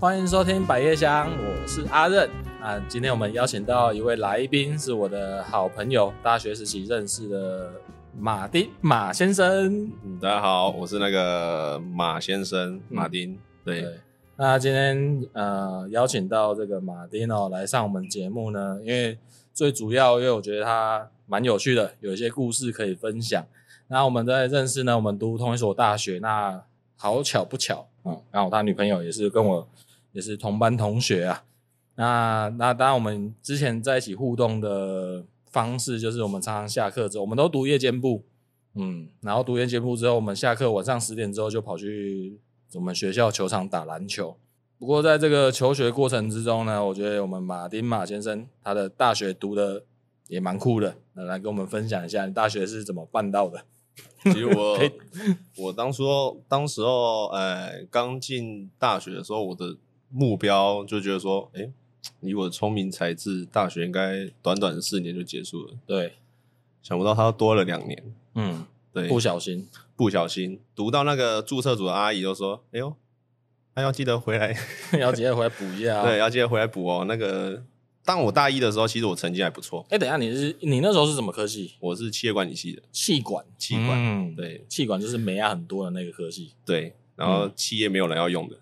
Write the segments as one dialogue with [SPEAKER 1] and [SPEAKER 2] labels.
[SPEAKER 1] 欢迎收听百叶香，我是阿任。啊，今天我们邀请到一位来宾，是我的好朋友，大学时期认识的马丁马先生。
[SPEAKER 2] 嗯大家好，我是那个马先生马丁。对，
[SPEAKER 1] 嗯对，那今天呃邀请到这个马丁哦来上我们节目呢，因为最主要因为我觉得他蛮有趣的，有一些故事可以分享。那我们在认识呢，我们读同一所大学，那好巧不巧，嗯，刚好他女朋友也是跟我也是同班同学啊。那那当然，我们之前在一起互动的方式就是，我们常常下课之后，我们都读夜间部，嗯，然后读夜间部之后，我们下课晚上十点之后就跑去我们学校球场打篮球。不过在这个求学过程之中呢，我觉得我们马丁马先生他的大学读的也蛮酷的，那来跟我们分享一下你大学是怎么办到的？
[SPEAKER 2] 其实 我 我当初当时候呃刚进大学的时候，我的目标就觉得说，哎、以我的聪明才智，大学应该短短的四年就结束了。
[SPEAKER 1] 对，
[SPEAKER 2] 想不到它多了两年，
[SPEAKER 1] 嗯，
[SPEAKER 2] 对，
[SPEAKER 1] 不小心，
[SPEAKER 2] 不小心读到那个注册组的阿姨都说，哎呦，哎要记得回来，
[SPEAKER 1] 要直接回来补一 下、啊。
[SPEAKER 2] 对，，要记得回来补哦。那个当我大一的时候，其实我成绩还不错，
[SPEAKER 1] 哎，等一下，你是你那时候是什么科系？
[SPEAKER 2] 我是企业管理系的，
[SPEAKER 1] 气管，
[SPEAKER 2] 气管
[SPEAKER 1] 嗯，
[SPEAKER 2] 对
[SPEAKER 1] 气管就是美亚很多的那个科系。
[SPEAKER 2] 对，
[SPEAKER 1] 嗯
[SPEAKER 2] 然后企业没有人要用的。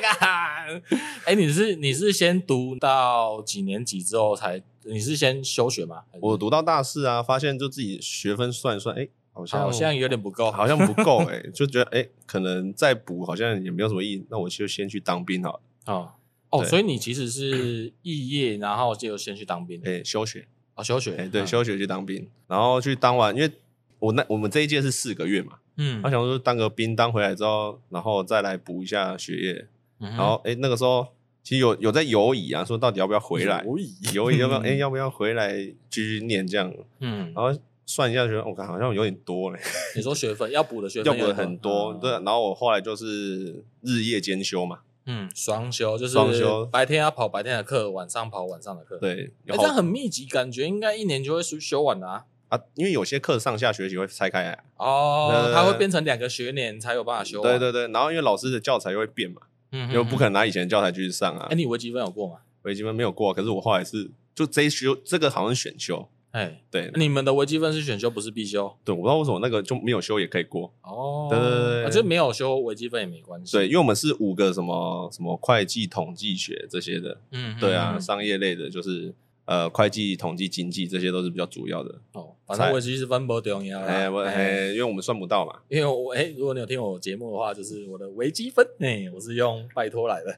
[SPEAKER 1] 干哎，你是你是先读到几年级之后才？你是先休学吗？还是
[SPEAKER 2] 我读到大四啊，发现就自己学分算一算，哎、好像
[SPEAKER 1] 好像有点不够，
[SPEAKER 2] 好像不够哎、就觉得哎、可能再补好像也没有什么意义，那我就先去当兵好了，
[SPEAKER 1] 哦哦，
[SPEAKER 2] 对
[SPEAKER 1] 所以你其实是肄业，然后就先去当兵，
[SPEAKER 2] 哎、休学，
[SPEAKER 1] 哦，休学，
[SPEAKER 2] 哎、对，
[SPEAKER 1] 嗯，
[SPEAKER 2] 休学去当兵，然后去当完，因为我那我们这一届是四个月嘛，
[SPEAKER 1] 嗯
[SPEAKER 2] 他、，想说当个兵，当回来之后，然后再来补一下学业，
[SPEAKER 1] 然
[SPEAKER 2] 然后哎、那个时候其实有有在犹疑啊，说到底要不要回来，犹疑要不要哎、要不要回来继续念这样，
[SPEAKER 1] 嗯，
[SPEAKER 2] 然后算一下觉得我看好像有点多嘞、
[SPEAKER 1] 你说学分要补的哦嗯学
[SPEAKER 2] 要
[SPEAKER 1] 分
[SPEAKER 2] 补的很多，对。然后我后来就是日夜兼修嘛，
[SPEAKER 1] 嗯，双休就是
[SPEAKER 2] 双休
[SPEAKER 1] 白天要跑白天的课，晚上跑晚上的课。，
[SPEAKER 2] 对，
[SPEAKER 1] 哎，
[SPEAKER 2] 然
[SPEAKER 1] 这样
[SPEAKER 2] 后
[SPEAKER 1] 很密集，感觉应该一年就会修修完的啊。
[SPEAKER 2] 啊，因为有些课上下学期会拆开来，
[SPEAKER 1] 哦，
[SPEAKER 2] 呃
[SPEAKER 1] 它会变成两个学年才有办法修完。啊
[SPEAKER 2] 对对对，然后因为老师的教材又会变嘛，
[SPEAKER 1] 嗯，嗯，
[SPEAKER 2] 因为不可
[SPEAKER 1] 能。
[SPEAKER 2] 能拿以前的教材继续上啊
[SPEAKER 1] 哎，，你微积分有过吗？
[SPEAKER 2] 微积分没有过，可是我后来是就这一修这个好像是选修，
[SPEAKER 1] 哎，
[SPEAKER 2] 对
[SPEAKER 1] 你们的微积分是选修，不是必修。
[SPEAKER 2] 对，我不知道为什么那个就没有修也可以过，
[SPEAKER 1] 哦，
[SPEAKER 2] 对对对对
[SPEAKER 1] 啊就没有修微积分也没关系。嗯
[SPEAKER 2] 对，因为我们是五个什么什么会计、统计学这些的，
[SPEAKER 1] 嗯，嗯，
[SPEAKER 2] 对啊，
[SPEAKER 1] 嗯
[SPEAKER 2] 商业类的就是。呃，会计、统计、经济这些都是比较主要的。
[SPEAKER 1] 哦，反正微积分不重要啦。
[SPEAKER 2] 哎，我哎，因为我们算不到嘛，
[SPEAKER 1] 因为我哎、如果你有听我节目的话，就是我的微积分哎、
[SPEAKER 2] 嗯
[SPEAKER 1] 我是用拜托来 的，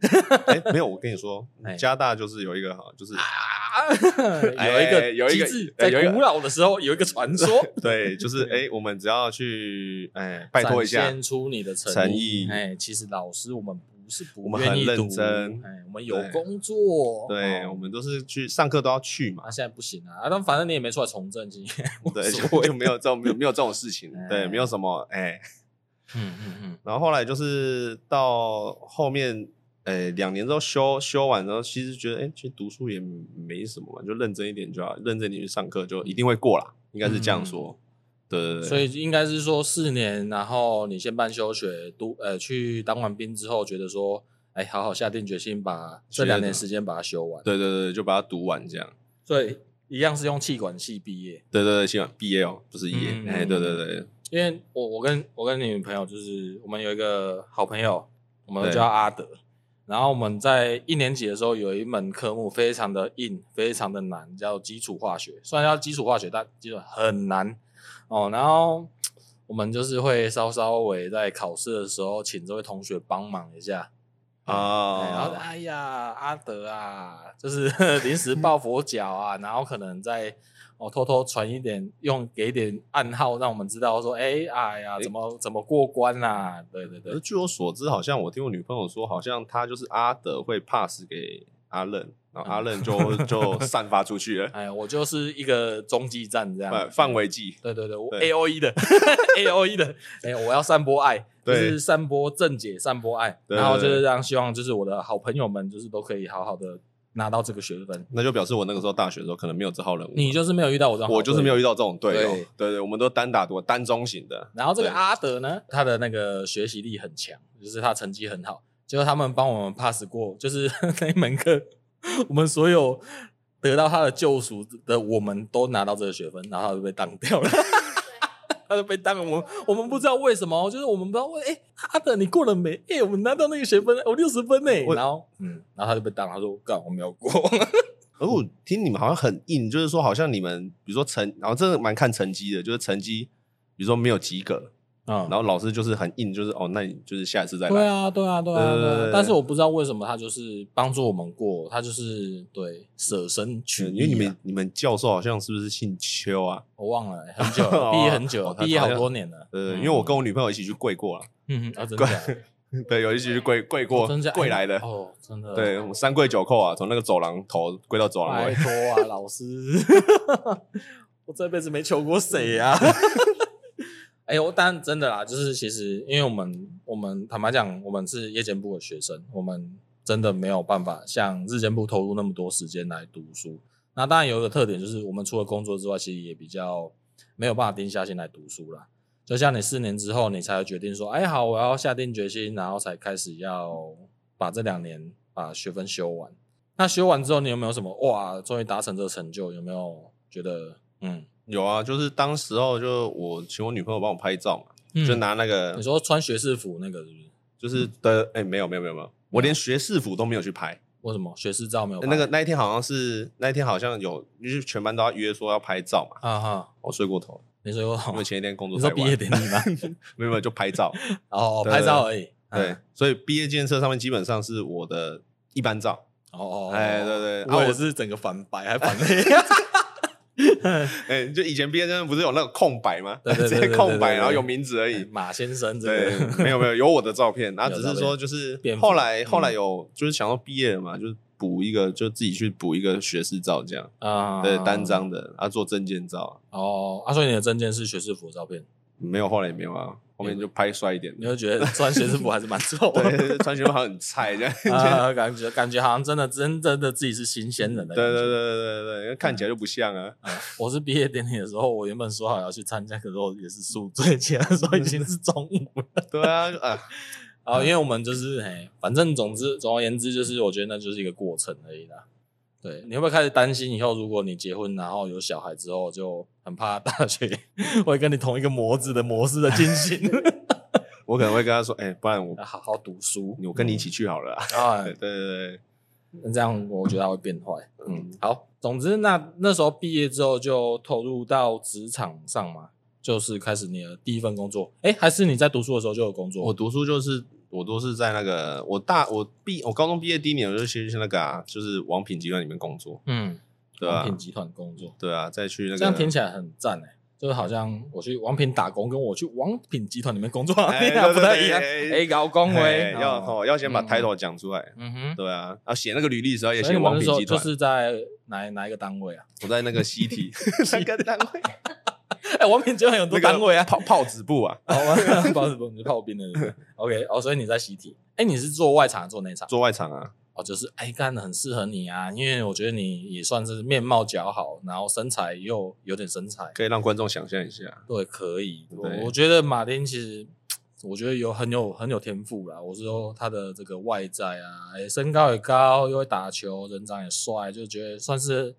[SPEAKER 2] 哎、没有，我跟你说
[SPEAKER 1] 哎，啊
[SPEAKER 2] 加大就是有一个哈，就是
[SPEAKER 1] 有一
[SPEAKER 2] 哎
[SPEAKER 1] 个
[SPEAKER 2] 有一个
[SPEAKER 1] 机制，在
[SPEAKER 2] 哎有一个
[SPEAKER 1] 古老的时候有一个传说，
[SPEAKER 2] 对，就是哎、我们只要去 哎拜托一
[SPEAKER 1] 展
[SPEAKER 2] 下，
[SPEAKER 1] 现出你的诚
[SPEAKER 2] 诚
[SPEAKER 1] 意
[SPEAKER 2] 意
[SPEAKER 1] 哎、其实老师我们不是
[SPEAKER 2] 我
[SPEAKER 1] 不
[SPEAKER 2] 们
[SPEAKER 1] 愿
[SPEAKER 2] 很
[SPEAKER 1] 意
[SPEAKER 2] 认
[SPEAKER 1] 读，
[SPEAKER 2] 真
[SPEAKER 1] 哎、我们有
[SPEAKER 2] 对
[SPEAKER 1] 工作，
[SPEAKER 2] 对，
[SPEAKER 1] 哦
[SPEAKER 2] 我们都是去上课都要去嘛
[SPEAKER 1] 啊，，现在不行啊，啊，但反正你也没出来从政经验，
[SPEAKER 2] 对，
[SPEAKER 1] 无所
[SPEAKER 2] 就就没有这种没有没有这种事情
[SPEAKER 1] 哎，
[SPEAKER 2] 对，没有什么哎。
[SPEAKER 1] 嗯嗯嗯，
[SPEAKER 2] 然后后来就是到后面，哎，两年之后修修完之后，其实觉得哎，其实读书也没什么嘛，就认真一点就好，认真一点去上课就一定会过啦，应该是这样说。对对对，
[SPEAKER 1] 嗯所以应该是说四年，然后你先办休学，读呃去当完兵之后，觉得说哎、好好下定决心把这
[SPEAKER 2] 学
[SPEAKER 1] 两
[SPEAKER 2] 的
[SPEAKER 1] 年时间把它修完，
[SPEAKER 2] 对对对，就把它读完这样。
[SPEAKER 1] 所以一样是用气管系毕业。
[SPEAKER 2] 对对对，希望毕业哦，不是毕业
[SPEAKER 1] 嗯，
[SPEAKER 2] 哎，对对对，
[SPEAKER 1] 因为我我跟我跟女朋友就是我们有一个好朋友，我们
[SPEAKER 2] 对
[SPEAKER 1] 叫阿德。然后我们在一年级的时候有一门科目非常的硬，非常的难，叫基础化学。虽然叫基础化学，但基本很难哦。然后我们就是会稍稍微在考试的时候请这位同学帮忙一下，哎然后
[SPEAKER 2] 啊，
[SPEAKER 1] 哎呀，阿德啊，就是 临时抱佛脚啊，然后可能在哦偷偷传一点，用给一点暗号，让我们知道说，哎哎呀，怎么怎么过关啦、对对
[SPEAKER 2] 可是
[SPEAKER 1] 对，
[SPEAKER 2] 据我所知，好像我听我女朋友说，好像她就是阿德会 pass 给阿任，然后阿任就、 就散发出去了，
[SPEAKER 1] 哎，我就是一个中继站这
[SPEAKER 2] 范
[SPEAKER 1] 样，
[SPEAKER 2] 范围计。
[SPEAKER 1] 对对对，我
[SPEAKER 2] 对
[SPEAKER 1] A O E 的 A O E 的，哎，我要散播爱，就
[SPEAKER 2] 对
[SPEAKER 1] 是散播正解，散播爱，
[SPEAKER 2] 对对
[SPEAKER 1] 然后就
[SPEAKER 2] 对
[SPEAKER 1] 是让希望就是我的好朋友们就是都可以好好的拿到这个学分。
[SPEAKER 2] 那就表示我那个时候大学的时候可能没有这号人物，
[SPEAKER 1] 你就是没有遇到我这种，
[SPEAKER 2] 我就是没有遇到这种队友，
[SPEAKER 1] 对
[SPEAKER 2] 对对，我们都单打独单中型的，
[SPEAKER 1] 然后这个
[SPEAKER 2] 对
[SPEAKER 1] 阿德呢，他的那个学习力很强，就是他成绩很好。结果他们帮我们 pass 过，就是 那一门课，我们所有得到他的救赎的，我们都拿到这个学分，然后他就被当掉 了。他就被当了，我们我们不知道为什么，就是我们不知道为，哎、他的你过了没？哎、我们拿到那个学分，我六十分呢、
[SPEAKER 2] 我
[SPEAKER 1] 然后，嗯，然后他就被当了，他说干我没 有过，
[SPEAKER 2] 而我听你们好像很硬，就是说好像你们比如说成，然后真的蛮看成绩的，就是成绩，比如说没有及格，
[SPEAKER 1] 嗯
[SPEAKER 2] 然后老师就是很硬，就是哦，那你就是下一次再
[SPEAKER 1] 对
[SPEAKER 2] 来。
[SPEAKER 1] 啊，对啊，对啊，
[SPEAKER 2] 对对
[SPEAKER 1] 对啊
[SPEAKER 2] 对对
[SPEAKER 1] 但是我不知道为什么他就是帮助我们过，他就是对舍身取义、啊，
[SPEAKER 2] 嗯因为你们你们教授好像是不是姓邱啊？
[SPEAKER 1] 我忘了、很久 了，毕业很久，
[SPEAKER 2] 哦他
[SPEAKER 1] 毕业好多年了。
[SPEAKER 2] 呃，
[SPEAKER 1] 嗯
[SPEAKER 2] 因为我跟我女朋友一起去跪过了，
[SPEAKER 1] 嗯，啊，真的假的，
[SPEAKER 2] 对，有一起去跪跪
[SPEAKER 1] 哦
[SPEAKER 2] 过
[SPEAKER 1] 真的假的
[SPEAKER 2] 跪来的，
[SPEAKER 1] 哦，真的，
[SPEAKER 2] 对，我们三跪九叩啊，从那个走廊头跪到走廊
[SPEAKER 1] 拜
[SPEAKER 2] 尾。
[SPEAKER 1] 托 啊，老师，我这辈子没求过谁呀、啊。 哎呦，但真的啦，就是其实，因为我们我们坦白讲，我们是夜间部的学生，我们真的没有办法像日间部投入那么多时间来读书。那当然有一个特点，就是我们除了工作之外，其实也比较没有办法定下心来读书啦。就像你四年之后，你才会决定说，哎，好，我要下定决心，然后才开始要把这两年把学分修完。那修完之后，你有没有什么哇，终于达成这个成就？有没有觉得嗯，
[SPEAKER 2] 有啊，就是当时候就我请我女朋友帮我拍照嘛，就拿那个
[SPEAKER 1] 嗯你说嗯穿学士服那个是不是？
[SPEAKER 2] 就是的，哎、没有没有没有没有，我连学士服都没有去拍。
[SPEAKER 1] 为什么学士嗯照没有拍？
[SPEAKER 2] 那个那一天好像是那一天好像有，就是全班都要约说要拍照嘛。
[SPEAKER 1] 啊哈，
[SPEAKER 2] 我睡过头，
[SPEAKER 1] 你说
[SPEAKER 2] 因为前一天工
[SPEAKER 1] 你说
[SPEAKER 2] 作太
[SPEAKER 1] 毕业
[SPEAKER 2] 晚，
[SPEAKER 1] 典礼 吗？
[SPEAKER 2] 没有没有就拍照。
[SPEAKER 1] 哦，
[SPEAKER 2] 对
[SPEAKER 1] 拍照而已。
[SPEAKER 2] 对
[SPEAKER 1] 嗯，，
[SPEAKER 2] 所以毕业建设上面基本上是我的一般照。
[SPEAKER 1] 哦哦，
[SPEAKER 2] 哎对对啊
[SPEAKER 1] 我也
[SPEAKER 2] 我
[SPEAKER 1] 是整个反白还 反黑。
[SPEAKER 2] 哎、就以前毕业证不是有那个空白吗？
[SPEAKER 1] 对 对对对
[SPEAKER 2] 直接空
[SPEAKER 1] 对对
[SPEAKER 2] 白，
[SPEAKER 1] 对
[SPEAKER 2] 然后有名字而已。
[SPEAKER 1] 马先生这
[SPEAKER 2] 对
[SPEAKER 1] 个，
[SPEAKER 2] 没有没有有我的照 片，然后
[SPEAKER 1] 有
[SPEAKER 2] 只
[SPEAKER 1] 照
[SPEAKER 2] 是
[SPEAKER 1] 片
[SPEAKER 2] 说就是
[SPEAKER 1] 蝙蝠
[SPEAKER 2] 后来后来
[SPEAKER 1] 嗯
[SPEAKER 2] 有就是想到毕业了嘛，就是补一个就自己去补一个学士照这样。
[SPEAKER 1] 啊，
[SPEAKER 2] 对，单张的，啊，做证件照，
[SPEAKER 1] 哦，啊，所以你的证件是学士服的照片，
[SPEAKER 2] 没有，后来也没有啊，后面就拍帅一点
[SPEAKER 1] 你
[SPEAKER 2] 的，
[SPEAKER 1] 会觉得穿学士服还是蛮丑的。
[SPEAKER 2] 对，穿学好像很菜 这样，
[SPEAKER 1] 啊，感觉感觉好像真的真真的自己是新鲜人的
[SPEAKER 2] 对
[SPEAKER 1] 感
[SPEAKER 2] 对
[SPEAKER 1] 觉。
[SPEAKER 2] 对对对对，看起来就不像啊，
[SPEAKER 1] 啊我是毕业典礼的时候，我原本说好要去参加，可是我也是宿醉起来的时候已经是中午 了。
[SPEAKER 2] 对啊啊，
[SPEAKER 1] 啊，因为我们就是哎，反正总之总而言之，就是我觉得那就是一个过程而已啦。对，你会不会开始担心以后，如果你结婚然后有小孩之后，就很怕大学 会跟你同一个模子的模式的进行？
[SPEAKER 2] 我可能会跟他说，哎，不然我
[SPEAKER 1] 好好读书，
[SPEAKER 2] 我跟你一起去好了啊，
[SPEAKER 1] 啊
[SPEAKER 2] 对，对对，对
[SPEAKER 1] 那这样我觉得他会变坏。嗯
[SPEAKER 2] 嗯，
[SPEAKER 1] 好，总之那那时候毕业之后就投入到职场上嘛，就是开始你的第一份工作。哎、还是你在读书的时候就有工作？
[SPEAKER 2] 我读书就是我都是在那个我大我毕我高中毕业第一年，我就先去那个啊，就是王品集团里面工作，
[SPEAKER 1] 嗯，
[SPEAKER 2] 对
[SPEAKER 1] 王
[SPEAKER 2] 啊
[SPEAKER 1] 品，集团工作，
[SPEAKER 2] 对啊，再去那个，
[SPEAKER 1] 这样听起来很赞哎、就是好像我去王品打工，跟我去王品集团里面工作，
[SPEAKER 2] 哎
[SPEAKER 1] 好像不太一样。
[SPEAKER 2] 对对
[SPEAKER 1] 哎、
[SPEAKER 2] 对
[SPEAKER 1] 搞工
[SPEAKER 2] 哎
[SPEAKER 1] 位
[SPEAKER 2] 要哦要先把
[SPEAKER 1] 嗯
[SPEAKER 2] title 讲出来，
[SPEAKER 1] 嗯哼。
[SPEAKER 2] 对啊，然后写那个履历的时候也
[SPEAKER 1] 所以
[SPEAKER 2] 写
[SPEAKER 1] 你们
[SPEAKER 2] 王
[SPEAKER 1] 那
[SPEAKER 2] 品
[SPEAKER 1] 时候
[SPEAKER 2] 集
[SPEAKER 1] 就
[SPEAKER 2] 团，
[SPEAKER 1] 是在哪哪一个单位啊？
[SPEAKER 2] 我在那个西体那个单位，
[SPEAKER 1] 哎、王品集团有很多
[SPEAKER 2] 那个
[SPEAKER 1] 单位啊。
[SPEAKER 2] 炮炮子部啊，
[SPEAKER 1] 好吧，哦不好意思，你是炮兵的对不 对 OK，哦，所以你在习题。哎、你是做外场还是做内场？
[SPEAKER 2] 做外场啊，
[SPEAKER 1] 哦，就是哎，干的很适合你啊，因为我觉得你也算是面貌姣好，然后身材又有点身材，
[SPEAKER 2] 可以让观众想象一下。
[SPEAKER 1] 对，可以。我
[SPEAKER 2] 对
[SPEAKER 1] 我觉得马丁其实，我觉得有很有很有天赋啦。我是说他的这个外在啊，哎，身高也高，又会打球，人长也帅，就觉得算是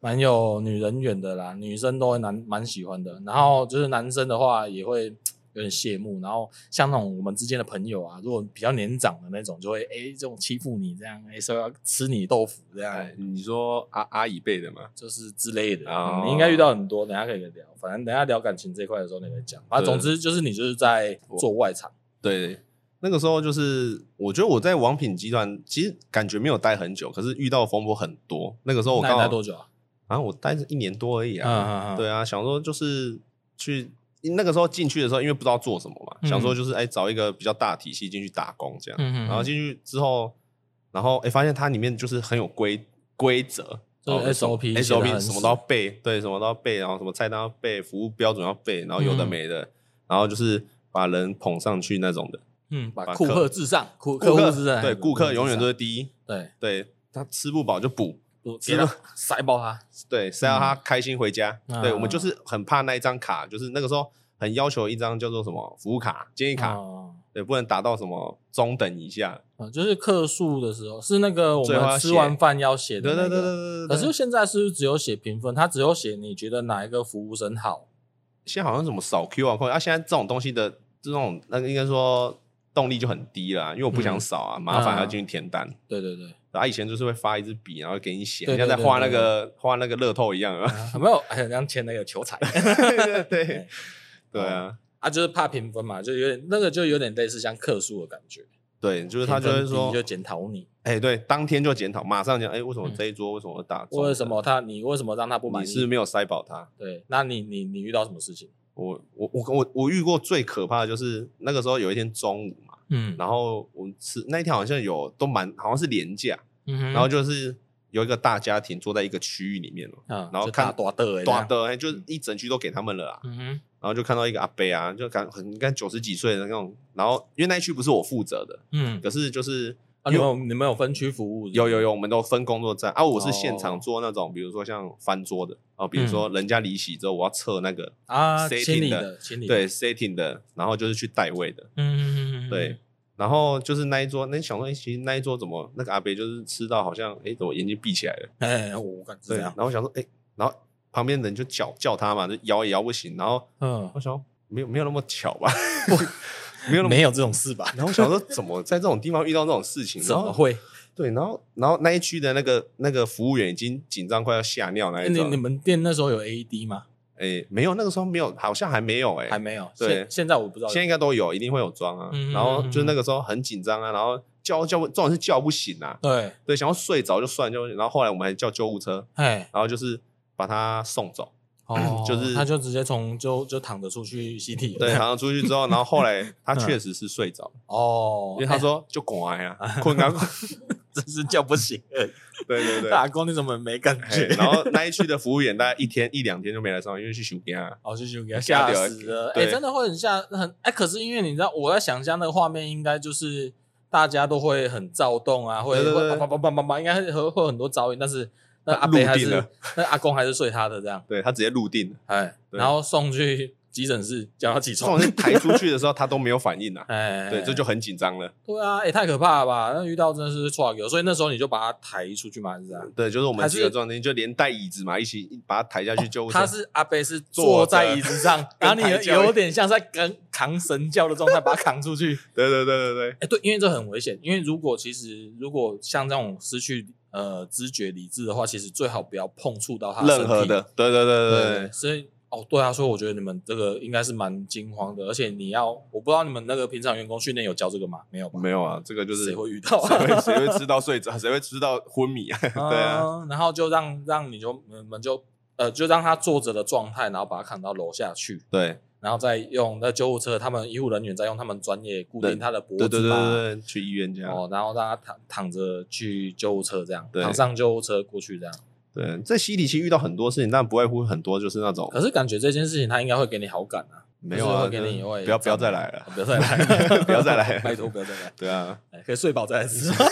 [SPEAKER 1] 蛮有女人缘的啦，女生都会蛮蛮喜欢的。然后就是男生的话也会。有点羡慕，然后像那种我们之间的朋友啊，如果比较年长的那种，就会哎、这种欺负你这样，哎、说要吃你豆腐这样，
[SPEAKER 2] 哎，你说阿阿姨辈的嘛？
[SPEAKER 1] 就是之类的，
[SPEAKER 2] 哦
[SPEAKER 1] 嗯你应该遇到很多，等一下可以聊。反正等一下聊感情这一块的时候，你可以讲。啊，
[SPEAKER 2] 对
[SPEAKER 1] 总之就是你就是在做外场，
[SPEAKER 2] 对，那个时候就是，我觉得我在王品集团其实感觉没有待很久，可是遇到风波很多。那个哦时候我
[SPEAKER 1] 那你
[SPEAKER 2] 刚
[SPEAKER 1] 待
[SPEAKER 2] 好
[SPEAKER 1] 多久啊？
[SPEAKER 2] 啊，我待一年多而已
[SPEAKER 1] 嗯
[SPEAKER 2] 啊。
[SPEAKER 1] 嗯嗯，
[SPEAKER 2] 对啊，想说就是去那个时候进去的时候，因为不知道做什么嘛，
[SPEAKER 1] 嗯
[SPEAKER 2] 想说就是哎找一个比较大体系进去打工这样。
[SPEAKER 1] 嗯，嗯嗯，
[SPEAKER 2] 然后进去之后，然后哎、诶发现它里面就是很有规规则，
[SPEAKER 1] 就是
[SPEAKER 2] 然后什么
[SPEAKER 1] SOP 写得
[SPEAKER 2] SOP
[SPEAKER 1] 很
[SPEAKER 2] 什么
[SPEAKER 1] 死
[SPEAKER 2] 都要背，对，什么都要背，然后什么菜单要背，服务标准要背，然后有的
[SPEAKER 1] 嗯
[SPEAKER 2] 没的，然后就是把人捧上去那种的，
[SPEAKER 1] 嗯，把
[SPEAKER 2] 把
[SPEAKER 1] 顾
[SPEAKER 2] 客
[SPEAKER 1] 客至上，顾
[SPEAKER 2] 顾
[SPEAKER 1] 客
[SPEAKER 2] 客
[SPEAKER 1] 户至上，
[SPEAKER 2] 对顾客永远都
[SPEAKER 1] 是
[SPEAKER 2] 是第一，
[SPEAKER 1] 对，
[SPEAKER 2] 对他吃不饱就补，
[SPEAKER 1] 不
[SPEAKER 2] 吃
[SPEAKER 1] 给他 塞爆他，
[SPEAKER 2] 对，是要他开心回家，
[SPEAKER 1] 嗯
[SPEAKER 2] 对我们就是很怕那一张卡，就是那个时候很要求一张叫做什么服务卡、建议卡，
[SPEAKER 1] 啊
[SPEAKER 2] 对，不能达到什么中等以下。
[SPEAKER 1] 啊，就是客诉的时候是那个我
[SPEAKER 2] 最后
[SPEAKER 1] 们
[SPEAKER 2] 要
[SPEAKER 1] 吃
[SPEAKER 2] 写
[SPEAKER 1] 完饭要写
[SPEAKER 2] 对
[SPEAKER 1] 的、那
[SPEAKER 2] 对对
[SPEAKER 1] 个
[SPEAKER 2] 对对对。
[SPEAKER 1] 可是
[SPEAKER 2] 对
[SPEAKER 1] 现在是不是只有写评分？他只有写你觉得哪一个服务生好？
[SPEAKER 2] 现在好像什么扫 QR code 啊，现在这种东西的这种那个应该说动力就很低啦，因为我不想扫啊，麻烦
[SPEAKER 1] 啊
[SPEAKER 2] 还要进去填单。
[SPEAKER 1] 对对对，
[SPEAKER 2] 啊，以前就是会发一支笔，然后给你写，
[SPEAKER 1] 对对
[SPEAKER 2] 像在画那个画那个乐透一样啊。
[SPEAKER 1] 啊有没有？哎，有像签那个球彩嗯
[SPEAKER 2] 对对对啊，
[SPEAKER 1] 啊，就是怕评分嘛，就有点那个就有点类似像客诉的感觉。
[SPEAKER 2] 对，就是
[SPEAKER 1] 就
[SPEAKER 2] 他就会说
[SPEAKER 1] 就，检讨你，
[SPEAKER 2] 哎，对，当天就检讨，马上讲，哎，为什么这一桌为什么打中？
[SPEAKER 1] 为什么他你为什么让他不满
[SPEAKER 2] 你
[SPEAKER 1] 意？
[SPEAKER 2] 是没有塞饱他？
[SPEAKER 1] 对，那你你你遇到什么事情？
[SPEAKER 2] 我我我我我遇过最可怕的就是那个时候有一天中午嘛，
[SPEAKER 1] 嗯
[SPEAKER 2] 然后我们吃那一天好像有都蛮好像是廉价，
[SPEAKER 1] 嗯
[SPEAKER 2] 然后就是有一个大家庭坐在一个区域里面哦，
[SPEAKER 1] 啊，
[SPEAKER 2] 然后
[SPEAKER 1] 就
[SPEAKER 2] 看
[SPEAKER 1] 大多的
[SPEAKER 2] 短，的哎就是一整区都给他们了啊，
[SPEAKER 1] 嗯哼，
[SPEAKER 2] 然后就看到一个阿伯啊，就感很应该九十几岁的那种，然后因为那一区不是我负责的，
[SPEAKER 1] 嗯，
[SPEAKER 2] 可是就是
[SPEAKER 1] 啊，你们有你们有分区服务？
[SPEAKER 2] 有有有，我们都分工作站啊，我是现
[SPEAKER 1] 哦嗯
[SPEAKER 2] 场做那种，比如说像翻桌的啊，比如说人家离席之后，我要测那个
[SPEAKER 1] 啊，
[SPEAKER 2] setting
[SPEAKER 1] 清理
[SPEAKER 2] 的
[SPEAKER 1] 的清理的
[SPEAKER 2] 对，setting 的，然后就是去代位的，
[SPEAKER 1] 嗯嗯嗯嗯，
[SPEAKER 2] 对。然后就是那一桌，那想说，哎、其实那一桌怎么那个阿伯就是吃到好像，哎、怎么眼睛闭起来了？
[SPEAKER 1] 哎，我感觉这
[SPEAKER 2] 对，然
[SPEAKER 1] 样，
[SPEAKER 2] 后想说，哎、然后旁边人就叫叫他嘛，就摇也摇不醒。然后
[SPEAKER 1] 嗯
[SPEAKER 2] 我，想说，没有没有那么巧吧， 没有那么。
[SPEAKER 1] 没有这种事吧？
[SPEAKER 2] 然后我想说，怎么在这种地方遇到这种事情？
[SPEAKER 1] 怎
[SPEAKER 2] 然
[SPEAKER 1] 么
[SPEAKER 2] 后
[SPEAKER 1] 会？
[SPEAKER 2] 对，然后然后那一区的那个那个服务员已经紧张快要吓尿那一
[SPEAKER 1] 你你
[SPEAKER 2] 种。
[SPEAKER 1] 们店那时候有 AED 吗？
[SPEAKER 2] 哎，没有，那个时候没有，好像还没有哎、
[SPEAKER 1] 还没有，
[SPEAKER 2] 对
[SPEAKER 1] 现现在我不知道有，
[SPEAKER 2] 现在应该都有，一定会有装啊。
[SPEAKER 1] 嗯
[SPEAKER 2] 然后就是那个时候很紧张啊，然后叫叫，重点是叫不醒啊。
[SPEAKER 1] 对，
[SPEAKER 2] 对，想要睡着就算就，然后后来我们还叫救护车，
[SPEAKER 1] 哎，
[SPEAKER 2] 然后就是把他送走。
[SPEAKER 1] 哦，
[SPEAKER 2] 就是
[SPEAKER 1] 他就直接从就就躺着出去吸体，
[SPEAKER 2] 对，然后出去之后，然后后来他确实是睡着，
[SPEAKER 1] 嗯哦，
[SPEAKER 2] 因为他说就乖啊， 困啊，
[SPEAKER 1] 真是叫不醒 而已，
[SPEAKER 2] 对对对。
[SPEAKER 1] 打工你怎么没感
[SPEAKER 2] 嘿
[SPEAKER 1] 觉？
[SPEAKER 2] 然后那一区的服务员大概一天一两天就没来上班，因为去休假。啊
[SPEAKER 1] 哦，就是给他
[SPEAKER 2] 吓
[SPEAKER 1] 吓
[SPEAKER 2] 掉
[SPEAKER 1] 死了，哎、
[SPEAKER 2] 对
[SPEAKER 1] 真的会很吓，很哎、可是因为你知道，我在想象那个画面，应该就是大家都会很躁动啊，会
[SPEAKER 2] 对对
[SPEAKER 1] 会
[SPEAKER 2] 对
[SPEAKER 1] 叭叭叭叭叭，应该会会会有很多噪音，但是那
[SPEAKER 2] 他
[SPEAKER 1] 阿伯还
[SPEAKER 2] 入定
[SPEAKER 1] 是
[SPEAKER 2] 了
[SPEAKER 1] 那阿公还是睡他的这样，
[SPEAKER 2] 对他直接入定了，
[SPEAKER 1] 哎，
[SPEAKER 2] 对
[SPEAKER 1] 然后送去急诊室叫他起
[SPEAKER 2] 重
[SPEAKER 1] 床，
[SPEAKER 2] 点是抬出去的时候他都没有反 应啊，
[SPEAKER 1] 哎，
[SPEAKER 2] 对，这就很紧张了。
[SPEAKER 1] 对啊，哎、太可怕了吧？那遇到真的是错有，所以那时候你就把他抬出去嘛，还是这样？
[SPEAKER 2] 对，就是我们
[SPEAKER 1] 还是哦
[SPEAKER 2] 几个壮丁就连带椅子嘛，一起一把他抬下去救护车。
[SPEAKER 1] 他是阿贝是坐在椅子上， 然后你
[SPEAKER 2] 抬轿
[SPEAKER 1] 有有点像在跟扛神教的状态把他扛出去。
[SPEAKER 2] 对对对对对
[SPEAKER 1] 哎、对，因为这很危险。因为如果其实如果像这种失去呃知觉理智的话，其实最好不要碰触到他身体
[SPEAKER 2] 任何的，对对
[SPEAKER 1] 对
[SPEAKER 2] 对对对，
[SPEAKER 1] 所以哦，对啊，所以我觉得你们这个应该是蛮惊慌的，而且你要我不知道你们那个平常员工训练有教这个吗？没有吧？
[SPEAKER 2] 没有啊，这个就是
[SPEAKER 1] 谁会遇到啊？
[SPEAKER 2] 谁会谁会吃到睡着，谁会吃到昏迷 啊？ 对啊，
[SPEAKER 1] 嗯，然后就让让你就你们就呃就让他坐着的状态，然后把他扛到楼下去，
[SPEAKER 2] 对
[SPEAKER 1] 然后再用那救护车，他们医护人员再用他们专业固
[SPEAKER 2] 对
[SPEAKER 1] 定他的脖子
[SPEAKER 2] 对对对
[SPEAKER 1] 吧
[SPEAKER 2] 对，对去医院这样。
[SPEAKER 1] 哦，然后让他躺躺着去救护车，这样
[SPEAKER 2] 对
[SPEAKER 1] 躺上救护车过去这样。
[SPEAKER 2] 对，在西里其实遇到很多事情，但不外乎很多就是那种
[SPEAKER 1] 可是感觉这件事情他应该会给你好感啊，
[SPEAKER 2] 没有啊，
[SPEAKER 1] 就是会给你
[SPEAKER 2] 就是
[SPEAKER 1] 会哦
[SPEAKER 2] 不要不要再来了，
[SPEAKER 1] 不要再来，
[SPEAKER 2] 不要再来
[SPEAKER 1] 拜托不要再来，
[SPEAKER 2] 对啊，
[SPEAKER 1] 哎可以睡饱再来吃。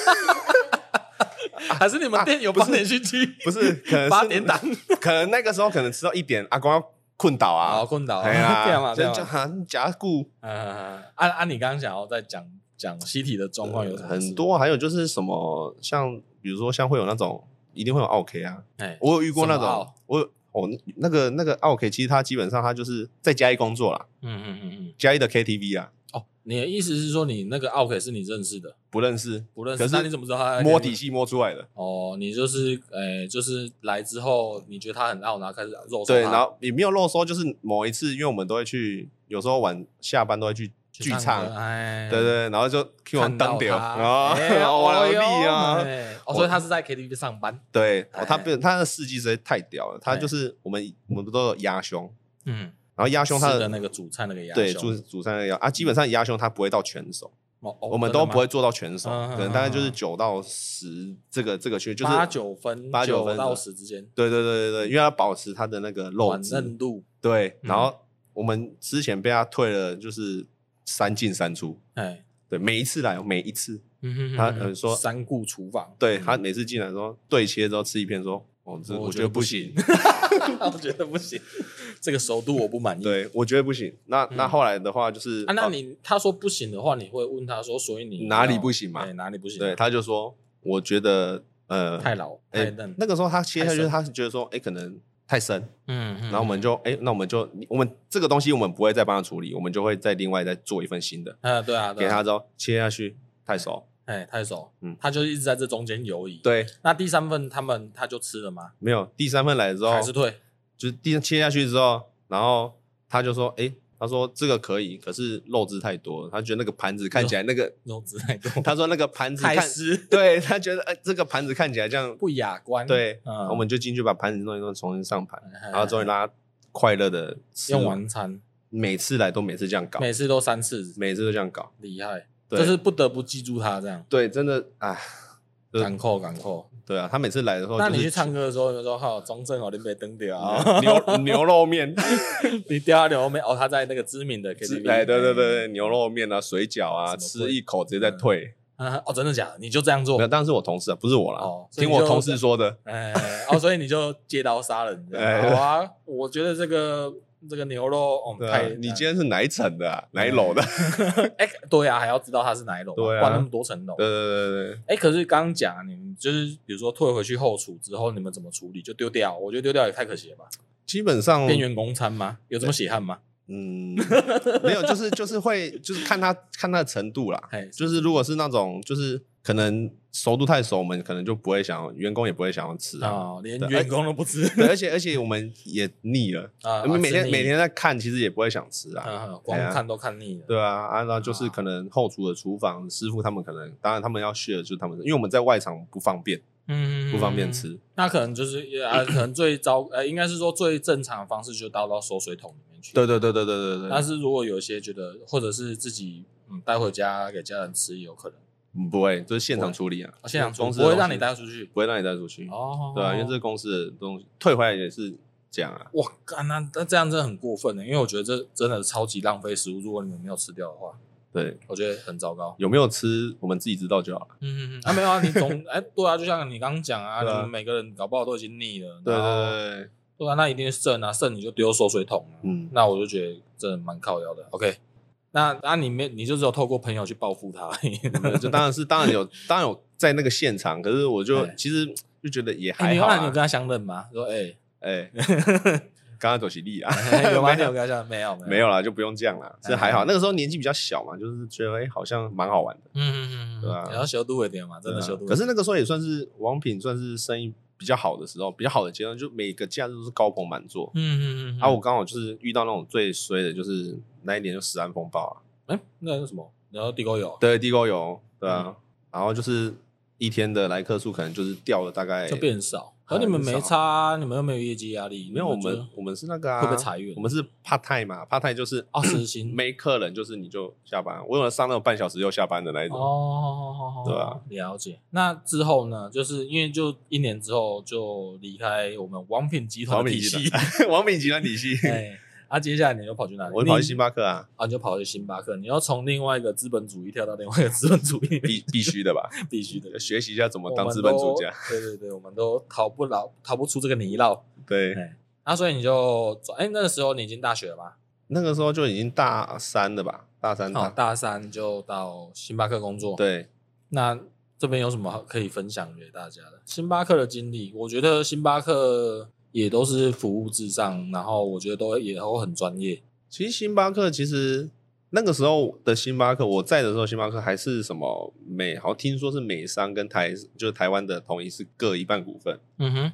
[SPEAKER 1] 还是你们店有
[SPEAKER 2] 啊
[SPEAKER 1] 八点续期？
[SPEAKER 2] 不是可呃能是
[SPEAKER 1] 八点档，
[SPEAKER 2] 可能那个时候可能吃到一点，阿公要困倒
[SPEAKER 1] 好
[SPEAKER 2] 啊，
[SPEAKER 1] 哦困倒，
[SPEAKER 2] 哎
[SPEAKER 1] 这样啊
[SPEAKER 2] 呀，
[SPEAKER 1] 嘛，这
[SPEAKER 2] 就
[SPEAKER 1] 样
[SPEAKER 2] 就
[SPEAKER 1] 嘛。
[SPEAKER 2] 好像夹固
[SPEAKER 1] 呃，按按你刚刚想要再讲讲西体的状况有什么事
[SPEAKER 2] 呃很，多，还有就是什么像比如说像会有那种一定会有 OK 啊，
[SPEAKER 1] 哎，
[SPEAKER 2] 我有遇过那
[SPEAKER 1] 什么
[SPEAKER 2] 种
[SPEAKER 1] 奥，
[SPEAKER 2] 我有哦那个那个 OK，其实他基本上他就是在嘉义工作啦，
[SPEAKER 1] 嗯嗯嗯嗯，
[SPEAKER 2] 嘉义的 KTV 啊，
[SPEAKER 1] 哦，你的意思是说你那个奥 K 是你认识的，
[SPEAKER 2] 不认识，
[SPEAKER 1] 不认
[SPEAKER 2] 可
[SPEAKER 1] 识，
[SPEAKER 2] 是
[SPEAKER 1] 呃那你怎么知道他在
[SPEAKER 2] 摸
[SPEAKER 1] 那边
[SPEAKER 2] 底细摸出来的。
[SPEAKER 1] 哦，你就是诶、呃就是来之后，你觉得他很傲，然后开始肉搜
[SPEAKER 2] 对，
[SPEAKER 1] 他
[SPEAKER 2] 然后也没有漏收，就是某一次，因为我们都会去，有时候晚下班都会去
[SPEAKER 1] 去
[SPEAKER 2] 聚
[SPEAKER 1] 唱
[SPEAKER 2] 唱
[SPEAKER 1] 歌，哎，
[SPEAKER 2] 对对，对，然后就 Q 完
[SPEAKER 1] 看到
[SPEAKER 2] 当掉，
[SPEAKER 1] 他
[SPEAKER 2] 然后
[SPEAKER 1] 哎
[SPEAKER 2] 然后我
[SPEAKER 1] 哦
[SPEAKER 2] 来
[SPEAKER 1] 哟
[SPEAKER 2] 毙啊！
[SPEAKER 1] 哎哦，所以他是在 KTV 上班，
[SPEAKER 2] 对，哦
[SPEAKER 1] 哎
[SPEAKER 2] 他变他的事迹实在太屌了，他
[SPEAKER 1] 哎
[SPEAKER 2] 就是我们我们不都有压胸，
[SPEAKER 1] 嗯，
[SPEAKER 2] 然后压
[SPEAKER 1] 吃
[SPEAKER 2] 胸他
[SPEAKER 1] 的那个主菜那个鸭
[SPEAKER 2] 对
[SPEAKER 1] 胸
[SPEAKER 2] 主主餐的压啊，基本上压胸他不会到全手，
[SPEAKER 1] 哦哦
[SPEAKER 2] 我们
[SPEAKER 1] 真的
[SPEAKER 2] 都
[SPEAKER 1] 吗
[SPEAKER 2] 不会做到全手，
[SPEAKER 1] 嗯嗯
[SPEAKER 2] 可能大概就
[SPEAKER 1] 嗯
[SPEAKER 2] 是
[SPEAKER 1] 嗯
[SPEAKER 2] 九到十这个这个区，就是
[SPEAKER 1] 八。九分
[SPEAKER 2] 八九分
[SPEAKER 1] 到
[SPEAKER 2] 的
[SPEAKER 1] 十之间，
[SPEAKER 2] 对对对对对，因为要保持他的那个肉
[SPEAKER 1] 软
[SPEAKER 2] 质
[SPEAKER 1] 嫩。度，
[SPEAKER 2] 对，然
[SPEAKER 1] 嗯
[SPEAKER 2] 后我们之前被他退了，就是三进三出。
[SPEAKER 1] 哎，
[SPEAKER 2] 对，每一次来，每一次，
[SPEAKER 1] 嗯哼
[SPEAKER 2] 他
[SPEAKER 1] 嗯哼
[SPEAKER 2] 呃说
[SPEAKER 1] 三顾厨房，
[SPEAKER 2] 对
[SPEAKER 1] 嗯
[SPEAKER 2] 他每次进来说对切之后吃一片说，哦，这
[SPEAKER 1] 我
[SPEAKER 2] 我
[SPEAKER 1] 觉
[SPEAKER 2] 觉
[SPEAKER 1] 得
[SPEAKER 2] 得
[SPEAKER 1] 不
[SPEAKER 2] 不行，
[SPEAKER 1] 我觉得不行，这个熟度我不满意。
[SPEAKER 2] 对，我觉得不行。那那
[SPEAKER 1] 嗯
[SPEAKER 2] 后来的话就是，
[SPEAKER 1] 啊，那
[SPEAKER 2] 哦
[SPEAKER 1] 你他说不行的话，你会问他说，所以你
[SPEAKER 2] 哪里不行嘛
[SPEAKER 1] 对，哪里不行？啊
[SPEAKER 2] 对，他就说，我觉得呃，
[SPEAKER 1] 太老太
[SPEAKER 2] 哎
[SPEAKER 1] 嫩，，
[SPEAKER 2] 那个时候他切下
[SPEAKER 1] 太
[SPEAKER 2] 去，
[SPEAKER 1] 深
[SPEAKER 2] 他是觉得说，哎，可能太深，
[SPEAKER 1] 嗯，然
[SPEAKER 2] 然后我们就哎，那我们就我们这个东西我们不会再帮他处理，我们就会再另外再做一份新的
[SPEAKER 1] 嗯，对啊，对
[SPEAKER 2] 给
[SPEAKER 1] 啊
[SPEAKER 2] 他，之后切下去太熟，
[SPEAKER 1] 哎，太熟，
[SPEAKER 2] 嗯
[SPEAKER 1] 他就一直在这中间游移。，
[SPEAKER 2] 对，
[SPEAKER 1] 那第三份他们他就吃了吗？
[SPEAKER 2] 没有第三份来的时候
[SPEAKER 1] 还是退？
[SPEAKER 2] 就是第切下去之后，然后他就说，哎，他说这个可以，可是肉汁太多了，他觉得那个盘子看起来那个，
[SPEAKER 1] 肉质太 多，
[SPEAKER 2] 他说那个盘子
[SPEAKER 1] 太
[SPEAKER 2] 看，
[SPEAKER 1] 湿，
[SPEAKER 2] 对他觉得哎这个盘子看起来这样，
[SPEAKER 1] 不雅观。
[SPEAKER 2] 对，
[SPEAKER 1] 嗯，
[SPEAKER 2] 我们就进去把盘子弄一弄，重新上盘，
[SPEAKER 1] 哎
[SPEAKER 2] 然后终于让他快乐的吃
[SPEAKER 1] 用完餐，
[SPEAKER 2] 每次来都每次这样搞，
[SPEAKER 1] 每次都三次，
[SPEAKER 2] 每次都这样搞，
[SPEAKER 1] 厉害，
[SPEAKER 2] 对
[SPEAKER 1] 这是不得不记住他这样。
[SPEAKER 2] 对，真的啊，对
[SPEAKER 1] 赶扣赶扣，
[SPEAKER 2] 对啊，他每次来的时候、就是，
[SPEAKER 1] 那你去唱歌的时候，有没有说好中正哦，你被登掉啊，
[SPEAKER 2] 嗯 牛牛肉面，
[SPEAKER 1] 你掉到牛没？哦，他在那个知名的 KTV，
[SPEAKER 2] 哎，对对对对，牛肉面啊，水饺啊，
[SPEAKER 1] 什么
[SPEAKER 2] 吃
[SPEAKER 1] 鬼
[SPEAKER 2] 一口直接再退。
[SPEAKER 1] 啊，哦，真的假的？你就这样做
[SPEAKER 2] 没有，？当然是我同事啊，不是我啦，
[SPEAKER 1] 哦所以
[SPEAKER 2] 听
[SPEAKER 1] 你
[SPEAKER 2] 我
[SPEAKER 1] 就
[SPEAKER 2] 同事说的。
[SPEAKER 1] 哎，哦，所以你就借刀杀人，这样
[SPEAKER 2] 哎
[SPEAKER 1] 好啊。我觉得这个这个牛肉，哦，
[SPEAKER 2] 对啊
[SPEAKER 1] 太，
[SPEAKER 2] 你今天是哪一层的、啊？哪一楼的？
[SPEAKER 1] 哎，对啊，还要知道它是哪一楼嘛，
[SPEAKER 2] 对啊
[SPEAKER 1] 灌那么多层楼。
[SPEAKER 2] 对对对对，
[SPEAKER 1] 哎，可是刚刚讲你们就是，比如说退回去后厨之后，你们怎么处理？就丢掉？我觉得丢掉也太可惜了吧？
[SPEAKER 2] 基本上，
[SPEAKER 1] 边缘公餐吗？有这么血汗吗？
[SPEAKER 2] 嗯，没有，就是就是会，就是看他看他的程度啦。
[SPEAKER 1] 哎，
[SPEAKER 2] 就是如果是那种，就是可能熟度太熟，我们可能就不会想要，员工也不会想要吃啊。
[SPEAKER 1] 啊，连员工都不吃
[SPEAKER 2] 对，而且而且我们也腻了，
[SPEAKER 1] 啊，
[SPEAKER 2] 我们每
[SPEAKER 1] 吃
[SPEAKER 2] 天
[SPEAKER 1] 腻
[SPEAKER 2] 每天在看，其实也不会想吃啊。
[SPEAKER 1] 啊，光
[SPEAKER 2] 哎呀
[SPEAKER 1] 看都看腻了。
[SPEAKER 2] 对啊，啊，然后就是可能后厨的厨房师傅他们可能，当然他们要 share 就是他们，因为我们在外场不方便，
[SPEAKER 1] 嗯，
[SPEAKER 2] 不方便吃。
[SPEAKER 1] 那可能就是呃，可能最糟呃，应该是说最正常的方式就倒到收水桶里面去。
[SPEAKER 2] 对对对对对对
[SPEAKER 1] 但
[SPEAKER 2] 对，
[SPEAKER 1] 是如果有一些觉得，或者是自己嗯带回家给家人吃，也有可能。
[SPEAKER 2] 嗯不会，就是现场处理啊
[SPEAKER 1] 啊，现场
[SPEAKER 2] 公
[SPEAKER 1] 从
[SPEAKER 2] 司
[SPEAKER 1] 不
[SPEAKER 2] 的
[SPEAKER 1] 会
[SPEAKER 2] 东
[SPEAKER 1] 让
[SPEAKER 2] 西
[SPEAKER 1] 你，带出去。
[SPEAKER 2] 不会让你带出去，
[SPEAKER 1] 哦，
[SPEAKER 2] 对啊，因为这是公司的东西退回来也是这样啊。
[SPEAKER 1] 哇，干那那这样真的很过分的，因为我觉得这真的超级浪费食物。如果你们没有吃掉的话，
[SPEAKER 2] 对，
[SPEAKER 1] 我觉得很糟糕。
[SPEAKER 2] 有没有吃我们自己知道就好了。
[SPEAKER 1] 嗯嗯嗯，啊没有啊，你总哎对啊，就像你刚刚讲啊，
[SPEAKER 2] 对啊
[SPEAKER 1] 你们每个人搞不好都已经腻了。
[SPEAKER 2] 对
[SPEAKER 1] 然后
[SPEAKER 2] 对对，
[SPEAKER 1] 对啊，那一定是剩啊，剩你就丢收水桶啊。
[SPEAKER 2] 嗯，
[SPEAKER 1] 那我就觉得真的蛮靠腰的。OK，那那你没你就只有透过朋友去报复他而 已。
[SPEAKER 2] 就当然是当然有，当然有在那个现场，可是我就
[SPEAKER 1] 哎
[SPEAKER 2] 其实就觉得也
[SPEAKER 1] 哎
[SPEAKER 2] 还
[SPEAKER 1] 你
[SPEAKER 2] 好
[SPEAKER 1] 后来你有
[SPEAKER 2] 啊
[SPEAKER 1] 跟。他相认吗？说哎，
[SPEAKER 2] 哎，刚刚走起力啊，
[SPEAKER 1] 有吗？你有跟他相认没有？
[SPEAKER 2] 没有啦，就不用这样啦，这还
[SPEAKER 1] 哎
[SPEAKER 2] 好。那个时候年纪比较小嘛，就是觉得哎、好像蛮好玩的，
[SPEAKER 1] 嗯嗯嗯，
[SPEAKER 2] 对啊
[SPEAKER 1] 然后修度一点嘛，真的
[SPEAKER 2] 对啊
[SPEAKER 1] 修度。
[SPEAKER 2] 可是那个时候也算是王品，算是生意比较好的时候，比较好的阶段，就每个假日都是高朋满座。
[SPEAKER 1] 嗯嗯嗯，
[SPEAKER 2] 啊，我刚好就是遇到那种最衰的，就是那一年就十安风暴啊，
[SPEAKER 1] 哎那是什么？然后地沟油啊嗯
[SPEAKER 2] 对，地沟油，对啊，然后就是一天的来客数可能就是掉了大概
[SPEAKER 1] 就变少，
[SPEAKER 2] 哎
[SPEAKER 1] 而你们没
[SPEAKER 2] 很少
[SPEAKER 1] 差啊，你们又没有业绩压力，
[SPEAKER 2] 没有我
[SPEAKER 1] 就
[SPEAKER 2] 们我们是那个啊，
[SPEAKER 1] 会被裁员
[SPEAKER 2] 我们是怕太嘛，怕太就是
[SPEAKER 1] 啊实薪
[SPEAKER 2] 没客人就是你就下班，我有上那种半小时就下班的那一种，
[SPEAKER 1] 哦，
[SPEAKER 2] 对啊，
[SPEAKER 1] 了解。那之后呢？就是因为就一年之后就离开我们王品集团
[SPEAKER 2] 王
[SPEAKER 1] 的
[SPEAKER 2] 品
[SPEAKER 1] 体
[SPEAKER 2] 集
[SPEAKER 1] 系，
[SPEAKER 2] 团，王品集团体系，
[SPEAKER 1] 哎，啊，接下来你又跑去哪里？
[SPEAKER 2] 我跑去
[SPEAKER 1] 你
[SPEAKER 2] 星巴克啊，
[SPEAKER 1] 啊，你就跑去星巴克，你要从另外一个资本主义跳到另外一个资本主 义，
[SPEAKER 2] 必必须的吧，
[SPEAKER 1] 必须的。
[SPEAKER 2] 学习一下怎么
[SPEAKER 1] 我
[SPEAKER 2] 当
[SPEAKER 1] 们
[SPEAKER 2] 资本
[SPEAKER 1] 都
[SPEAKER 2] 主家。。
[SPEAKER 1] 对对对，我们都逃不了，逃不出这个泥淖。
[SPEAKER 2] 对，
[SPEAKER 1] 那所以你就转，哎，那个时候你已经大学了吗？
[SPEAKER 2] 那个时候就已经大三了吧，大三
[SPEAKER 1] 哦
[SPEAKER 2] 大，
[SPEAKER 1] 大三就到星巴克工作。，
[SPEAKER 2] 嗯对，
[SPEAKER 1] 那这边有什么可以分享给大家的？星巴克的经历，我觉得星巴克也都是服务至上，然后我觉得都也都很专业。
[SPEAKER 2] 其实星巴克其实那个时候的星巴克，我在的时候星巴克还是什么美，好像听说是美商跟台就是台湾的统一是各一半股份。
[SPEAKER 1] 嗯哼，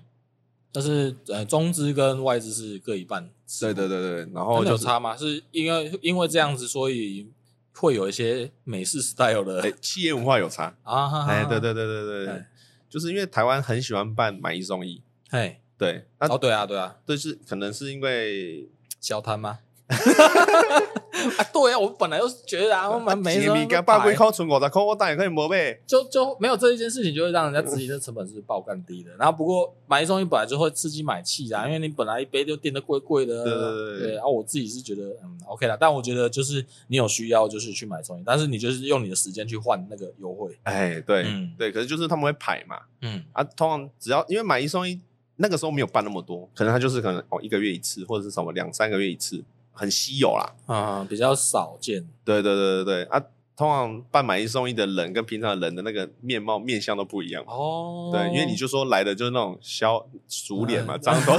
[SPEAKER 1] 但是呃，中资跟外资是各一半。
[SPEAKER 2] 对对对对，然后
[SPEAKER 1] 真的
[SPEAKER 2] 就
[SPEAKER 1] 有
[SPEAKER 2] 是
[SPEAKER 1] 差吗？是因为因为这样子，所以会有一些美式 style 的、
[SPEAKER 2] 哎企业文化有差。
[SPEAKER 1] 啊哈哈，
[SPEAKER 2] 哎，对对对对对对
[SPEAKER 1] 哎，
[SPEAKER 2] 就是因为台湾很喜欢办买一送一。
[SPEAKER 1] 嘿，
[SPEAKER 2] 对，那
[SPEAKER 1] 哦对啊对啊，
[SPEAKER 2] 对是可能是因为
[SPEAKER 1] 小摊 吗？啊对啊，我本来就是觉得啊，我们没
[SPEAKER 2] 一
[SPEAKER 1] 什
[SPEAKER 2] 个
[SPEAKER 1] 么
[SPEAKER 2] 物件百
[SPEAKER 1] 摆
[SPEAKER 2] 几块，剩五十块，我当然可以没买。
[SPEAKER 1] 就就没有这一件事情，就会让人家质疑这成本是爆干低的。然后不过买一送一本来就会刺激买气啊，因为你本来一杯就垫的贵贵的，啊
[SPEAKER 2] 对对对
[SPEAKER 1] 对。然后我自己是觉得嗯 OK 啦，但我觉得就是你有需要就是去买送一，但是你就是用你的时间去换那个优惠，
[SPEAKER 2] 哎，对
[SPEAKER 1] 嗯
[SPEAKER 2] 对，可是就是他们会排嘛，
[SPEAKER 1] 嗯
[SPEAKER 2] 啊，通常只要因为买一送一，那个时候没有办那么多，可能他就是可能哦一个月一次，或者是什么两三个月一次，很稀有啦。
[SPEAKER 1] 啊，比较少见。
[SPEAKER 2] 对对对对对啊！通常办买一送一的人跟平常人的那个面貌面相都不一样。
[SPEAKER 1] 哦
[SPEAKER 2] 对，因为你就说来的就是那种小熟脸嘛，
[SPEAKER 1] 嗯
[SPEAKER 2] 脏头，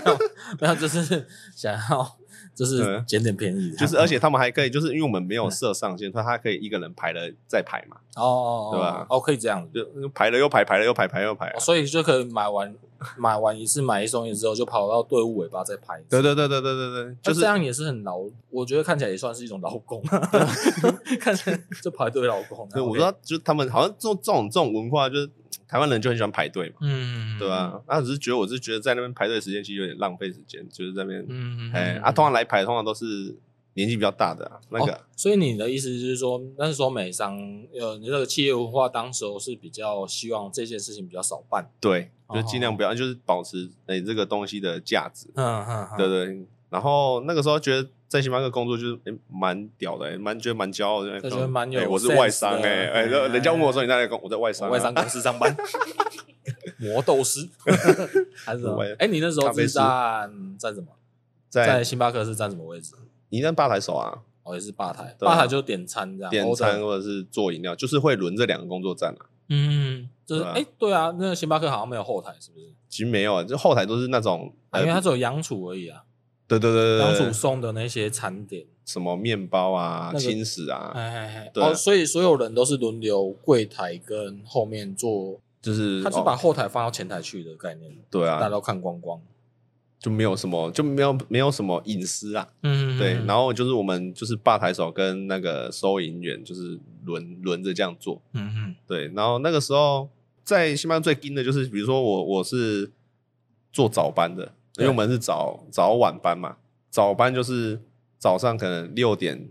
[SPEAKER 1] 没有，就是想要就是
[SPEAKER 2] 嗯
[SPEAKER 1] 捡点便宜，
[SPEAKER 2] 就是而且他们还可以，就是因为我们没有设上限，所以他可以一个人排了再排嘛，
[SPEAKER 1] 哦哦，哦
[SPEAKER 2] 对吧
[SPEAKER 1] 哦，可以这样子，
[SPEAKER 2] 就排了又排，排了又排，排了又排啊
[SPEAKER 1] 哦。所以就可以买完买完一次买一送一之后，就跑到队伍尾巴再拍一次。
[SPEAKER 2] 对对对对对对对，
[SPEAKER 1] 那
[SPEAKER 2] 就是
[SPEAKER 1] 这样也是很劳，我觉得看起来也算是一种劳工，看起来就排队劳工。
[SPEAKER 2] 啊
[SPEAKER 1] 啊
[SPEAKER 2] 对，我
[SPEAKER 1] OK
[SPEAKER 2] 知道，，就是他们好像这种这种这种文化，就是台湾人就很喜欢排队嘛，
[SPEAKER 1] 嗯，
[SPEAKER 2] 对吧、啊？那、只是觉得我是觉得在那边排队的时间其实有点浪费时间，就是在那边，
[SPEAKER 1] 嗯？嗯，
[SPEAKER 2] 哎、
[SPEAKER 1] 嗯
[SPEAKER 2] 啊，通常来排通常都是年纪比较大的、啊、那个，
[SPEAKER 1] 哦所以你的意思就是说，那是说美商呃，你这个企业文化当时候是比较希望这件事情比较少办，
[SPEAKER 2] 对，
[SPEAKER 1] 哦
[SPEAKER 2] 就尽量不要，就是保持哎、这个东西的价值，
[SPEAKER 1] 嗯嗯
[SPEAKER 2] 对对。然后那个时候觉得在星巴克工作就是哎蛮、屌的、哎蛮觉得蛮骄傲的，哎
[SPEAKER 1] 就觉得蛮有
[SPEAKER 2] 哎我是
[SPEAKER 1] sense
[SPEAKER 2] 外商
[SPEAKER 1] 的
[SPEAKER 2] 哎、哎、
[SPEAKER 1] 哎
[SPEAKER 2] 人家问我说你在哪里工，我在外商、
[SPEAKER 1] 我外商
[SPEAKER 2] 啊，
[SPEAKER 1] 公司上 班，魔斗师还是什么
[SPEAKER 2] 我也？
[SPEAKER 1] 哎，你那时候
[SPEAKER 2] 咖啡
[SPEAKER 1] 是
[SPEAKER 2] 师
[SPEAKER 1] 站站什么？在
[SPEAKER 2] 在
[SPEAKER 1] 星巴克是站什么位置？啊
[SPEAKER 2] 你那吧台手啊，
[SPEAKER 1] 哦，也是吧台，
[SPEAKER 2] 对啊
[SPEAKER 1] 吧台就点餐这样，
[SPEAKER 2] 点餐
[SPEAKER 1] order，
[SPEAKER 2] 或者是做饮料，就是会轮这两个工作站啊。
[SPEAKER 1] 嗯，就是
[SPEAKER 2] 对啊
[SPEAKER 1] 哎，对啊，那个星巴克好像没有后台，是不是？
[SPEAKER 2] 其实没有啊，就后台都是那种，
[SPEAKER 1] 啊
[SPEAKER 2] 呃
[SPEAKER 1] 因为它只有洋厨而已啊，
[SPEAKER 2] 对对对
[SPEAKER 1] 洋
[SPEAKER 2] 对
[SPEAKER 1] 厨
[SPEAKER 2] 对，
[SPEAKER 1] 送的那些餐点，
[SPEAKER 2] 什么面包啊、
[SPEAKER 1] 那个
[SPEAKER 2] 轻食啊，
[SPEAKER 1] 哎哎哎，
[SPEAKER 2] 对啊
[SPEAKER 1] 哦，所以所有人都是轮流柜台跟后面做，
[SPEAKER 2] 就是
[SPEAKER 1] 他是把
[SPEAKER 2] 哦
[SPEAKER 1] 后台放到前台去的概念，
[SPEAKER 2] 对
[SPEAKER 1] 大家
[SPEAKER 2] 啊，
[SPEAKER 1] 都看光光，
[SPEAKER 2] 就没有什么，就没有没有什么隐私啊。
[SPEAKER 1] 嗯
[SPEAKER 2] 对，然
[SPEAKER 1] 后
[SPEAKER 2] 后就是我们就是吧台手跟那个收银员就是轮轮着这样做。
[SPEAKER 1] 嗯嗯
[SPEAKER 2] 对，然后那个时候在星巴克最硬的就是，比如说我我是做早班的，因
[SPEAKER 1] 对
[SPEAKER 2] 为我们是早早晚班嘛，早班就是早上可能六点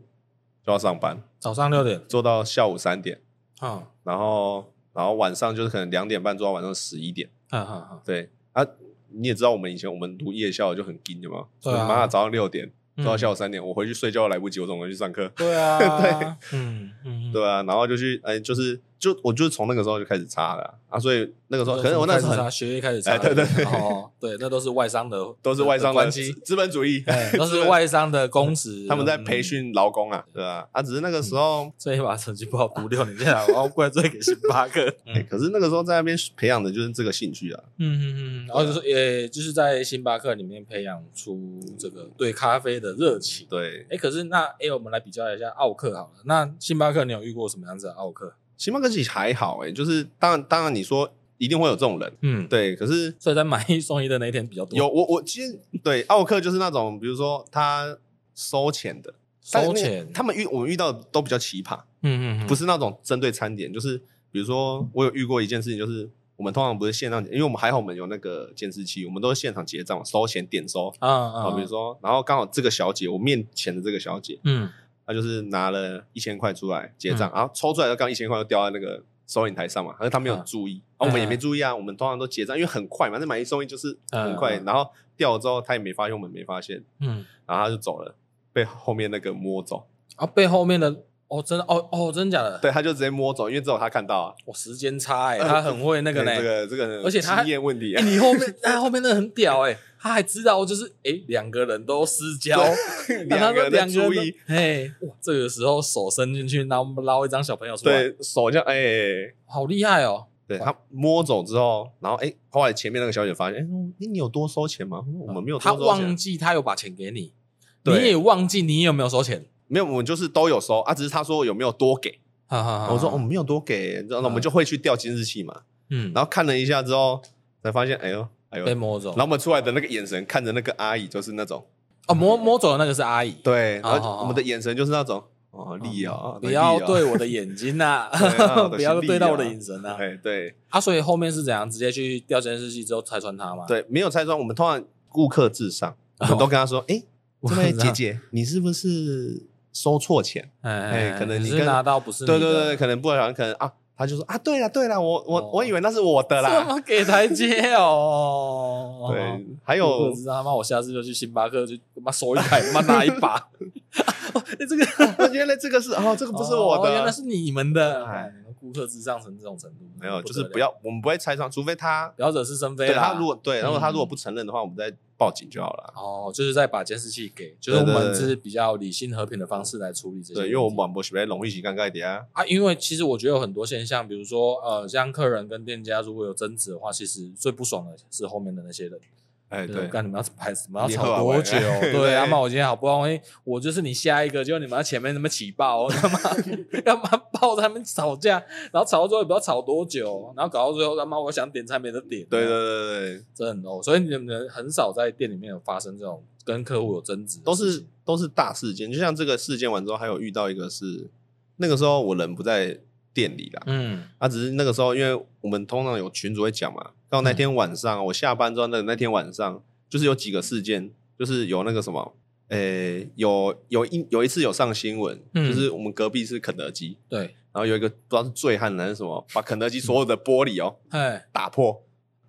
[SPEAKER 2] 就要上班，
[SPEAKER 1] 早上六点，
[SPEAKER 2] 做到下午三点。
[SPEAKER 1] 啊，
[SPEAKER 2] 然后然后晚上就是可能两点半做到晚上十一点，
[SPEAKER 1] 哈哈哈，
[SPEAKER 2] 对啊，你也知道我们以前我们读夜校就很紧的嘛，
[SPEAKER 1] 对啊
[SPEAKER 2] 我妈早上六点
[SPEAKER 1] 嗯
[SPEAKER 2] 做到下午三点，我回去睡觉来不及，我总能去上课，
[SPEAKER 1] 对啊，对，嗯嗯，
[SPEAKER 2] 对啊，然后就去哎，就是就我就是从那个时候就开始擦了啊啊，所以那个时候
[SPEAKER 1] 就
[SPEAKER 2] 可能我那时
[SPEAKER 1] 从
[SPEAKER 2] 候
[SPEAKER 1] 开始查
[SPEAKER 2] 很
[SPEAKER 1] 学业开始查，
[SPEAKER 2] 哎对对对
[SPEAKER 1] 哦，对，那都是外商的，
[SPEAKER 2] 都是外商的
[SPEAKER 1] 关
[SPEAKER 2] 资
[SPEAKER 1] 系，
[SPEAKER 2] 资本主义，
[SPEAKER 1] 哎都是外商的工时
[SPEAKER 2] ，他们在
[SPEAKER 1] 嗯
[SPEAKER 2] 培训劳工啊，对啊，啊，只是那个时候。
[SPEAKER 1] 所以把成绩不好读六年，现在我要怪罪给星巴 克。
[SPEAKER 2] 哎
[SPEAKER 1] 嗯
[SPEAKER 2] 可是那个时候在那边培养的就是这个兴趣啊，
[SPEAKER 1] 嗯嗯，然后就是也就是在星巴克里面培养出这个对咖啡的热情。
[SPEAKER 2] 对，
[SPEAKER 1] 哎，可是那哎，我们来比较一下奥克好了。那星巴克你有遇过什么样子的奥克？
[SPEAKER 2] 星巴克其实还好哎、就是当然当然你说一定会有这种人，
[SPEAKER 1] 嗯，，
[SPEAKER 2] 对，可是
[SPEAKER 1] 所以在买一送一的那一天比较多，
[SPEAKER 2] 有我我其实对奥克就是那种，比如说他收钱的，但
[SPEAKER 1] 收
[SPEAKER 2] 那个
[SPEAKER 1] 钱。
[SPEAKER 2] 他们遇我们遇到的都比较奇葩，
[SPEAKER 1] 嗯嗯嗯，
[SPEAKER 2] 不
[SPEAKER 1] 是
[SPEAKER 2] 是那种针对餐点，就是比如说我有遇过一件事情，就是我们通常不是现场，因为我们还好我们有那个监视器，我们都是现场结账收钱点收
[SPEAKER 1] 啊啊，
[SPEAKER 2] 啊，比如说，然后刚好这个小姐我面前的这个小姐，
[SPEAKER 1] 嗯，
[SPEAKER 2] 她就是拿了一千块出来结账，然后抽出来的刚一千块就掉在那个。收银台上嘛，可是她没有
[SPEAKER 1] 嗯
[SPEAKER 2] 注意，啊，我们也没注意啊，我们通常都结账，因为很快嘛，那买一送一就是很快，
[SPEAKER 1] 嗯
[SPEAKER 2] 然后掉了之后她也没发现，我们没发现，
[SPEAKER 1] 嗯，
[SPEAKER 2] 然后她就走了，被后面那个摸走，
[SPEAKER 1] 啊，被后面的哦，真的哦哦，真的假的？，
[SPEAKER 2] 对，她就直接摸走，因为只有她看到啊，
[SPEAKER 1] 我时间差哎、他很会那
[SPEAKER 2] 这
[SPEAKER 1] 个呢。
[SPEAKER 2] 这个这个，
[SPEAKER 1] 而且她
[SPEAKER 2] 经验问题
[SPEAKER 1] 哎、
[SPEAKER 2] 啊，
[SPEAKER 1] 你 后面 他后面那个很屌哎、他还知道就是哎，两、个人都失焦，那他
[SPEAKER 2] 两
[SPEAKER 1] 说
[SPEAKER 2] 个
[SPEAKER 1] 两
[SPEAKER 2] 人
[SPEAKER 1] 个
[SPEAKER 2] 注
[SPEAKER 1] 人
[SPEAKER 2] 意，
[SPEAKER 1] 都，哎，哇，这个时候手伸进去，然后捞一张小朋友出来，
[SPEAKER 2] 对，手这样，哎哎，哎
[SPEAKER 1] 好厉害哦。
[SPEAKER 2] 对他摸走之后，然后哎，后来前面那个小姐发现，哎，你你有多收钱吗？我们没有
[SPEAKER 1] 他
[SPEAKER 2] 多收
[SPEAKER 1] 忘
[SPEAKER 2] 钱，
[SPEAKER 1] 记他有把钱给你，你
[SPEAKER 2] 对
[SPEAKER 1] 也忘记你有没有收钱。
[SPEAKER 2] 没有，我们就是都有收啊，只是她说有没有多给，
[SPEAKER 1] 哈哈哈
[SPEAKER 2] 我说我哦们没有多给，然
[SPEAKER 1] 啊
[SPEAKER 2] 后我们就会去调监视器嘛，
[SPEAKER 1] 嗯，
[SPEAKER 2] 然后看了一下之后，才发现，哎呦，哎呦
[SPEAKER 1] 被。摸走，
[SPEAKER 2] 然后我们出来的那个眼神看着那个阿姨，就是那种
[SPEAKER 1] 哦，摸摸走的那个是阿姨，
[SPEAKER 2] 对，
[SPEAKER 1] 好
[SPEAKER 2] 然
[SPEAKER 1] 好
[SPEAKER 2] 后
[SPEAKER 1] 好
[SPEAKER 2] 我们的眼神就是那种哦，利哦，
[SPEAKER 1] 啊不要
[SPEAKER 2] 利哦
[SPEAKER 1] 对，我的眼睛呐、
[SPEAKER 2] 对啊
[SPEAKER 1] 不要
[SPEAKER 2] 就是
[SPEAKER 1] 对到我的
[SPEAKER 2] 利啊
[SPEAKER 1] 眼神呐、
[SPEAKER 2] 哎对
[SPEAKER 1] 啊，所以后面是怎样？直接去调监视器之后拆穿他吗？，
[SPEAKER 2] 对，没有拆穿，我们通常顾客至
[SPEAKER 1] 哦
[SPEAKER 2] 上，我们都跟他说， 哎，这位姐，姐，你是不是收错钱？
[SPEAKER 1] 哎
[SPEAKER 2] 哎可能你
[SPEAKER 1] 是
[SPEAKER 2] 跟
[SPEAKER 1] 拿到不是你
[SPEAKER 2] 对
[SPEAKER 1] 的
[SPEAKER 2] 对对，可能不然可能啊，他就说啊，对了对了，我
[SPEAKER 1] 哦
[SPEAKER 2] 我我以为那是我
[SPEAKER 1] 这
[SPEAKER 2] 的啦。
[SPEAKER 1] 么给台阶哦。
[SPEAKER 2] 对，，还
[SPEAKER 1] 我
[SPEAKER 2] 有
[SPEAKER 1] 知道他妈，我下次就去星巴克去他妈收一台，他妈拿一把。哦你这个
[SPEAKER 2] 啊原来这个是哦，这个不是我
[SPEAKER 1] 哦原来
[SPEAKER 2] 的，
[SPEAKER 1] 是你们的哦
[SPEAKER 2] 哎。
[SPEAKER 1] 顾客至上成这种程度，
[SPEAKER 2] 没有，
[SPEAKER 1] 得
[SPEAKER 2] 就是
[SPEAKER 1] 了
[SPEAKER 2] 不要，我们不会拆穿，除非他
[SPEAKER 1] 不要惹是生非
[SPEAKER 2] 对
[SPEAKER 1] 啦。
[SPEAKER 2] 他如果对，然后他如果
[SPEAKER 1] 嗯
[SPEAKER 2] 不承认的话，我们再报警就好了。
[SPEAKER 1] 哦，就是再把监视器给，就是我
[SPEAKER 2] 对对
[SPEAKER 1] 们
[SPEAKER 2] 对
[SPEAKER 1] 是比较理性和平的方式来处理这些问
[SPEAKER 2] 对，
[SPEAKER 1] 题。
[SPEAKER 2] 因为我们晚博是不容易一起尴尬一点啊。
[SPEAKER 1] 啊，因为其实我觉得有很多现象，比如说呃，像客人跟店家如果有争执的话，其实最不爽的是后面的那些人。
[SPEAKER 2] 哎，对，
[SPEAKER 1] 干你们要排什么要
[SPEAKER 2] 你
[SPEAKER 1] 吵
[SPEAKER 2] 喝完
[SPEAKER 1] 多
[SPEAKER 2] 喂
[SPEAKER 1] 久？
[SPEAKER 2] 对
[SPEAKER 1] 对，他妈我今天好不容易，我就是你下一个，结果你们在前面那么起爆， 他妈他妈抱着他们吵架，然后吵到最后也不知道吵多久，然后搞到最后他妈我想点菜没得点。
[SPEAKER 2] 对对，对对对，
[SPEAKER 1] 真的很哦 low。所以你们很少在店里面有发生这种跟客户有争执的
[SPEAKER 2] 都
[SPEAKER 1] 事
[SPEAKER 2] 是
[SPEAKER 1] 情，
[SPEAKER 2] 都是大事件。就像这个事件完之后，还有遇到一个是那个时候我人不在店里啦，
[SPEAKER 1] 嗯
[SPEAKER 2] 啊，只是那个时候因为我们通常有群主会讲嘛，到那天晚
[SPEAKER 1] 嗯
[SPEAKER 2] 上、我下班之后的那天晚上，就是有几个事件，就是有那个什么。诶、有有一有一次有上新闻，
[SPEAKER 1] 嗯
[SPEAKER 2] 就是我们隔壁是肯德基，
[SPEAKER 1] 对，
[SPEAKER 2] 然后有一个不知道是醉汉还是什么，把肯德基所有的玻璃哦
[SPEAKER 1] 哎
[SPEAKER 2] 打破，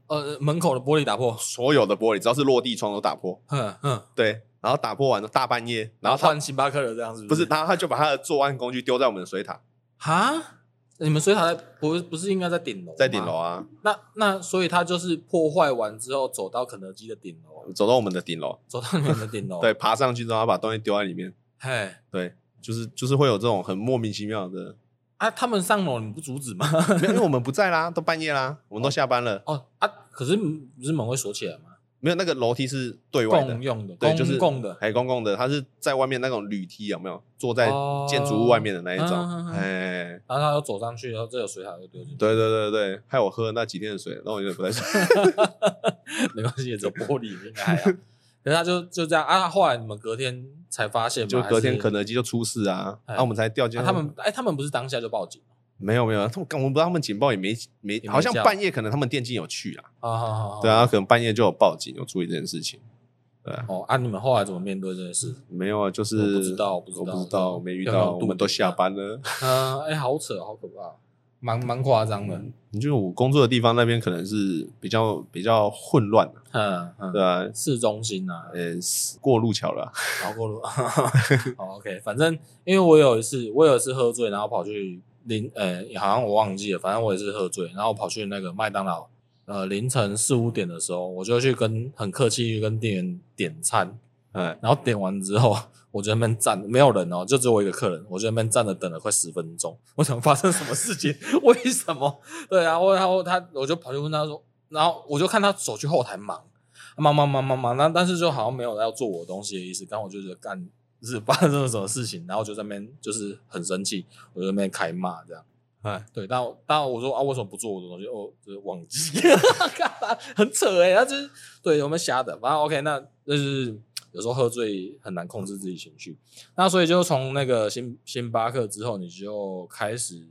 [SPEAKER 1] 呃门口的玻璃打破，
[SPEAKER 2] 所有的玻璃只要是落地窗都打破，
[SPEAKER 1] 哼哼，
[SPEAKER 2] 对，然后打破完了大半夜，然
[SPEAKER 1] 然
[SPEAKER 2] 后
[SPEAKER 1] 后
[SPEAKER 2] 他
[SPEAKER 1] 换星巴克的这样子，
[SPEAKER 2] 不是，然后他就把他的作案工具丢在我们的水塔，
[SPEAKER 1] 哈？你们水塔在不是不是应该在顶楼？
[SPEAKER 2] 在顶楼。啊，
[SPEAKER 1] 那那所以他就是破坏完之后走到肯德基的顶楼，
[SPEAKER 2] 走到我们的顶楼，
[SPEAKER 1] 走到你们的顶楼。
[SPEAKER 2] 对，，爬上去之后，他把东西丢在里面，
[SPEAKER 1] 嘿，
[SPEAKER 2] 对，就是就是会有这种很莫名其妙的，
[SPEAKER 1] 啊，他们上楼你不阻止吗？
[SPEAKER 2] 没有，因为我们不在啦，都半夜啦，我们都下班了，
[SPEAKER 1] 哦啊，可是不是门会锁起来吗？
[SPEAKER 2] 没有那个楼梯是对外的
[SPEAKER 1] 共，用的，
[SPEAKER 2] 对，就是
[SPEAKER 1] 公共的，
[SPEAKER 2] 还公共的，它是在外面那种铝梯有没有？坐在
[SPEAKER 1] 哦
[SPEAKER 2] 建筑物外面的那一种，
[SPEAKER 1] 嗯嗯嗯嗯
[SPEAKER 2] 哎。
[SPEAKER 1] 然后他又走上去，然后这有水塔就丢进去。
[SPEAKER 2] 对对对对，害我喝了那几天的水，然后我有点 不太爽。
[SPEAKER 1] 没关系，也只有玻璃应该还好。可是他就就这样啊，后来你们隔天才发现吗，
[SPEAKER 2] 就隔天
[SPEAKER 1] 还是
[SPEAKER 2] 肯德基就出事啊，
[SPEAKER 1] 哎
[SPEAKER 2] 然后我们才掉进
[SPEAKER 1] 啊、
[SPEAKER 2] 去。
[SPEAKER 1] 他们哎、他们不是当下就报警
[SPEAKER 2] 没有没有，他们我们不知道他们警报也没没，
[SPEAKER 1] 没
[SPEAKER 2] 好像
[SPEAKER 1] 叫
[SPEAKER 2] 半夜可能他们电竞有去啦，
[SPEAKER 1] 啊？好好好，
[SPEAKER 2] 对啊，可能半夜就有报警有注意这件事情，对啊，
[SPEAKER 1] 哦啊，你们后来怎么面对这件事？
[SPEAKER 2] 没有啊，就是
[SPEAKER 1] 我不知道我
[SPEAKER 2] 我
[SPEAKER 1] 不知道嗯
[SPEAKER 2] 不知道，我没遇
[SPEAKER 1] 要不要
[SPEAKER 2] 到，我
[SPEAKER 1] 肚
[SPEAKER 2] 们都
[SPEAKER 1] 子
[SPEAKER 2] 下
[SPEAKER 1] 啊
[SPEAKER 2] 班了。
[SPEAKER 1] 嗯、哎、好扯，好可怕，蛮蛮夸张的。
[SPEAKER 2] 你就我工作的地方那边可能是比较比较混乱啊，
[SPEAKER 1] 嗯嗯，
[SPEAKER 2] 对啊，
[SPEAKER 1] 市中心啊，
[SPEAKER 2] 呃，过路桥了啊，
[SPEAKER 1] 然后过路。 好，OK，反正因为我有一次，我有一次喝醉，然后跑去凌，呃，好像我忘记了，反正我也是喝醉，然后跑去那个麦当劳，呃，凌晨四五点的时候，我就去跟很客气地跟店员点餐，
[SPEAKER 2] 哎，
[SPEAKER 1] 然后点完之后，我就在那边站，没有人哦，就只有我一个客人，我就在那边站着等了快十分钟。我想发生什么事情？ 为什么？对啊，我然后他我就跑去问他说，然后我就看他走去后台忙，忙忙忙忙忙，那但是就好像没有要做我的东西的意思。刚好我就觉得干是发生了什么事情，然后就在那边就是很生气，我就在那边开骂这样。
[SPEAKER 2] 哎，
[SPEAKER 1] 对，但我但我说啊，为什么不做我的东西？哦，就是忘记， 干嘛很扯哎、欸，他就是对我们瞎的。反正 OK，那就是有时候喝醉很难控制自己情绪，那所以就从那个星星巴克之后，你就开始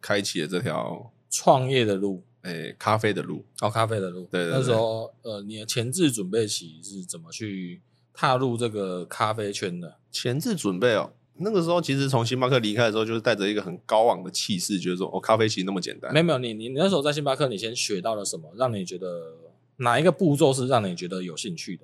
[SPEAKER 2] 开启了这条
[SPEAKER 1] 创业的路，
[SPEAKER 2] 哎咖啡的路，
[SPEAKER 1] 熬咖啡的路。
[SPEAKER 2] 对对对
[SPEAKER 1] 那时候呃，你的前置准备期是怎么去踏入这个咖啡圈的？
[SPEAKER 2] 前置准备哦。那个时候其实从星巴克离开的时候，就是带着一个很高昂的气势，觉得说哦，咖啡其实那么简单
[SPEAKER 1] 没。有没有，你你你那时候在星巴克，你先学到了什么，让你觉得哪一个步骤是让你觉得有兴趣的？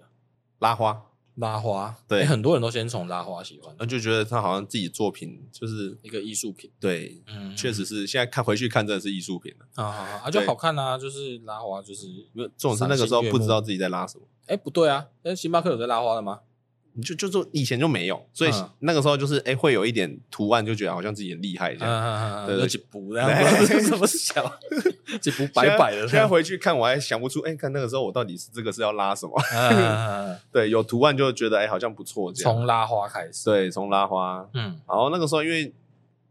[SPEAKER 2] 拉花，
[SPEAKER 1] 拉花，
[SPEAKER 2] 对
[SPEAKER 1] 诶很多人都先从拉花喜欢
[SPEAKER 2] 那就觉得他好像自己作品就是
[SPEAKER 1] 一个艺术品，
[SPEAKER 2] 对，
[SPEAKER 1] 嗯
[SPEAKER 2] 确实是现在看回去看真的是艺术品了。
[SPEAKER 1] 啊啊啊，就
[SPEAKER 2] 对
[SPEAKER 1] 好看啊，就是拉花，就是
[SPEAKER 2] 因为这种是那个时候不知道自己在拉什么，
[SPEAKER 1] 哎、不对啊，那星巴克有在拉花的吗？
[SPEAKER 2] 你就就说以前就没有，所以
[SPEAKER 1] 嗯
[SPEAKER 2] 那个时候就是哎、会有一点图案，就觉得好像自己很厉害这
[SPEAKER 1] 嗯
[SPEAKER 2] 样。
[SPEAKER 1] 嗯嗯，嗯
[SPEAKER 2] 对对
[SPEAKER 1] 有几步这样，不知道是什么小 几步白白的 这
[SPEAKER 2] 现在现在
[SPEAKER 1] 样，
[SPEAKER 2] 回去看我还想不出，哎、看那个时候我到底是这个是要拉什么？
[SPEAKER 1] 嗯嗯嗯嗯嗯
[SPEAKER 2] 对，有图案就觉得哎、好像不错这 样。
[SPEAKER 1] 从拉花开始，
[SPEAKER 2] 对，从拉花，
[SPEAKER 1] 嗯
[SPEAKER 2] 然后那个时候因为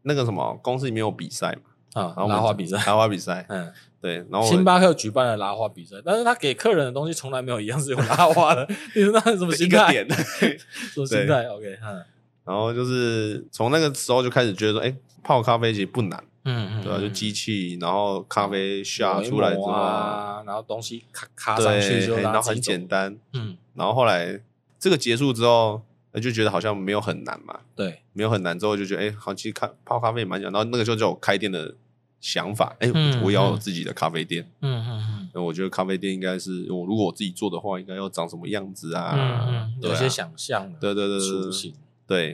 [SPEAKER 2] 那个什么公司里面有比赛嘛，
[SPEAKER 1] 啊
[SPEAKER 2] 然后，我们
[SPEAKER 1] 拉花比赛，
[SPEAKER 2] 拉花比赛，
[SPEAKER 1] 嗯，
[SPEAKER 2] 对，然后我
[SPEAKER 1] 星巴克举办了拉花比赛，但是他给客人的东西从来没有一样是有拉花 的，你说那是什么
[SPEAKER 2] 一
[SPEAKER 1] 心
[SPEAKER 2] 个
[SPEAKER 1] 态？
[SPEAKER 2] 点，
[SPEAKER 1] 什么心态？OK，嗯
[SPEAKER 2] 然后就是从那个时候就开始觉得说，哎、泡咖啡其实不难。
[SPEAKER 1] 嗯嗯，
[SPEAKER 2] 对啊，就
[SPEAKER 1] 嗯
[SPEAKER 2] 机器，然后咖啡下
[SPEAKER 1] 抹一
[SPEAKER 2] 出来之
[SPEAKER 1] 抹
[SPEAKER 2] 后，
[SPEAKER 1] 啊，然后东西卡卡上去
[SPEAKER 2] 对，
[SPEAKER 1] 就
[SPEAKER 2] 嘿
[SPEAKER 1] 让
[SPEAKER 2] 然
[SPEAKER 1] 它
[SPEAKER 2] 后
[SPEAKER 1] 自己走
[SPEAKER 2] 很简单。
[SPEAKER 1] 嗯，
[SPEAKER 2] 然后后来这个结束之后，呃就觉得好像没有很难嘛，
[SPEAKER 1] 对，
[SPEAKER 2] 没有很难之后就觉得，哎、好，其实咖泡咖啡也蛮想。然后那个时候就有开店的想法，哎、
[SPEAKER 1] 嗯
[SPEAKER 2] 我要有
[SPEAKER 1] 嗯
[SPEAKER 2] 自己的咖啡店。
[SPEAKER 1] 嗯嗯
[SPEAKER 2] 那我觉得咖啡店应该是我如果我自己做的话，应该要长什么样子啊？
[SPEAKER 1] 嗯嗯，
[SPEAKER 2] 对
[SPEAKER 1] 有
[SPEAKER 2] 啊
[SPEAKER 1] 些想象的
[SPEAKER 2] 对对对对
[SPEAKER 1] 雏
[SPEAKER 2] 对
[SPEAKER 1] 形，
[SPEAKER 2] 对，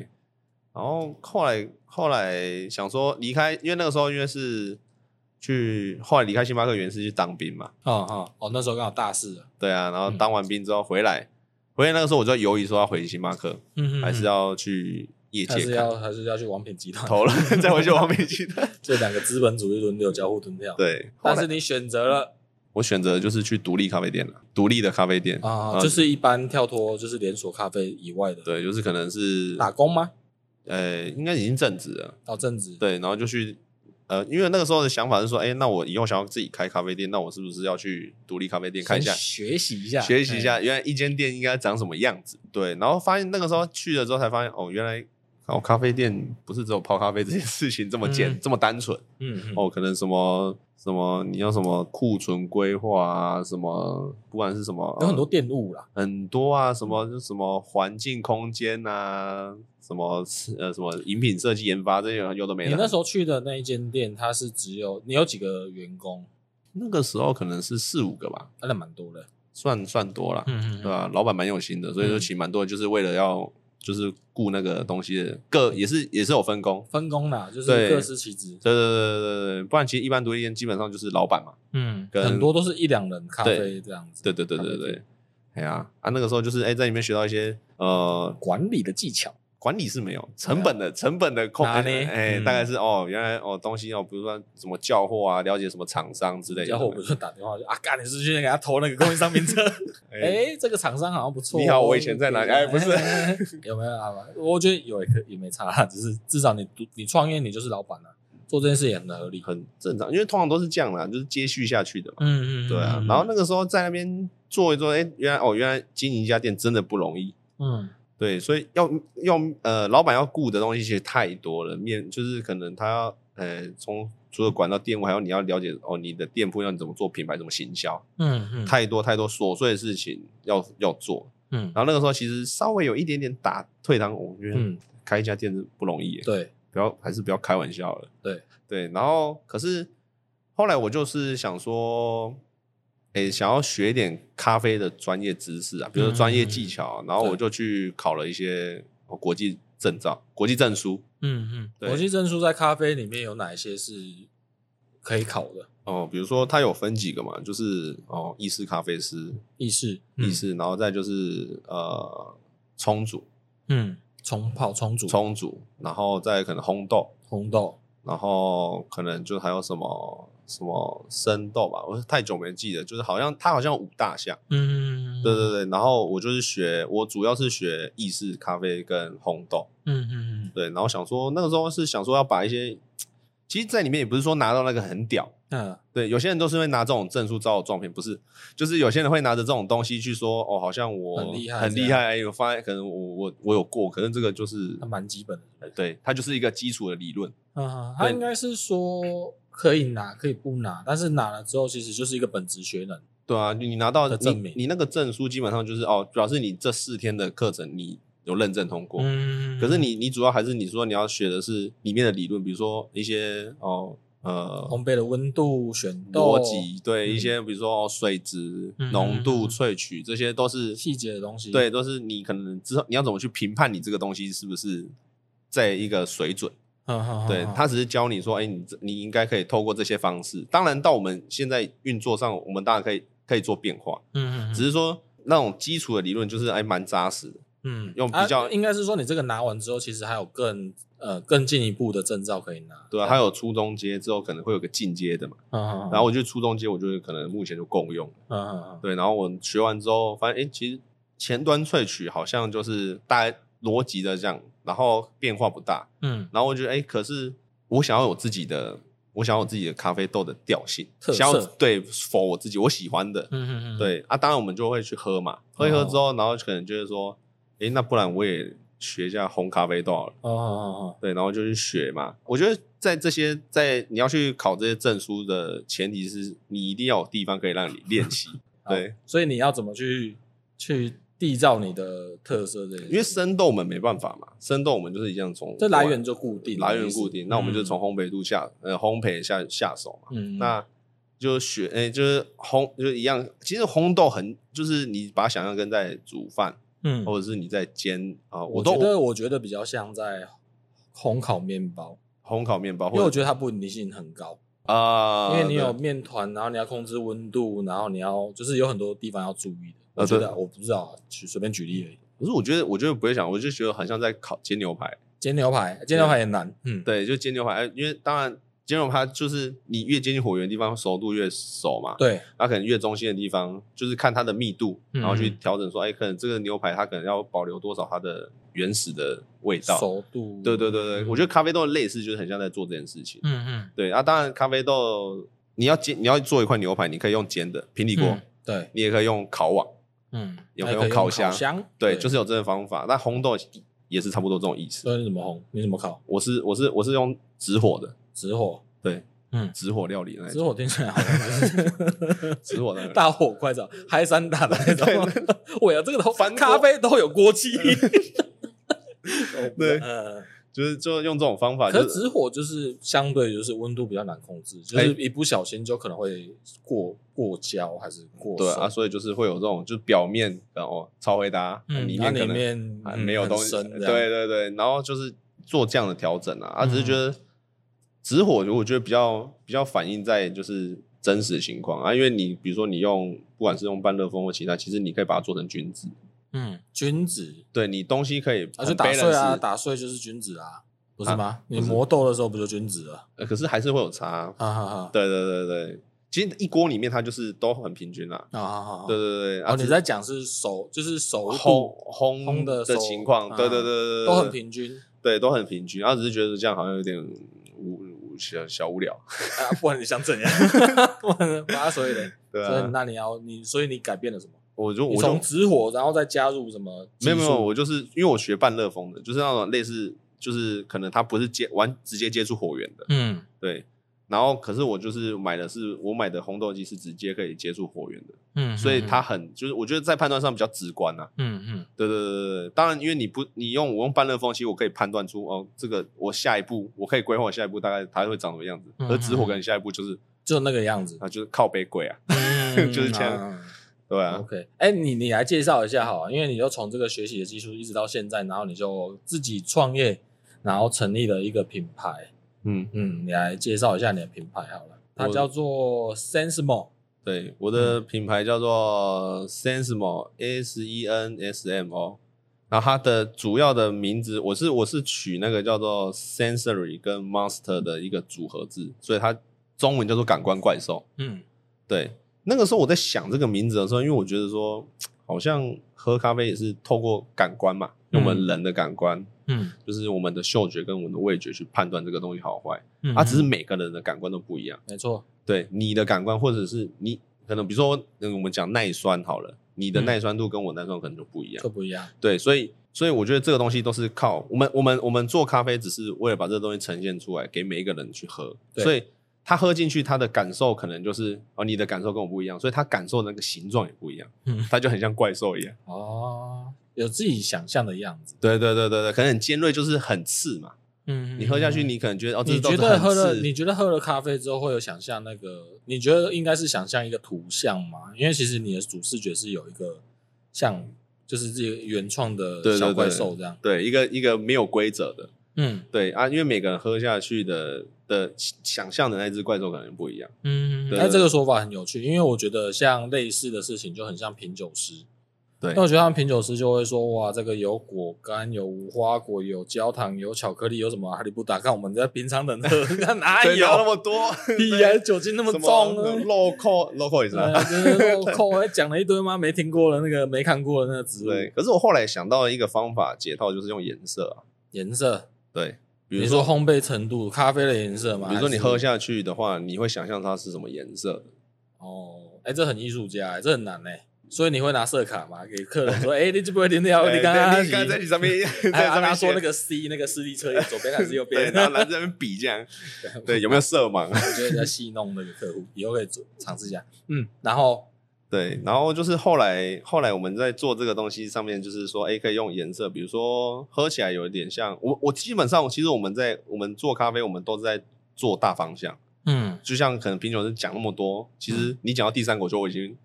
[SPEAKER 2] 然后后来后来想说离开，因为那个时候因为是去后来离开星巴克，原因是去当兵嘛，
[SPEAKER 1] 哦哦哦，那时候刚好大四了，
[SPEAKER 2] 对啊，然后
[SPEAKER 1] 嗯
[SPEAKER 2] 当完兵之后回来，回来那个时候我就在犹豫说要回星巴克，
[SPEAKER 1] 嗯
[SPEAKER 2] 还是要去业
[SPEAKER 1] 还
[SPEAKER 2] 界
[SPEAKER 1] 是
[SPEAKER 2] 看
[SPEAKER 1] 要还是要去王品集团，
[SPEAKER 2] 投了， 再回去王品集团。
[SPEAKER 1] 这两个资本主义轮流交互吞掉。，
[SPEAKER 2] 对，
[SPEAKER 1] 但
[SPEAKER 2] 后
[SPEAKER 1] 是
[SPEAKER 2] 来
[SPEAKER 1] 你选择了
[SPEAKER 2] 我选择就是去独立咖啡店了，独立的咖啡店
[SPEAKER 1] 啊，
[SPEAKER 2] 然后
[SPEAKER 1] 就是一般跳脱就是连锁咖啡以外的，，
[SPEAKER 2] 对，就是可能是
[SPEAKER 1] 打工吗？
[SPEAKER 2] 呃，应该已经正职了，
[SPEAKER 1] 到正职，
[SPEAKER 2] 对，然后就去呃，因为那个时候的想法是说，哎，那我以后想要自己开咖啡店，那我是不是要去独立咖啡店看一下
[SPEAKER 1] 先，学习一下，哎
[SPEAKER 2] 学习一下，原来一间店应该长什么样子？对，然后发现那个时候去了之后才发现，哦，原来。哦，咖啡店不是只有泡咖啡这件事情这么简、
[SPEAKER 1] 嗯
[SPEAKER 2] 这么单纯
[SPEAKER 1] 嗯，嗯，嗯
[SPEAKER 2] 哦，可能什么什么你要什么库存规划啊，什么不管是什么
[SPEAKER 1] 有很多
[SPEAKER 2] 呃
[SPEAKER 1] 电务啦，
[SPEAKER 2] 很多啊，
[SPEAKER 1] 嗯
[SPEAKER 2] 什么就什么环境空间啊，什么呃什么饮品设计研发这些有的没的。
[SPEAKER 1] 你那时候去的那一间店，它是只有你有几个员工，
[SPEAKER 2] 那个时候可能是四五个吧，
[SPEAKER 1] 啊那蛮多的，
[SPEAKER 2] 算算多了，
[SPEAKER 1] 嗯
[SPEAKER 2] 对啊吧、老板蛮有心的，所以说
[SPEAKER 1] 嗯
[SPEAKER 2] 请蛮多，就是为了要就是顾那个东西的各也是也是有分工。
[SPEAKER 1] 分工啦，就是
[SPEAKER 2] 对
[SPEAKER 1] 各司其职，
[SPEAKER 2] 对对对对对对，不然其实一般独立店基本上就是老板嘛。
[SPEAKER 1] 嗯，
[SPEAKER 2] 跟
[SPEAKER 1] 很多都是一两人咖
[SPEAKER 2] 对
[SPEAKER 1] 啡这样子，
[SPEAKER 2] 对对对对
[SPEAKER 1] 咖啡
[SPEAKER 2] 对
[SPEAKER 1] 店，，
[SPEAKER 2] 哎呀啊，那个时候就是哎、在里面学到一些呃
[SPEAKER 1] 管理的技巧，
[SPEAKER 2] 管理是没有成本的，成本的控，
[SPEAKER 1] 啊拿
[SPEAKER 2] 哎、
[SPEAKER 1] 捏
[SPEAKER 2] 哎
[SPEAKER 1] 嗯
[SPEAKER 2] 大概是哦，原来哦东西哦，比如说什么叫货啊，了解什么厂商之类的。
[SPEAKER 1] 然后我们就打电话就啊，干，你是不是去给他投那个供应商名册？
[SPEAKER 2] 哎、
[SPEAKER 1] 哎，这个厂商好像不错哦。
[SPEAKER 2] 你好我以前在哪里哎不是
[SPEAKER 1] 有没有啊？我觉得有也可也没差啦，只是至少你独你创业你就是老板了，做这件事也很合理。
[SPEAKER 2] 很正常，因为通常都是这样啦，就是接续下去的嘛。
[SPEAKER 1] 嗯嗯
[SPEAKER 2] 对啊，然后那个时候在那边做一做，哎、原来哦，原来经营一家店真的不容易。
[SPEAKER 1] 嗯
[SPEAKER 2] 对，所以要要呃，老板要顾的东西其实太多了，面就是可能他要呃，从除了管到店务，还有你要了解哦，你的店铺要你怎么做品牌，怎么行销，
[SPEAKER 1] 嗯嗯，
[SPEAKER 2] 太多太多琐碎的事情要要做。
[SPEAKER 1] 嗯
[SPEAKER 2] 然后那个时候其实稍微有一点点打退堂鼓，我觉得
[SPEAKER 1] 嗯
[SPEAKER 2] 开一家店是不容易耶，
[SPEAKER 1] 对，
[SPEAKER 2] 不要还是不要开玩笑了。
[SPEAKER 1] 对
[SPEAKER 2] 对，然后可是后来我就是想说，诶，想要学一点咖啡的专业知识啊，比如说专业技
[SPEAKER 1] 嗯
[SPEAKER 2] 巧，然后我就去考了一些哦国际证照、国际证书。
[SPEAKER 1] 嗯嗯，
[SPEAKER 2] 对
[SPEAKER 1] 国际证书在咖啡里面有哪一些是可以考的？
[SPEAKER 2] 哦，比如说它有分几个嘛，就是哦意式咖啡师、
[SPEAKER 1] 意式
[SPEAKER 2] 意，式，然后再就是呃冲煮、
[SPEAKER 1] 嗯，冲泡、冲煮、
[SPEAKER 2] 冲煮，然后再可能烘豆，
[SPEAKER 1] 红豆，
[SPEAKER 2] 然后可能就还有什么什么生豆吧，我太久没记得，就是好像它好像有五大项，
[SPEAKER 1] 嗯，
[SPEAKER 2] 对对对。然后我就是学，我主要是学意式咖啡跟烘豆，
[SPEAKER 1] 嗯嗯
[SPEAKER 2] 对。然后想说那个时候是想说要把一些，其实在里面也不是说拿到那个很屌，
[SPEAKER 1] 嗯
[SPEAKER 2] 对，有些人都是会拿这种证书招摇撞骗，不是，就是有些人会拿着这种东西去说，哦，好像我
[SPEAKER 1] 很厉害
[SPEAKER 2] 很厉
[SPEAKER 1] 这样
[SPEAKER 2] 害，哎我发现可能我我我有过，可能这个就是
[SPEAKER 1] 嗯，它，蛮基本的。
[SPEAKER 2] 对，它就是一个基础的理论。
[SPEAKER 1] 嗯，他
[SPEAKER 2] 对
[SPEAKER 1] 应该是说可以拿，可以不拿，但是拿了之后，其实就是一个本职学能。
[SPEAKER 2] 对啊，你拿到
[SPEAKER 1] 的证明
[SPEAKER 2] 你，你那个证书基本上就是哦，表示你这四天的课程你有认证通过。
[SPEAKER 1] 嗯
[SPEAKER 2] 可是你你主要还是你说你要学的是里面的理论，比如说一些哦呃
[SPEAKER 1] 嗯烘焙的温度、选豆
[SPEAKER 2] 逻辑，对、
[SPEAKER 1] 嗯
[SPEAKER 2] 一些比如说、哦、水质
[SPEAKER 1] 嗯、
[SPEAKER 2] 浓
[SPEAKER 1] 嗯嗯
[SPEAKER 2] 度、
[SPEAKER 1] 嗯
[SPEAKER 2] 萃取，这些都是
[SPEAKER 1] 细节的东西，
[SPEAKER 2] 对，都是你可能之后你要怎么去评判你这个东西是不是在一个水准。
[SPEAKER 1] 嗯，嗯嗯
[SPEAKER 2] 对
[SPEAKER 1] 嗯
[SPEAKER 2] 他只是教你说，哎、你这你应该可以透过这些方式。当然，到我们现在运作上，我们当然可以可以做变化。
[SPEAKER 1] 嗯嗯嗯
[SPEAKER 2] 只是说那种基础的理论就是哎蛮扎实的，
[SPEAKER 1] 嗯
[SPEAKER 2] 用比较
[SPEAKER 1] 啊应该是说你这个拿完之后，其实还有更呃更进一步的证照可以拿。
[SPEAKER 2] 对、啊，还有初中阶之后可能会有个进阶的嘛，
[SPEAKER 1] 嗯，嗯嗯
[SPEAKER 2] 然后我就初中阶，我就是可能目前就共用，
[SPEAKER 1] 嗯嗯嗯
[SPEAKER 2] 对，然后我学完之后发现，哎、其实前端萃取好像就是大概逻辑的这样，然后变化不大，
[SPEAKER 1] 嗯
[SPEAKER 2] 然后我觉得，哎、可是我想要有自己的，我想要有自己的咖啡豆的调性，
[SPEAKER 1] 特色
[SPEAKER 2] 想要对否我自己我喜欢的，
[SPEAKER 1] 嗯嗯嗯，
[SPEAKER 2] 对啊，当然我们就会去喝嘛，喝一喝之后，然后可能就是说，哎、那不然我也学一下烘咖啡豆好了。
[SPEAKER 1] 哦，哦哦
[SPEAKER 2] 对，然后就去学嘛。我觉得在这些在你要去考这些证书的前提是你一定要有地方可以让你练习。
[SPEAKER 1] 好
[SPEAKER 2] 对，
[SPEAKER 1] 哦，所以你要怎么去去缔造你的特色这些？
[SPEAKER 2] 因为生豆我们没办法嘛，生豆我们就是一样从
[SPEAKER 1] 这来源就固定，
[SPEAKER 2] 来源固定，那我们就从
[SPEAKER 1] 嗯
[SPEAKER 2] 烘焙度下呃烘焙下下手嘛。
[SPEAKER 1] 嗯
[SPEAKER 2] 那就学诶、就是烘就一样。其实烘豆很就是你把它想象跟在煮饭，
[SPEAKER 1] 嗯
[SPEAKER 2] 或者是你在煎啊、
[SPEAKER 1] 我
[SPEAKER 2] 我都
[SPEAKER 1] 觉得我觉得比较像在烘烤面包，
[SPEAKER 2] 烘烤面包，
[SPEAKER 1] 因
[SPEAKER 2] 或
[SPEAKER 1] 为
[SPEAKER 2] 者
[SPEAKER 1] 我觉得它不稳定性很高。
[SPEAKER 2] 啊，
[SPEAKER 1] 因为你有
[SPEAKER 2] 对
[SPEAKER 1] 面团，然后你要控制温度，然后你要就是有很多地方要注意的。我
[SPEAKER 2] 啊
[SPEAKER 1] 觉
[SPEAKER 2] 对
[SPEAKER 1] 得我不知道，举随便举例而已。
[SPEAKER 2] 可是我觉得，我觉得不会想，我就觉得很像在烤煎牛排。
[SPEAKER 1] 煎牛排，煎牛排也难，嗯，
[SPEAKER 2] 对，就煎牛排，哎因为当然煎牛排就是你越接近火源的地方，熟度越熟嘛。
[SPEAKER 1] 对
[SPEAKER 2] 它、可能越中心的地方，就是看它的密度，
[SPEAKER 1] 嗯
[SPEAKER 2] 然后去调整说，哎、可能这个牛排它可能要保留多少它的原始的味道。
[SPEAKER 1] 熟度，
[SPEAKER 2] 对对对对，我觉得咖啡豆类似，就是很像在做这件事情。
[SPEAKER 1] 嗯嗯，
[SPEAKER 2] 对啊，当然咖啡豆你要煎，你要做一块牛排，你可以用煎的平底锅，
[SPEAKER 1] 嗯对，
[SPEAKER 2] 你也可以用烤网，
[SPEAKER 1] 嗯，
[SPEAKER 2] 有
[SPEAKER 1] 还
[SPEAKER 2] 没有
[SPEAKER 1] 可以用
[SPEAKER 2] 烤
[SPEAKER 1] 烤
[SPEAKER 2] 箱对，就是是有这个方法。那红豆也是差不多这种意思。
[SPEAKER 1] 所以你怎么烘，你怎么烤，
[SPEAKER 2] 我是我是我是用直火的，
[SPEAKER 1] 直火，
[SPEAKER 2] 对，
[SPEAKER 1] 嗯，
[SPEAKER 2] 直火料理的那一
[SPEAKER 1] 直
[SPEAKER 2] 种，
[SPEAKER 1] 火听起来好像 是
[SPEAKER 2] 直火 的。
[SPEAKER 1] 大火快炒，嗨山打的那 种，我呀，这个都
[SPEAKER 2] 翻锅
[SPEAKER 1] 咖啡都有锅气，
[SPEAKER 2] 对
[SPEAKER 1] 嗯。
[SPEAKER 2] 就是就用这种方法，
[SPEAKER 1] 可
[SPEAKER 2] 就是
[SPEAKER 1] 直火就是相对就是温度比较难控制，
[SPEAKER 2] 哎
[SPEAKER 1] 就是一不小心就可能会过过焦还是过
[SPEAKER 2] 对
[SPEAKER 1] 熟
[SPEAKER 2] 啊，所以就是会有这种，就是表面然后超回答，
[SPEAKER 1] 嗯，
[SPEAKER 2] 里
[SPEAKER 1] 那
[SPEAKER 2] 面可
[SPEAKER 1] 里
[SPEAKER 2] 能
[SPEAKER 1] 面
[SPEAKER 2] 啊
[SPEAKER 1] 嗯
[SPEAKER 2] 没有
[SPEAKER 1] 很
[SPEAKER 2] 东西，
[SPEAKER 1] 深这样
[SPEAKER 2] 对对对，然后就是做这样的调整啊，啊，
[SPEAKER 1] 嗯
[SPEAKER 2] 只是觉得直火，我觉得比较比较反映在就是真实情况啊，因为你比如说你用不管是用半热风或其他，其实你可以把它做成均子，
[SPEAKER 1] 嗯，均值
[SPEAKER 2] 对你东西可以
[SPEAKER 1] 啊，
[SPEAKER 2] 很
[SPEAKER 1] 就打碎啊，
[SPEAKER 2] balance，
[SPEAKER 1] 打碎就是均值啊，不是
[SPEAKER 2] 啊
[SPEAKER 1] 吗？你
[SPEAKER 2] 不是
[SPEAKER 1] 磨豆的时候不就均值了？
[SPEAKER 2] 呃可是还是会有差啊，
[SPEAKER 1] 哈哈哈，
[SPEAKER 2] 对对对对，其实一锅里面它就是都很平均啦，
[SPEAKER 1] 啊哈哈，
[SPEAKER 2] 对对对，
[SPEAKER 1] 哦，
[SPEAKER 2] 啊，
[SPEAKER 1] 你在讲是熟，就是熟
[SPEAKER 2] 烘
[SPEAKER 1] 度烘
[SPEAKER 2] 烘
[SPEAKER 1] 的
[SPEAKER 2] 的
[SPEAKER 1] 手
[SPEAKER 2] 情况，对对
[SPEAKER 1] 啊
[SPEAKER 2] 对对，对
[SPEAKER 1] 都很，平均
[SPEAKER 2] 对都很平均。然后只是觉得这样好像有点无无小小无聊，
[SPEAKER 1] 啊， 不然你想 怎样？不然把它所以嘞，
[SPEAKER 2] 对
[SPEAKER 1] 所以
[SPEAKER 2] 啊。
[SPEAKER 1] 那你要你，所以你改变了什么？
[SPEAKER 2] 我就
[SPEAKER 1] 你
[SPEAKER 2] 我就
[SPEAKER 1] 从直火，然后再加入什么技
[SPEAKER 2] 没
[SPEAKER 1] 术？
[SPEAKER 2] 有没有，我就是因为我学半热风的，就是那种类似，就是可能它不是接完直接接触火源的，
[SPEAKER 1] 嗯，
[SPEAKER 2] 对。然后可是我就是买的是我买的烘豆机是直接可以接触火源的，
[SPEAKER 1] 嗯，
[SPEAKER 2] 所以它很就是我觉得在判断上比较直观啊。
[SPEAKER 1] 嗯，嗯
[SPEAKER 2] 对对对对对，当然，因为你不，你用我用半热风，其实我可以判断出哦，这个我下一步我可以规划我下一步大概它会长什么样子。
[SPEAKER 1] 嗯
[SPEAKER 2] 而直火跟下一步就是
[SPEAKER 1] 就那个样子，
[SPEAKER 2] 啊，就是靠北鬼啊， 就是这样
[SPEAKER 1] 嗯
[SPEAKER 2] 对
[SPEAKER 1] 啊
[SPEAKER 2] 啊，
[SPEAKER 1] OK，哎、你你来介绍一下好了，啊因为你就从这个学习的技术一直到现在，然后你就自己创业，然后成立了一个品牌。
[SPEAKER 2] 嗯，
[SPEAKER 1] 嗯，你来介绍一下你的品牌好了，它
[SPEAKER 2] 我
[SPEAKER 1] 叫做 SenseMo。
[SPEAKER 2] 对，我的品牌叫做 Sensmo S E N S M O，然后它的主要的名字我是我是取那个叫做 Sensory 跟 Monster 的一个组合字，所以它中文叫做感官怪兽。
[SPEAKER 1] 嗯
[SPEAKER 2] 对，那个时候我在想这个名字的时候，因为我觉得说，好像喝咖啡也是透过感官嘛，用我们人的感官，
[SPEAKER 1] 嗯
[SPEAKER 2] 就是我们的嗅觉跟我们的味觉去判断这个东西好坏。
[SPEAKER 1] 嗯
[SPEAKER 2] 啊，只是每个人的感官都不一样。
[SPEAKER 1] 没错，
[SPEAKER 2] 对，你的感官或者是你可能比如说，嗯，我们讲耐酸好了，你的
[SPEAKER 1] 嗯
[SPEAKER 2] 耐酸度跟我耐酸可能就不一样
[SPEAKER 1] 就。不一样。
[SPEAKER 2] 对，所以所以我觉得这个东西都是靠我们我们我们做咖啡，只是为了把这个东西呈现出来给每一个人去喝，
[SPEAKER 1] 对
[SPEAKER 2] 所以他喝进去他的感受可能就是哦，你的感受跟我不一样，所以他感受的那个形状也不一样，
[SPEAKER 1] 嗯
[SPEAKER 2] 他就很像怪兽一样。
[SPEAKER 1] 哦，有自己想象的样子。
[SPEAKER 2] 对对对对对，可能很尖锐，就是很刺嘛。
[SPEAKER 1] 嗯
[SPEAKER 2] 你喝下去，。你可能觉得哦，这
[SPEAKER 1] 你
[SPEAKER 2] 都
[SPEAKER 1] 觉
[SPEAKER 2] 是
[SPEAKER 1] 得
[SPEAKER 2] 很
[SPEAKER 1] 喝了？
[SPEAKER 2] 刺
[SPEAKER 1] 你觉得喝了咖啡之后会有想象那个？你觉得应该是想象一个图像吗？因为其实你的主视觉是有一个像，就是自己原创
[SPEAKER 2] 对
[SPEAKER 1] 的
[SPEAKER 2] 对
[SPEAKER 1] 小怪
[SPEAKER 2] 对
[SPEAKER 1] 兽这样。
[SPEAKER 2] 对一个一个没有规则的，
[SPEAKER 1] 嗯
[SPEAKER 2] 对啊，因为每个人喝下去的的想象的那只怪兽可能不一样。
[SPEAKER 1] 嗯，
[SPEAKER 2] 对
[SPEAKER 1] 那
[SPEAKER 2] 对
[SPEAKER 1] 这个说法很有趣，因为我觉得像类似的事情就很像品酒师。
[SPEAKER 2] 对
[SPEAKER 1] 那我觉得他们品酒师就会说，哇，这个有果干，有无花果，有焦糖，有巧克力，有什么哈利布达？看我们在平常人喝， 那哪
[SPEAKER 2] 对哪那
[SPEAKER 1] 有？
[SPEAKER 2] 么 多？
[SPEAKER 1] 屁呀，酒精那么
[SPEAKER 2] 什
[SPEAKER 1] 重啊
[SPEAKER 2] 么！肉扣肉扣也是
[SPEAKER 1] 对
[SPEAKER 2] 啊。
[SPEAKER 1] 啊，就是扣还讲了一堆吗？没听过的那个，没看过的那个植
[SPEAKER 2] 对，
[SPEAKER 1] 物
[SPEAKER 2] 可是我后来想到一个方法解套，就是用颜色啊。
[SPEAKER 1] 颜色，
[SPEAKER 2] 对，
[SPEAKER 1] 比
[SPEAKER 2] 比如
[SPEAKER 1] 如
[SPEAKER 2] 说，
[SPEAKER 1] 说烘焙程度，咖啡的颜色嘛。
[SPEAKER 2] 比如说你
[SPEAKER 1] 还是
[SPEAKER 2] 喝下去的话，你会想象它是什么颜色的？
[SPEAKER 1] 哦，哎，这很艺术家，哎这很难哎。所以你会拿色卡嘛？给客人说，哎，你这不会听到？
[SPEAKER 2] 对
[SPEAKER 1] 你刚刚
[SPEAKER 2] 你刚才在你 上面，
[SPEAKER 1] 还
[SPEAKER 2] 在
[SPEAKER 1] 有
[SPEAKER 2] 上
[SPEAKER 1] 他
[SPEAKER 2] 面
[SPEAKER 1] 说那
[SPEAKER 2] 个，
[SPEAKER 1] 个 C 那个视力测验，左边还是右
[SPEAKER 2] 对，
[SPEAKER 1] 边？
[SPEAKER 2] 然后拿在那边比这样， 对，有没有色盲？啊
[SPEAKER 1] 我觉得你在戏弄那个客户，以后可以做尝试一下。嗯，然后
[SPEAKER 2] 对，然后就是后来后来我们在做这个东西上面，就是说，哎，可以用颜色，比如说喝起来有一点像我，我基本上其实我们在我们做咖啡，我们都是在做大方向，
[SPEAKER 1] 嗯，
[SPEAKER 2] 就像可能品酒师讲那么多，其实你讲到第三口就我已经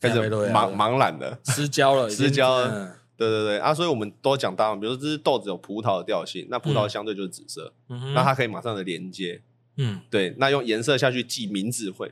[SPEAKER 2] 开始
[SPEAKER 1] 咖啡豆芽
[SPEAKER 2] 茫
[SPEAKER 1] 了
[SPEAKER 2] 茫然了。
[SPEAKER 1] 失焦了，已经
[SPEAKER 2] 失焦了
[SPEAKER 1] 嗯
[SPEAKER 2] 对对对啊，所以我们都讲大方，比如说这只豆子有葡萄的调性，那葡萄相对就是紫色，
[SPEAKER 1] 嗯嗯哼
[SPEAKER 2] 那它可以马上的连接，
[SPEAKER 1] 嗯
[SPEAKER 2] 对，那用颜色下去记名字会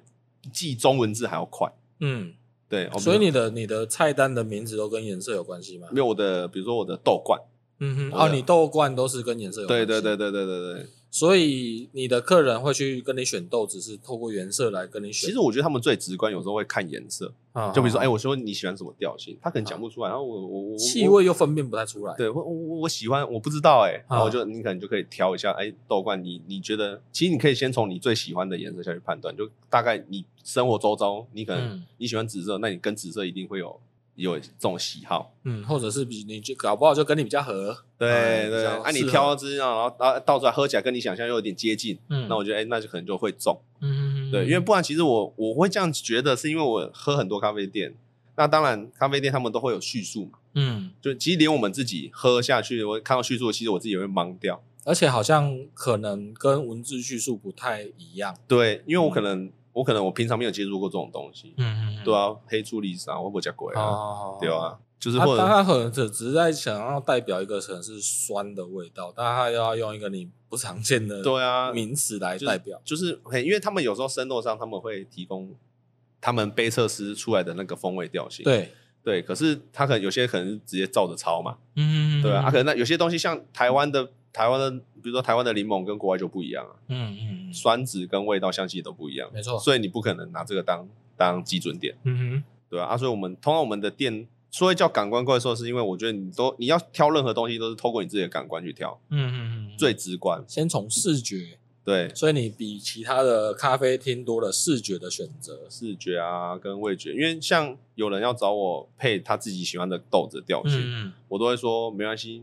[SPEAKER 2] 记中文字还要快。
[SPEAKER 1] 嗯，
[SPEAKER 2] 对，我们
[SPEAKER 1] 所以你的你的菜单的名字都跟颜色有关系吗？
[SPEAKER 2] 哦没有我的，比如说我的豆罐，
[SPEAKER 1] 嗯哼，
[SPEAKER 2] 我
[SPEAKER 1] 哦，
[SPEAKER 2] 的
[SPEAKER 1] 你豆罐都是跟颜色有关
[SPEAKER 2] 对
[SPEAKER 1] 系。
[SPEAKER 2] 对对。对对对对。
[SPEAKER 1] 所以你的客人会去跟你选豆子，是透过原色来跟你选。
[SPEAKER 2] 其实我觉得他们最直观，有时候会看颜色，
[SPEAKER 1] 啊，
[SPEAKER 2] 就比如说，哎，
[SPEAKER 1] 啊
[SPEAKER 2] 我说你喜欢什么调性，他可能讲不出来，然后我我我
[SPEAKER 1] 气
[SPEAKER 2] 我
[SPEAKER 1] 味又分辨不太出来。
[SPEAKER 2] 对，我我我喜欢，我不知道哎、然后
[SPEAKER 1] 啊
[SPEAKER 2] 就你可能就可以挑一下，哎、豆罐你你觉得，其实你可以先从你最喜欢的颜色下去判断，就大概你生活周遭，你可能
[SPEAKER 1] 嗯
[SPEAKER 2] 你喜欢紫色，那你跟紫色一定会有有这种喜好，
[SPEAKER 1] 嗯，或者是比你就搞不好就跟你比较合。
[SPEAKER 2] 对、
[SPEAKER 1] 哎
[SPEAKER 2] 对，
[SPEAKER 1] 比较
[SPEAKER 2] 啊你
[SPEAKER 1] 适合
[SPEAKER 2] 挑之然后啊然后倒出来喝起来跟你想象又有点接近，
[SPEAKER 1] 嗯
[SPEAKER 2] 那我觉得哎、那就可能就会中，
[SPEAKER 1] 嗯
[SPEAKER 2] 对，因为不然其实我我会这样觉得，是因为我喝很多咖啡店，那当然咖啡店他们都会有叙述嘛，
[SPEAKER 1] 嗯，
[SPEAKER 2] 就其实连我们自己喝下去，我看到叙述，其实我自己也会懵掉。
[SPEAKER 1] 而且好像可能跟文字叙述不太一样。
[SPEAKER 2] 对，因为我可能、我可能我平常没有接触过这种东西，
[SPEAKER 1] 嗯嗯
[SPEAKER 2] 对，啊，黑醋栗子啊，我不加过啊，
[SPEAKER 1] 哦，
[SPEAKER 2] 对。啊，就是
[SPEAKER 1] 他
[SPEAKER 2] 或者、
[SPEAKER 1] 他可能只只是在想要代表一个可能是酸的味道，但他又要用一个你不常见的
[SPEAKER 2] 对啊，
[SPEAKER 1] 名词来
[SPEAKER 2] 就是
[SPEAKER 1] 代表。
[SPEAKER 2] 就是嘿，因为他们有时候生豆上他们会提供他们杯测师出来的那个风味调性，
[SPEAKER 1] 对，
[SPEAKER 2] 对，可是他可能有些可能是直接照着抄嘛，
[SPEAKER 1] 嗯
[SPEAKER 2] 对啊，啊可能那有些东西像台湾的台湾的，比如说台湾的柠檬跟国外就不一样啊，
[SPEAKER 1] 嗯嗯嗯，
[SPEAKER 2] 酸质跟味道香气都不一样，
[SPEAKER 1] 没错。
[SPEAKER 2] 所以你不可能拿这个当当基准点。
[SPEAKER 1] 嗯
[SPEAKER 2] 对啊，啊，所以我们通常我们的店所谓叫感官怪兽，是因为我觉得你都你要挑任何东西都是透过你自己的感官去挑，
[SPEAKER 1] 哼，嗯嗯嗯，
[SPEAKER 2] 最直观。
[SPEAKER 1] 先从视觉，
[SPEAKER 2] 对，
[SPEAKER 1] 所以你比其他的咖啡厅多了视觉的选择。
[SPEAKER 2] 视觉啊跟味觉，因为像有人要找我配他自己喜欢的豆子调性，
[SPEAKER 1] 嗯
[SPEAKER 2] 我都会说没关系，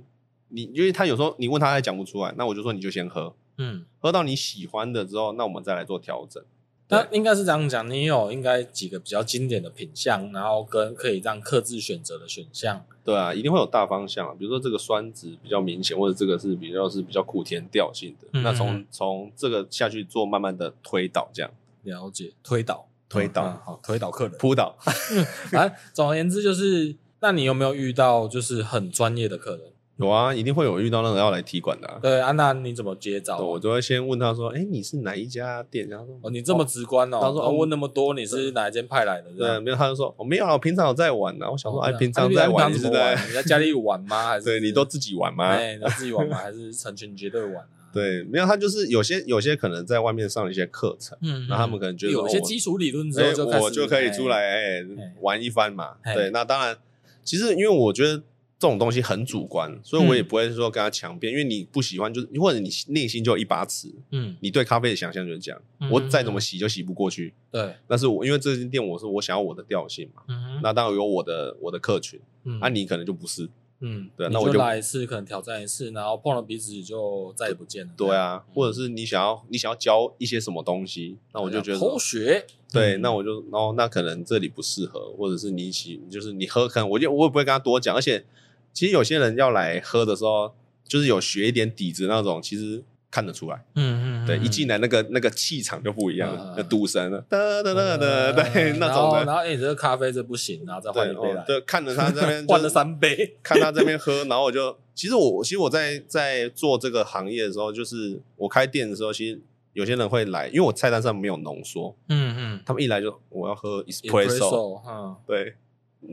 [SPEAKER 2] 你因为他有时候你问他他也讲不出来，那我就说你就先喝，
[SPEAKER 1] 嗯，
[SPEAKER 2] 喝到你喜欢的之后，那我们再来做调整。
[SPEAKER 1] 那应该是这样讲，你有应该几个比较经典的品相，然后跟可以让克制选择的选项。
[SPEAKER 2] 对啊，一定会有大方向啊，比如说这个酸值比较明显，或者这个是比较是比较苦甜调性的，
[SPEAKER 1] 嗯
[SPEAKER 2] 那
[SPEAKER 1] 嗯
[SPEAKER 2] 从从这个下去做慢慢的推导，这样
[SPEAKER 1] 了解，推导，
[SPEAKER 2] 推导
[SPEAKER 1] 嗯好，推导客人。
[SPEAKER 2] 扑倒。
[SPEAKER 1] 反正总而言之就是，那你有没有遇到就是很专业的客人？
[SPEAKER 2] 有啊，一定会有遇到那种要来踢馆的、啊。
[SPEAKER 1] 对啊，那你怎么接招
[SPEAKER 2] 对哦我
[SPEAKER 1] 啊？
[SPEAKER 2] 就会先问他说：“哎、你是哪一家店？”然后说：“
[SPEAKER 1] 哦，你这么直观哦，
[SPEAKER 2] 他说
[SPEAKER 1] 哦
[SPEAKER 2] 哦
[SPEAKER 1] 问那么多，你是哪一间派来的？这
[SPEAKER 2] 对，
[SPEAKER 1] 样
[SPEAKER 2] 没有。”他就说：“哦，没有啊，我平常有在玩呢、啊。”我想说：“哎、
[SPEAKER 1] 哦
[SPEAKER 2] 平
[SPEAKER 1] 啊
[SPEAKER 2] 常
[SPEAKER 1] 你
[SPEAKER 2] 在
[SPEAKER 1] 玩
[SPEAKER 2] 你
[SPEAKER 1] 怎
[SPEAKER 2] 是
[SPEAKER 1] 么
[SPEAKER 2] 在
[SPEAKER 1] 玩？你在家里玩吗？还是
[SPEAKER 2] 对你都自己玩吗？”
[SPEAKER 1] 哎，你都自己玩吗？还是成群结队玩啊？
[SPEAKER 2] 对，没有，他就是有些有些可能在外面上了一些课程，
[SPEAKER 1] 嗯
[SPEAKER 2] 那他们可能觉得
[SPEAKER 1] 有一些
[SPEAKER 2] 哦我
[SPEAKER 1] 基础理论之
[SPEAKER 2] 所
[SPEAKER 1] 后
[SPEAKER 2] 以
[SPEAKER 1] 就开始
[SPEAKER 2] 我就可以出来，哎、
[SPEAKER 1] 哎
[SPEAKER 2] 玩一番嘛。
[SPEAKER 1] 哎
[SPEAKER 2] 对，那当然，其实因为我觉得这种东西很主观，所以我也
[SPEAKER 1] 嗯
[SPEAKER 2] 不会说跟他强辩，因为你不喜欢就是或者你内心就有一把尺，
[SPEAKER 1] 嗯，
[SPEAKER 2] 你对咖啡的想象就是这样，
[SPEAKER 1] 嗯
[SPEAKER 2] 我再怎么洗就洗不过去。
[SPEAKER 1] 对，
[SPEAKER 2] 但是我因为这间店我是我想要我的调性嘛，
[SPEAKER 1] 嗯
[SPEAKER 2] 那当然有我的我的客群，
[SPEAKER 1] 那
[SPEAKER 2] 啊，你可能就不是，
[SPEAKER 1] 嗯，
[SPEAKER 2] 对啊
[SPEAKER 1] 你
[SPEAKER 2] 那我
[SPEAKER 1] 就
[SPEAKER 2] 就
[SPEAKER 1] 来一次，可能挑战一次，然后碰了鼻子就再也不见了。
[SPEAKER 2] 对啊，
[SPEAKER 1] 嗯
[SPEAKER 2] 或者是你想要你想要教一些什么东西，
[SPEAKER 1] 这
[SPEAKER 2] 那
[SPEAKER 1] 样，
[SPEAKER 2] 我就觉得
[SPEAKER 1] 偷学，
[SPEAKER 2] 对，
[SPEAKER 1] 啊嗯
[SPEAKER 2] 那我就然后那可能这里不适合，或者是你一起就是你喝，可能我就我也不会跟他多讲，而且其实有些人要来喝的时候，就是有学一点底子那种，其实看得出来，
[SPEAKER 1] 嗯嗯，
[SPEAKER 2] 对，一进
[SPEAKER 1] 来
[SPEAKER 2] 来那个那个气场就不一样了，
[SPEAKER 1] 嗯
[SPEAKER 2] 那赌神了，哒哒哒哒，对，那种的。
[SPEAKER 1] 呃然后哎，你这个咖啡这不行，然后再换
[SPEAKER 2] 对，
[SPEAKER 1] 一杯来
[SPEAKER 2] 哦，，对，看着他 这边
[SPEAKER 1] 换了
[SPEAKER 2] 就是
[SPEAKER 1] 三杯，
[SPEAKER 2] 看他这边喝，然后我就其实我其实我在在做这个行业的时候，就是我开店的时候，其实有些人会来，因为我菜单上没有浓缩，
[SPEAKER 1] 嗯嗯
[SPEAKER 2] 他们一来就我要喝 espresso，
[SPEAKER 1] ，espresso，嗯
[SPEAKER 2] 对，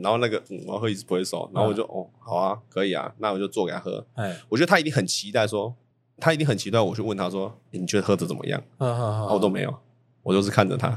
[SPEAKER 2] 然后那个、嗯、我要喝 espresso，然后我就、哦好啊，可以啊，那我就做给他喝。
[SPEAKER 1] 哎，
[SPEAKER 2] 我觉得他一定很期待说，他一定很期待我去问他说，诶你觉得喝的怎么样？啊
[SPEAKER 1] 嗯嗯，
[SPEAKER 2] 然后我都没有，我就是看着他，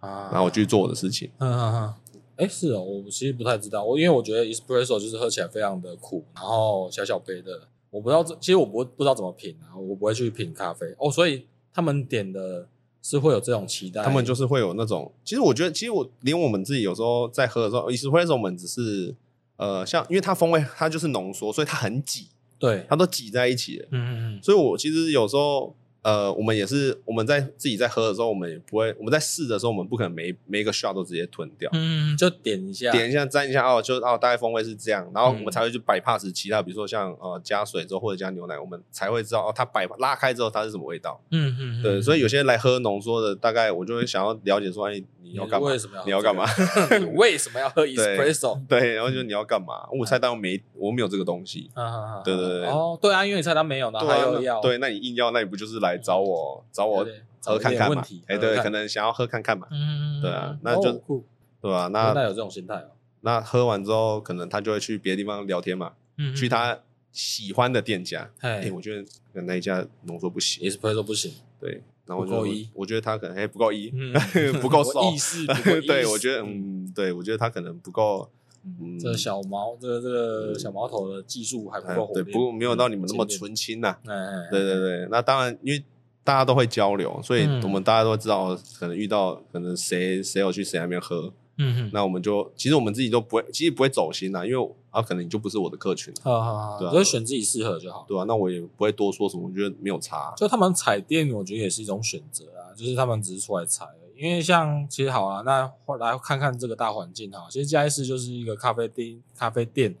[SPEAKER 1] 啊，
[SPEAKER 2] 然后我去做我的事情。
[SPEAKER 1] 嗯嗯嗯，哎、是哦，我其实不太知道，我因为我觉得 espresso 就是喝起来非常的苦，然后小小杯的，我不知道这，其实我不不知道怎么品啊，我不会去品咖啡哦，所以他们点的是会有这种期待，
[SPEAKER 2] 他们就是会有那种，其实我觉得，其实我连我们自己有时候在喝的时候，espresso 我们只是呃，像因为它风味它就是浓缩，所以它很挤，
[SPEAKER 1] 对，
[SPEAKER 2] 它都挤在一起了。
[SPEAKER 1] 嗯嗯
[SPEAKER 2] 所以我其实有时候，呃，我们也是我们在自己在喝的时候，我们也不会，我们在试的时候，我们不可能每每一个 shot 都直接吞掉，
[SPEAKER 1] 嗯，就点一下，
[SPEAKER 2] 点一下沾一下哦，就哦大概风味是这样，然后我
[SPEAKER 1] 嗯
[SPEAKER 2] 们才会去 bypass 其他，比如说像呃加水之后或者加牛奶，我们才会知道哦它摆拉开之后它是什么味道。
[SPEAKER 1] 嗯嗯
[SPEAKER 2] 对，所
[SPEAKER 1] 以
[SPEAKER 2] 以有些来喝浓缩的，大概我就会想要了解说，哎，你要干嘛
[SPEAKER 1] 为？什么要喝
[SPEAKER 2] 你要干嘛
[SPEAKER 1] 这 个？你为什么要 喝 espresso？
[SPEAKER 2] 对，然后就你要干嘛？我菜单没，我没有这个东西。
[SPEAKER 1] 啊
[SPEAKER 2] 对对对
[SPEAKER 1] 哦，对啊，因为你菜单没有，然后
[SPEAKER 2] 对
[SPEAKER 1] 还
[SPEAKER 2] 啊
[SPEAKER 1] 有
[SPEAKER 2] 那
[SPEAKER 1] 药，
[SPEAKER 2] 对，那你硬要，那你不就是来找我找我
[SPEAKER 1] 对对
[SPEAKER 2] 喝看
[SPEAKER 1] 有点
[SPEAKER 2] 看
[SPEAKER 1] 问
[SPEAKER 2] 嘛
[SPEAKER 1] 题？，
[SPEAKER 2] 哎，
[SPEAKER 1] 喝
[SPEAKER 2] 对，
[SPEAKER 1] 看
[SPEAKER 2] 可能想要喝看看嘛，
[SPEAKER 1] 嗯，
[SPEAKER 2] 对啊那就
[SPEAKER 1] 哦酷，
[SPEAKER 2] 对吧？
[SPEAKER 1] 那
[SPEAKER 2] 那
[SPEAKER 1] 有这种心态哦，
[SPEAKER 2] 那喝完之后，可能他就会去别的地方聊天嘛，
[SPEAKER 1] 嗯
[SPEAKER 2] 去，他喜欢的店家。
[SPEAKER 1] 哎
[SPEAKER 2] 哎，我觉得那一家浓缩不行，
[SPEAKER 1] ，espresso 不行，
[SPEAKER 2] 对，然后
[SPEAKER 1] 不够
[SPEAKER 2] 就
[SPEAKER 1] 一
[SPEAKER 2] 我觉得他可能哎还不够一，
[SPEAKER 1] 嗯
[SPEAKER 2] 不够
[SPEAKER 1] 我
[SPEAKER 2] 瘦
[SPEAKER 1] 意识不够意识，
[SPEAKER 2] 对，我觉得嗯，对我觉得他可能不够，嗯，
[SPEAKER 1] 这小毛，这个这个小毛头的技术还不
[SPEAKER 2] 哎
[SPEAKER 1] 够火
[SPEAKER 2] 对，
[SPEAKER 1] 烈，嗯
[SPEAKER 2] 不过没有到你们那么
[SPEAKER 1] 经验，
[SPEAKER 2] 纯青呐。
[SPEAKER 1] 哎哎，哎
[SPEAKER 2] 对，对对，那当然，因为大家都会交流，所以
[SPEAKER 1] 嗯
[SPEAKER 2] 我们大家都知道，可能遇到可能谁谁有去谁那边喝，
[SPEAKER 1] 嗯嗯，
[SPEAKER 2] 那我们就其实我们自己都不会，其实不会走心啦，因为啊，可能你就不是我的客群啦，
[SPEAKER 1] 好好好，
[SPEAKER 2] 对啊
[SPEAKER 1] 只要选自己适合就好。
[SPEAKER 2] 对吧、那我也不会多说什么，我觉得没有差。
[SPEAKER 1] 就他们踩店，我觉得也是一种选择啊，就是他们只是出来踩而已。因为像其实好啊，那后来看看这个大环境哈，其实嘉义市就是一个咖啡店，咖啡店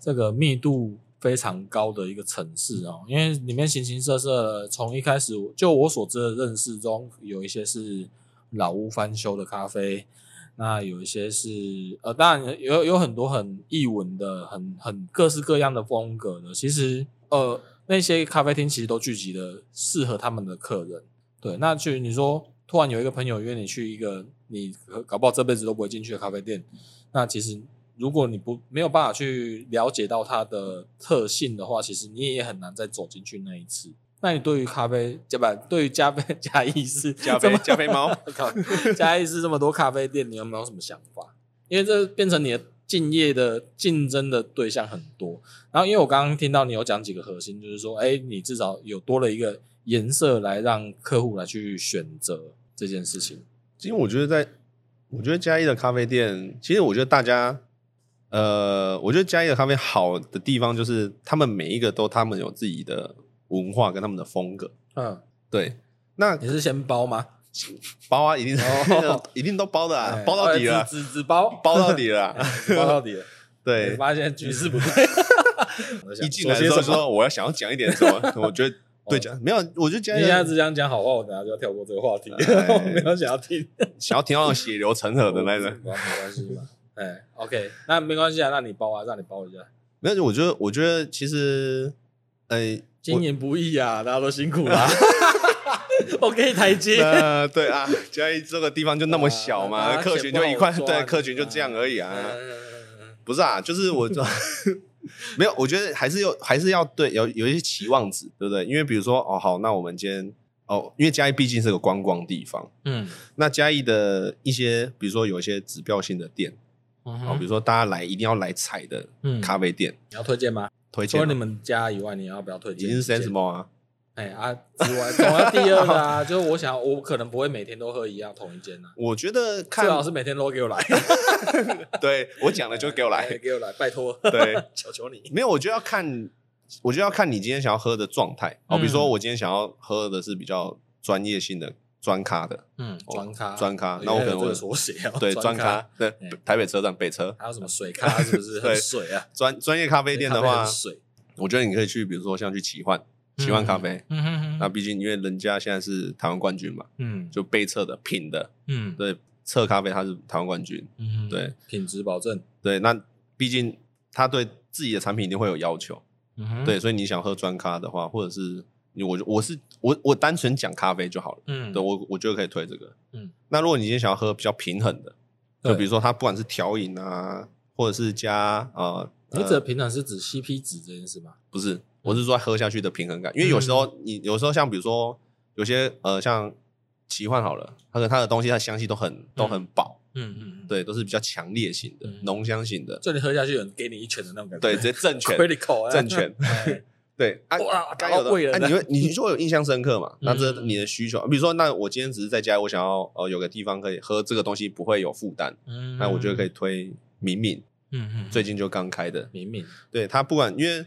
[SPEAKER 1] 这个密度非常高的一个城市哦，因为里面形形色色的，从一开始就我所知的认识中，有一些是老屋翻修的咖啡，那有一些是呃，当然有有很多很译文的，很很各式各样的风格的。其实呃，那些咖啡厅其实都聚集了适合他们的客人。对，那去你说突然有一个朋友约你去一个你呃搞不好这辈子都不会进去的咖啡店，那其实如果你不没有办法去了解到它的特性的话，其实你也很难再走进去那一次。那你对于咖啡，加不对于加菲加意式
[SPEAKER 2] 加
[SPEAKER 1] 这
[SPEAKER 2] 菲
[SPEAKER 1] 么
[SPEAKER 2] 加菲猫，
[SPEAKER 1] 靠，嘉义市这么多咖啡店，你有没有什么想法？因为这变成你的敬业的竞争的对象很多。然后，因为我刚刚听到你有讲几个核心，就是说，哎、你至少有多了一个颜色来让客户来去选择这件事情。
[SPEAKER 2] 其实我觉得在，我觉得嘉义的咖啡店，其实我觉得大家，呃，我觉得嘉义的咖啡好的地方就是他们每一个都他们有自己的文化跟他们的风格，
[SPEAKER 1] 嗯，
[SPEAKER 2] 对。那
[SPEAKER 1] 你是先包吗？
[SPEAKER 2] 包啊，一定、
[SPEAKER 1] 哦
[SPEAKER 2] 一定都包的啊
[SPEAKER 1] 哎，
[SPEAKER 2] 包到底了
[SPEAKER 1] 哎
[SPEAKER 2] 啊，
[SPEAKER 1] 只只只包哎
[SPEAKER 2] 包到底了啊。
[SPEAKER 1] 包到底了。
[SPEAKER 2] 对
[SPEAKER 1] 我，发现局势不 对，我想
[SPEAKER 2] 一进来的
[SPEAKER 1] 些
[SPEAKER 2] 时候
[SPEAKER 1] 什么？
[SPEAKER 2] 说我要想要讲一点 什么，我觉得对讲没有，我就讲
[SPEAKER 1] 哦你现在只想讲好话，我等下就要跳过这个话题，
[SPEAKER 2] 哎
[SPEAKER 1] 我没有想要听。
[SPEAKER 2] 想要听到血流成河的那种。
[SPEAKER 1] 哦没关 系嘛。哎，OK，那没关系啊，让你包啊，让你包一下。
[SPEAKER 2] 没有，我觉得我觉得其实，呃，
[SPEAKER 1] 今年不易啊，大家都辛苦 啦。我给你台阶。
[SPEAKER 2] 呃，对啊，嘉义这个地方就那么小
[SPEAKER 1] 啊
[SPEAKER 2] 嘛，
[SPEAKER 1] 啊
[SPEAKER 2] 客群就一块，
[SPEAKER 1] 钱不好赚
[SPEAKER 2] 对，客群就这样而已啊。
[SPEAKER 1] 嗯
[SPEAKER 2] 不是啊，就是 我没有，我觉得还是有，还是要对有有一些期望值，对不对？因为比如说，哦，好，那我们今天哦，因为嘉义毕竟是个观光地方，
[SPEAKER 1] 嗯
[SPEAKER 2] 那嘉义的一些，比如说有一些指标性的店，
[SPEAKER 1] 嗯
[SPEAKER 2] 哦，比如说大家来一定要来踩的
[SPEAKER 1] 嗯
[SPEAKER 2] 咖啡店，
[SPEAKER 1] 你要推荐吗？
[SPEAKER 2] 推
[SPEAKER 1] 除
[SPEAKER 2] 荐
[SPEAKER 1] 了
[SPEAKER 2] 啊
[SPEAKER 1] 你们家以外，你要不要推
[SPEAKER 2] 已
[SPEAKER 1] 荐？
[SPEAKER 2] 经是 Sense？Mo 啊，
[SPEAKER 1] 哎啊，之外，总要第二个 啊，就是我想，我可能不会每天都喝一样同一间啊。
[SPEAKER 2] 我觉得
[SPEAKER 1] 最好
[SPEAKER 2] 看
[SPEAKER 1] 是每天都给我 来，
[SPEAKER 2] 对我讲了就给我
[SPEAKER 1] 哎
[SPEAKER 2] 来，
[SPEAKER 1] 给我来，拜托，
[SPEAKER 2] 对，
[SPEAKER 1] 求求你。
[SPEAKER 2] 没有，我就要看，我就要看你今天想要喝的状态哦，比如
[SPEAKER 1] 嗯
[SPEAKER 2] 说我今天想要喝的是比较专业性的专咖的，
[SPEAKER 1] 嗯，
[SPEAKER 2] 哦
[SPEAKER 1] 专咖，
[SPEAKER 2] 专咖
[SPEAKER 1] 哎，
[SPEAKER 2] 那我可
[SPEAKER 1] 还有
[SPEAKER 2] 能
[SPEAKER 1] 这
[SPEAKER 2] 我
[SPEAKER 1] 个缩写哦，
[SPEAKER 2] 对
[SPEAKER 1] 专
[SPEAKER 2] 专咖，对
[SPEAKER 1] 嗯
[SPEAKER 2] 台北车站北车
[SPEAKER 1] 还有什么水咖是不 是？
[SPEAKER 2] 对
[SPEAKER 1] 很水啊，
[SPEAKER 2] 专专业咖啡店的
[SPEAKER 1] 咖啡
[SPEAKER 2] 话
[SPEAKER 1] 很，水，
[SPEAKER 2] 我觉得你可以去，比如说像去奇幻奇幻咖啡，
[SPEAKER 1] 嗯哼
[SPEAKER 2] 那
[SPEAKER 1] 哼，
[SPEAKER 2] 毕竟因为人家现在是台湾冠军嘛，
[SPEAKER 1] 嗯
[SPEAKER 2] 就杯测的品的，
[SPEAKER 1] 嗯
[SPEAKER 2] 对，测咖啡它是台湾冠军，
[SPEAKER 1] 嗯，
[SPEAKER 2] 对，
[SPEAKER 1] 品质保证，
[SPEAKER 2] 对，那毕竟他对自己的产品一定会有要求，
[SPEAKER 1] 嗯哼，
[SPEAKER 2] 对，所以你想喝专咖的话，或者是你我我是我我单纯讲咖啡就好了，
[SPEAKER 1] 嗯
[SPEAKER 2] 对我我觉得可以推这个。
[SPEAKER 1] 嗯，
[SPEAKER 2] 那如果你今天想要喝比较平衡的，
[SPEAKER 1] 对
[SPEAKER 2] 就比如说它不管是调饮啊，或者是加呃，
[SPEAKER 1] 你
[SPEAKER 2] 呃
[SPEAKER 1] 指的平衡是指 CP 值这件事吗？
[SPEAKER 2] 不是，我是说喝下去的平衡感，因为有时候
[SPEAKER 1] 嗯
[SPEAKER 2] 你有时候像比如说有些呃像奇幻好了，它的它的东西它的香气都很都很饱，
[SPEAKER 1] 嗯嗯，
[SPEAKER 2] 对，都是比较强烈型的
[SPEAKER 1] 嗯
[SPEAKER 2] 浓香型的，
[SPEAKER 1] 就你喝下去，有人给你一拳的那种感觉，，
[SPEAKER 2] 对，直接正拳
[SPEAKER 1] ，critical 啊
[SPEAKER 2] 正拳，
[SPEAKER 1] 哎
[SPEAKER 2] 对啊，
[SPEAKER 1] 哇，
[SPEAKER 2] 该
[SPEAKER 1] 打
[SPEAKER 2] 有
[SPEAKER 1] 到
[SPEAKER 2] 的
[SPEAKER 1] 胃了，
[SPEAKER 2] 啊、你会你就会有印象深刻嘛？那这
[SPEAKER 1] 嗯
[SPEAKER 2] 你的需求，比如说，那我今天只是在家，我想要呃有个地方可以喝这个东西不会有负担，
[SPEAKER 1] 嗯，
[SPEAKER 2] 那我觉得可以，推敏敏，
[SPEAKER 1] 嗯嗯，
[SPEAKER 2] 最近就刚开的，
[SPEAKER 1] 明明，
[SPEAKER 2] 对它不管因为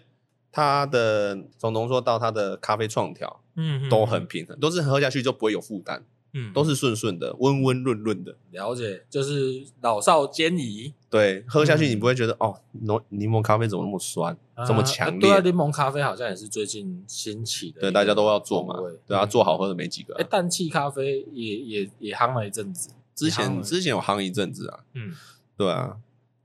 [SPEAKER 2] 它的从浓缩到它的咖啡创调
[SPEAKER 1] 嗯
[SPEAKER 2] 都很，平衡，都是喝下去就不会有负担，
[SPEAKER 1] 嗯
[SPEAKER 2] 都是顺顺的，温温润润的，
[SPEAKER 1] 了解，就是老少皆宜。
[SPEAKER 2] 对，喝下去
[SPEAKER 1] 嗯
[SPEAKER 2] 你不会觉得、哦，浓柠檬咖啡怎么那么酸，这么
[SPEAKER 1] 啊
[SPEAKER 2] 强
[SPEAKER 1] 呃
[SPEAKER 2] 烈，
[SPEAKER 1] 对啊，柠檬咖啡好像也是最近兴起的一个
[SPEAKER 2] 对，
[SPEAKER 1] 风味，
[SPEAKER 2] 大家都要做嘛，对啊，
[SPEAKER 1] 嗯
[SPEAKER 2] 做好喝的没几个啊、
[SPEAKER 1] 哎，氮气咖啡也也也夯了一阵子，
[SPEAKER 2] 之
[SPEAKER 3] 你夯
[SPEAKER 2] 前
[SPEAKER 3] 了
[SPEAKER 2] 之前有夯一阵子啊，
[SPEAKER 1] 嗯
[SPEAKER 2] 对啊。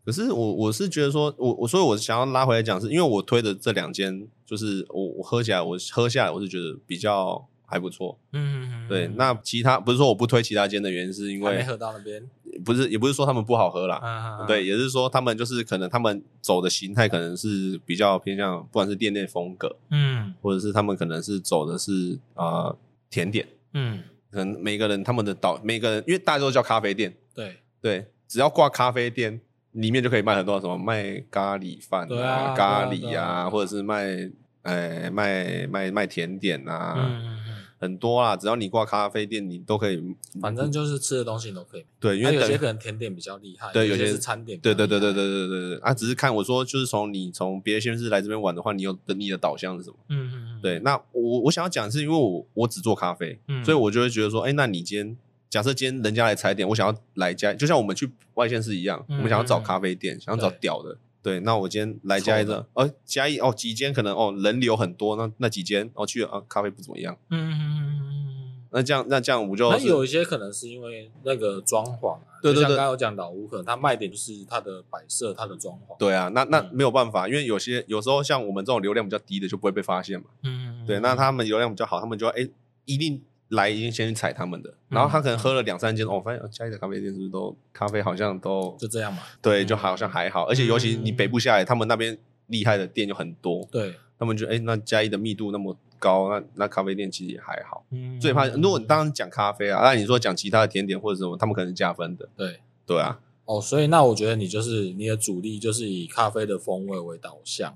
[SPEAKER 2] 可是我我是觉得说，我我所以我想要拉回来讲，是因为我推的这两间，就是我我喝起来，我喝下来我是觉得比较还不错。
[SPEAKER 1] 嗯，嗯
[SPEAKER 2] 对，那其他不是说我不推其他间的原因，是因
[SPEAKER 1] 还没
[SPEAKER 2] 为
[SPEAKER 1] 喝到那边，
[SPEAKER 2] 不是也不是说他们不好喝啦，
[SPEAKER 1] 啊
[SPEAKER 2] 对，，也是说他们就是可能他们走的形态可能是比较偏向，不管是店内风格，
[SPEAKER 1] 嗯
[SPEAKER 2] 或者是他们可能是走的是呃甜点，
[SPEAKER 1] 嗯，
[SPEAKER 2] 可能每个人他们的导每个人，因为大家都叫咖啡店，
[SPEAKER 1] 嗯对，
[SPEAKER 2] 对，只要挂咖啡店里面就可以卖很多什么卖咖喱饭
[SPEAKER 1] 对啊
[SPEAKER 2] 咖
[SPEAKER 1] 对啊
[SPEAKER 2] 喱
[SPEAKER 1] 对啊
[SPEAKER 2] 或者是卖呃卖卖卖甜点啊，
[SPEAKER 1] 嗯嗯嗯，
[SPEAKER 2] 很多啊啦，只要你挂咖啡店，你都可以，
[SPEAKER 1] 反正就是吃的东西你都可以，
[SPEAKER 2] 对，因
[SPEAKER 1] 因
[SPEAKER 2] 为
[SPEAKER 1] 啊有
[SPEAKER 2] 等于
[SPEAKER 1] 些可能甜点比较厉害，
[SPEAKER 2] 对有
[SPEAKER 1] 些
[SPEAKER 2] 些
[SPEAKER 1] 是餐点，
[SPEAKER 2] 对对对对，对对对对啊！只是看我说，就是从你从别的县市来这边玩的话，你有的你的导向是什么？
[SPEAKER 1] 嗯嗯嗯，
[SPEAKER 2] 对，那我我想要讲的是，因为我我只做咖啡，
[SPEAKER 1] 嗯
[SPEAKER 2] 所以我就会觉得说，哎，那你今天假设今天人家来踩点，我想要来家，就像我们去外县市一样，
[SPEAKER 1] 嗯
[SPEAKER 2] 我们想要找咖啡店，想要找
[SPEAKER 1] 对
[SPEAKER 2] 屌的。对，那我今天来嘉义
[SPEAKER 1] 丑
[SPEAKER 2] 的，呃，嘉义哦，几间可能哦人流很多，那那几间哦去了啊咖啡不怎么样，
[SPEAKER 1] 嗯嗯嗯嗯嗯。
[SPEAKER 2] 那这样那这样我就
[SPEAKER 1] 那
[SPEAKER 2] 是
[SPEAKER 1] 有一些可能是因为那个装潢啊，
[SPEAKER 2] 对对
[SPEAKER 1] 就像
[SPEAKER 2] 对
[SPEAKER 1] 刚刚有讲老屋，可能它卖点就是它的摆设、它的装潢，
[SPEAKER 2] 对啊，那那
[SPEAKER 1] 嗯
[SPEAKER 2] 没有办法，因为有些有时候像我们这种流量比较低的就不会被发现嘛。
[SPEAKER 1] 嗯，嗯，嗯
[SPEAKER 2] 对，那他们流量比较好，他们就哎、诶一定来一定先去踩他们的，
[SPEAKER 1] 嗯
[SPEAKER 2] 然后他可能喝了两三间，哦，发现呃嘉义的咖啡店是不是都咖啡好像都
[SPEAKER 1] 就这样嘛，
[SPEAKER 2] 对，
[SPEAKER 1] 嗯
[SPEAKER 2] 就好像还好，而且尤其你北部下来，他们那边厉害的店就很多，
[SPEAKER 1] 对，
[SPEAKER 2] 他们就哎、诶那嘉义的密度那么高，那那咖啡店其实也还好。
[SPEAKER 1] 嗯
[SPEAKER 2] 最怕如果你当然讲咖啡啊，那你说讲其他的甜点或者什么，他们可能是加分的，
[SPEAKER 1] 对
[SPEAKER 2] 对啊，
[SPEAKER 1] 哦，所以那我觉得你就是你的主力就是以咖啡的风味为导向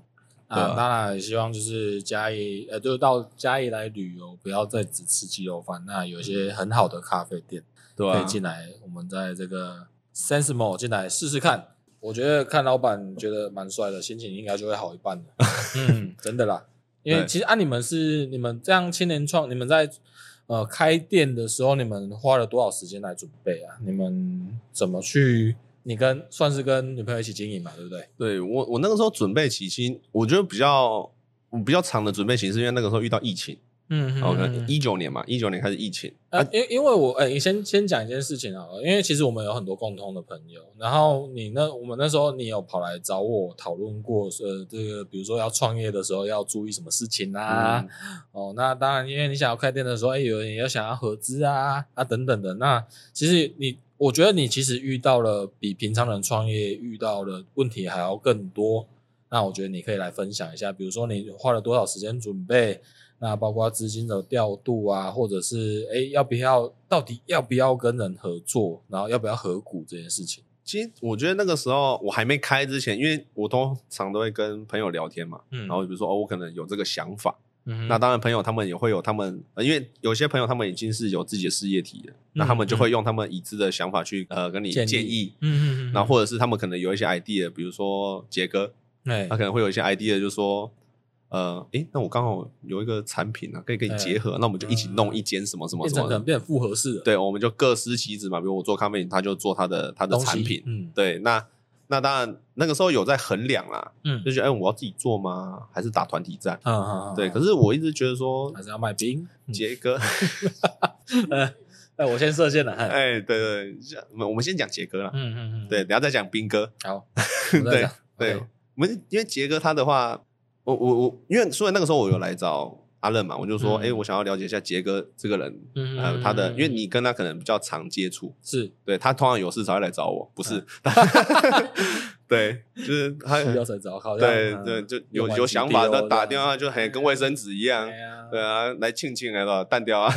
[SPEAKER 2] 对
[SPEAKER 1] 啊，
[SPEAKER 2] 啊
[SPEAKER 1] 当然也希望就是嘉义呃，就是到嘉义来旅游，不要再只吃鸡肉饭。那有一些很好的咖啡店
[SPEAKER 2] 对
[SPEAKER 1] 可以
[SPEAKER 2] 啊，
[SPEAKER 1] 进来，我们在这个 Sensmo 进来试试看。我觉得看老板觉得蛮帅的，心情应该就会好一半的。嗯，真的啦，因为
[SPEAKER 2] 对
[SPEAKER 1] 其实按、啊你们是你们这样青年创，你们在呃开店的时候，你们花了多少时间来准备啊？你们怎么去？你跟算是跟女朋友一起经营嘛，对不对？
[SPEAKER 2] 对我我那个时候准备期期，我觉得比较我比较长的准备期是因为那个时候遇到疫情。
[SPEAKER 1] 嗯
[SPEAKER 2] 然后可能一九年嘛，一九年开始疫情，
[SPEAKER 1] 呃，因因为我哎、你先先讲一件事情好了，因为其实我们有很多共通的朋友，然后你那我们那时候你有跑来找我讨论过，呃，这个比如说要创业的时候要注意什么事情啊？
[SPEAKER 2] 嗯
[SPEAKER 1] 哦，那当然，因为你想要开店的时候，哎、有人也要想要合资啊啊等等的，那其实你我觉得你其实遇到了比平常人创业遇到的问题还要更多，那我觉得你可以来分享一下，比如说你花了多少时间准备，那包括资金的调度啊，或者是哎要不要，到底要不要跟人合作，然后要不要合股这件事情。
[SPEAKER 2] 其实我觉得那个时候我还没开之前，因为我通常都会跟朋友聊天嘛，
[SPEAKER 1] 嗯
[SPEAKER 2] 然后比如说哦，我可能有这个想法，
[SPEAKER 1] 嗯
[SPEAKER 2] 那当然朋友他们也会有他们，呃因为有些朋友他们已经是有自己的事业体
[SPEAKER 1] 嗯
[SPEAKER 2] 了，那他们就会用他们已知的想法去呃跟你
[SPEAKER 1] 建
[SPEAKER 2] 建
[SPEAKER 1] 议
[SPEAKER 2] 议，
[SPEAKER 1] 嗯
[SPEAKER 2] 然后或者是他们可能有一些 idea，比如说杰哥，
[SPEAKER 1] 哎
[SPEAKER 2] 他可能会有一些 idea，就说。呃，诶，那我刚好有一个产品啊，可以跟你结合，那我们就一起弄一间什么什么
[SPEAKER 1] 变
[SPEAKER 2] 什
[SPEAKER 1] 成
[SPEAKER 2] 么
[SPEAKER 1] 可
[SPEAKER 2] 的
[SPEAKER 1] 能，变复合式的
[SPEAKER 2] 对，我们就各司其职嘛。比如我做咖啡因，他就做他的他的
[SPEAKER 1] 东西
[SPEAKER 2] 产品。
[SPEAKER 1] 嗯
[SPEAKER 2] 对，那那当然那个时候有在衡量啦，
[SPEAKER 1] 嗯
[SPEAKER 2] 就觉得哎、我要自己做吗？还是打团体战？
[SPEAKER 1] 嗯嗯嗯
[SPEAKER 2] 对，可是我一直觉得说
[SPEAKER 1] 还是要卖冰。
[SPEAKER 2] 杰 哥，
[SPEAKER 1] 呃，哎，我先射箭了，嗨，
[SPEAKER 2] 哎、对对对，我们我们先讲杰哥啦。
[SPEAKER 1] 嗯嗯嗯，
[SPEAKER 2] 对，，等一下再讲兵哥。
[SPEAKER 1] 好，我们再讲
[SPEAKER 2] 对
[SPEAKER 1] OK
[SPEAKER 2] 我们因为杰哥他的话，我我我，因为所以那个时候我有来找阿任嘛，我就说，
[SPEAKER 1] 嗯
[SPEAKER 2] 哎、我想要了解一下杰哥这个人，
[SPEAKER 1] 嗯
[SPEAKER 2] 呃，他的，因为你跟他可能比较常接触，
[SPEAKER 1] 是
[SPEAKER 2] 对他通常有事才会来找我，不是？ 对，就是他
[SPEAKER 1] 嗯需要才找靠，
[SPEAKER 2] 对对，就有有想法，他打电话就很跟卫生纸一样，
[SPEAKER 1] 哎
[SPEAKER 2] 对
[SPEAKER 1] 对，
[SPEAKER 2] 啊，来庆庆来了，淡 掉啊，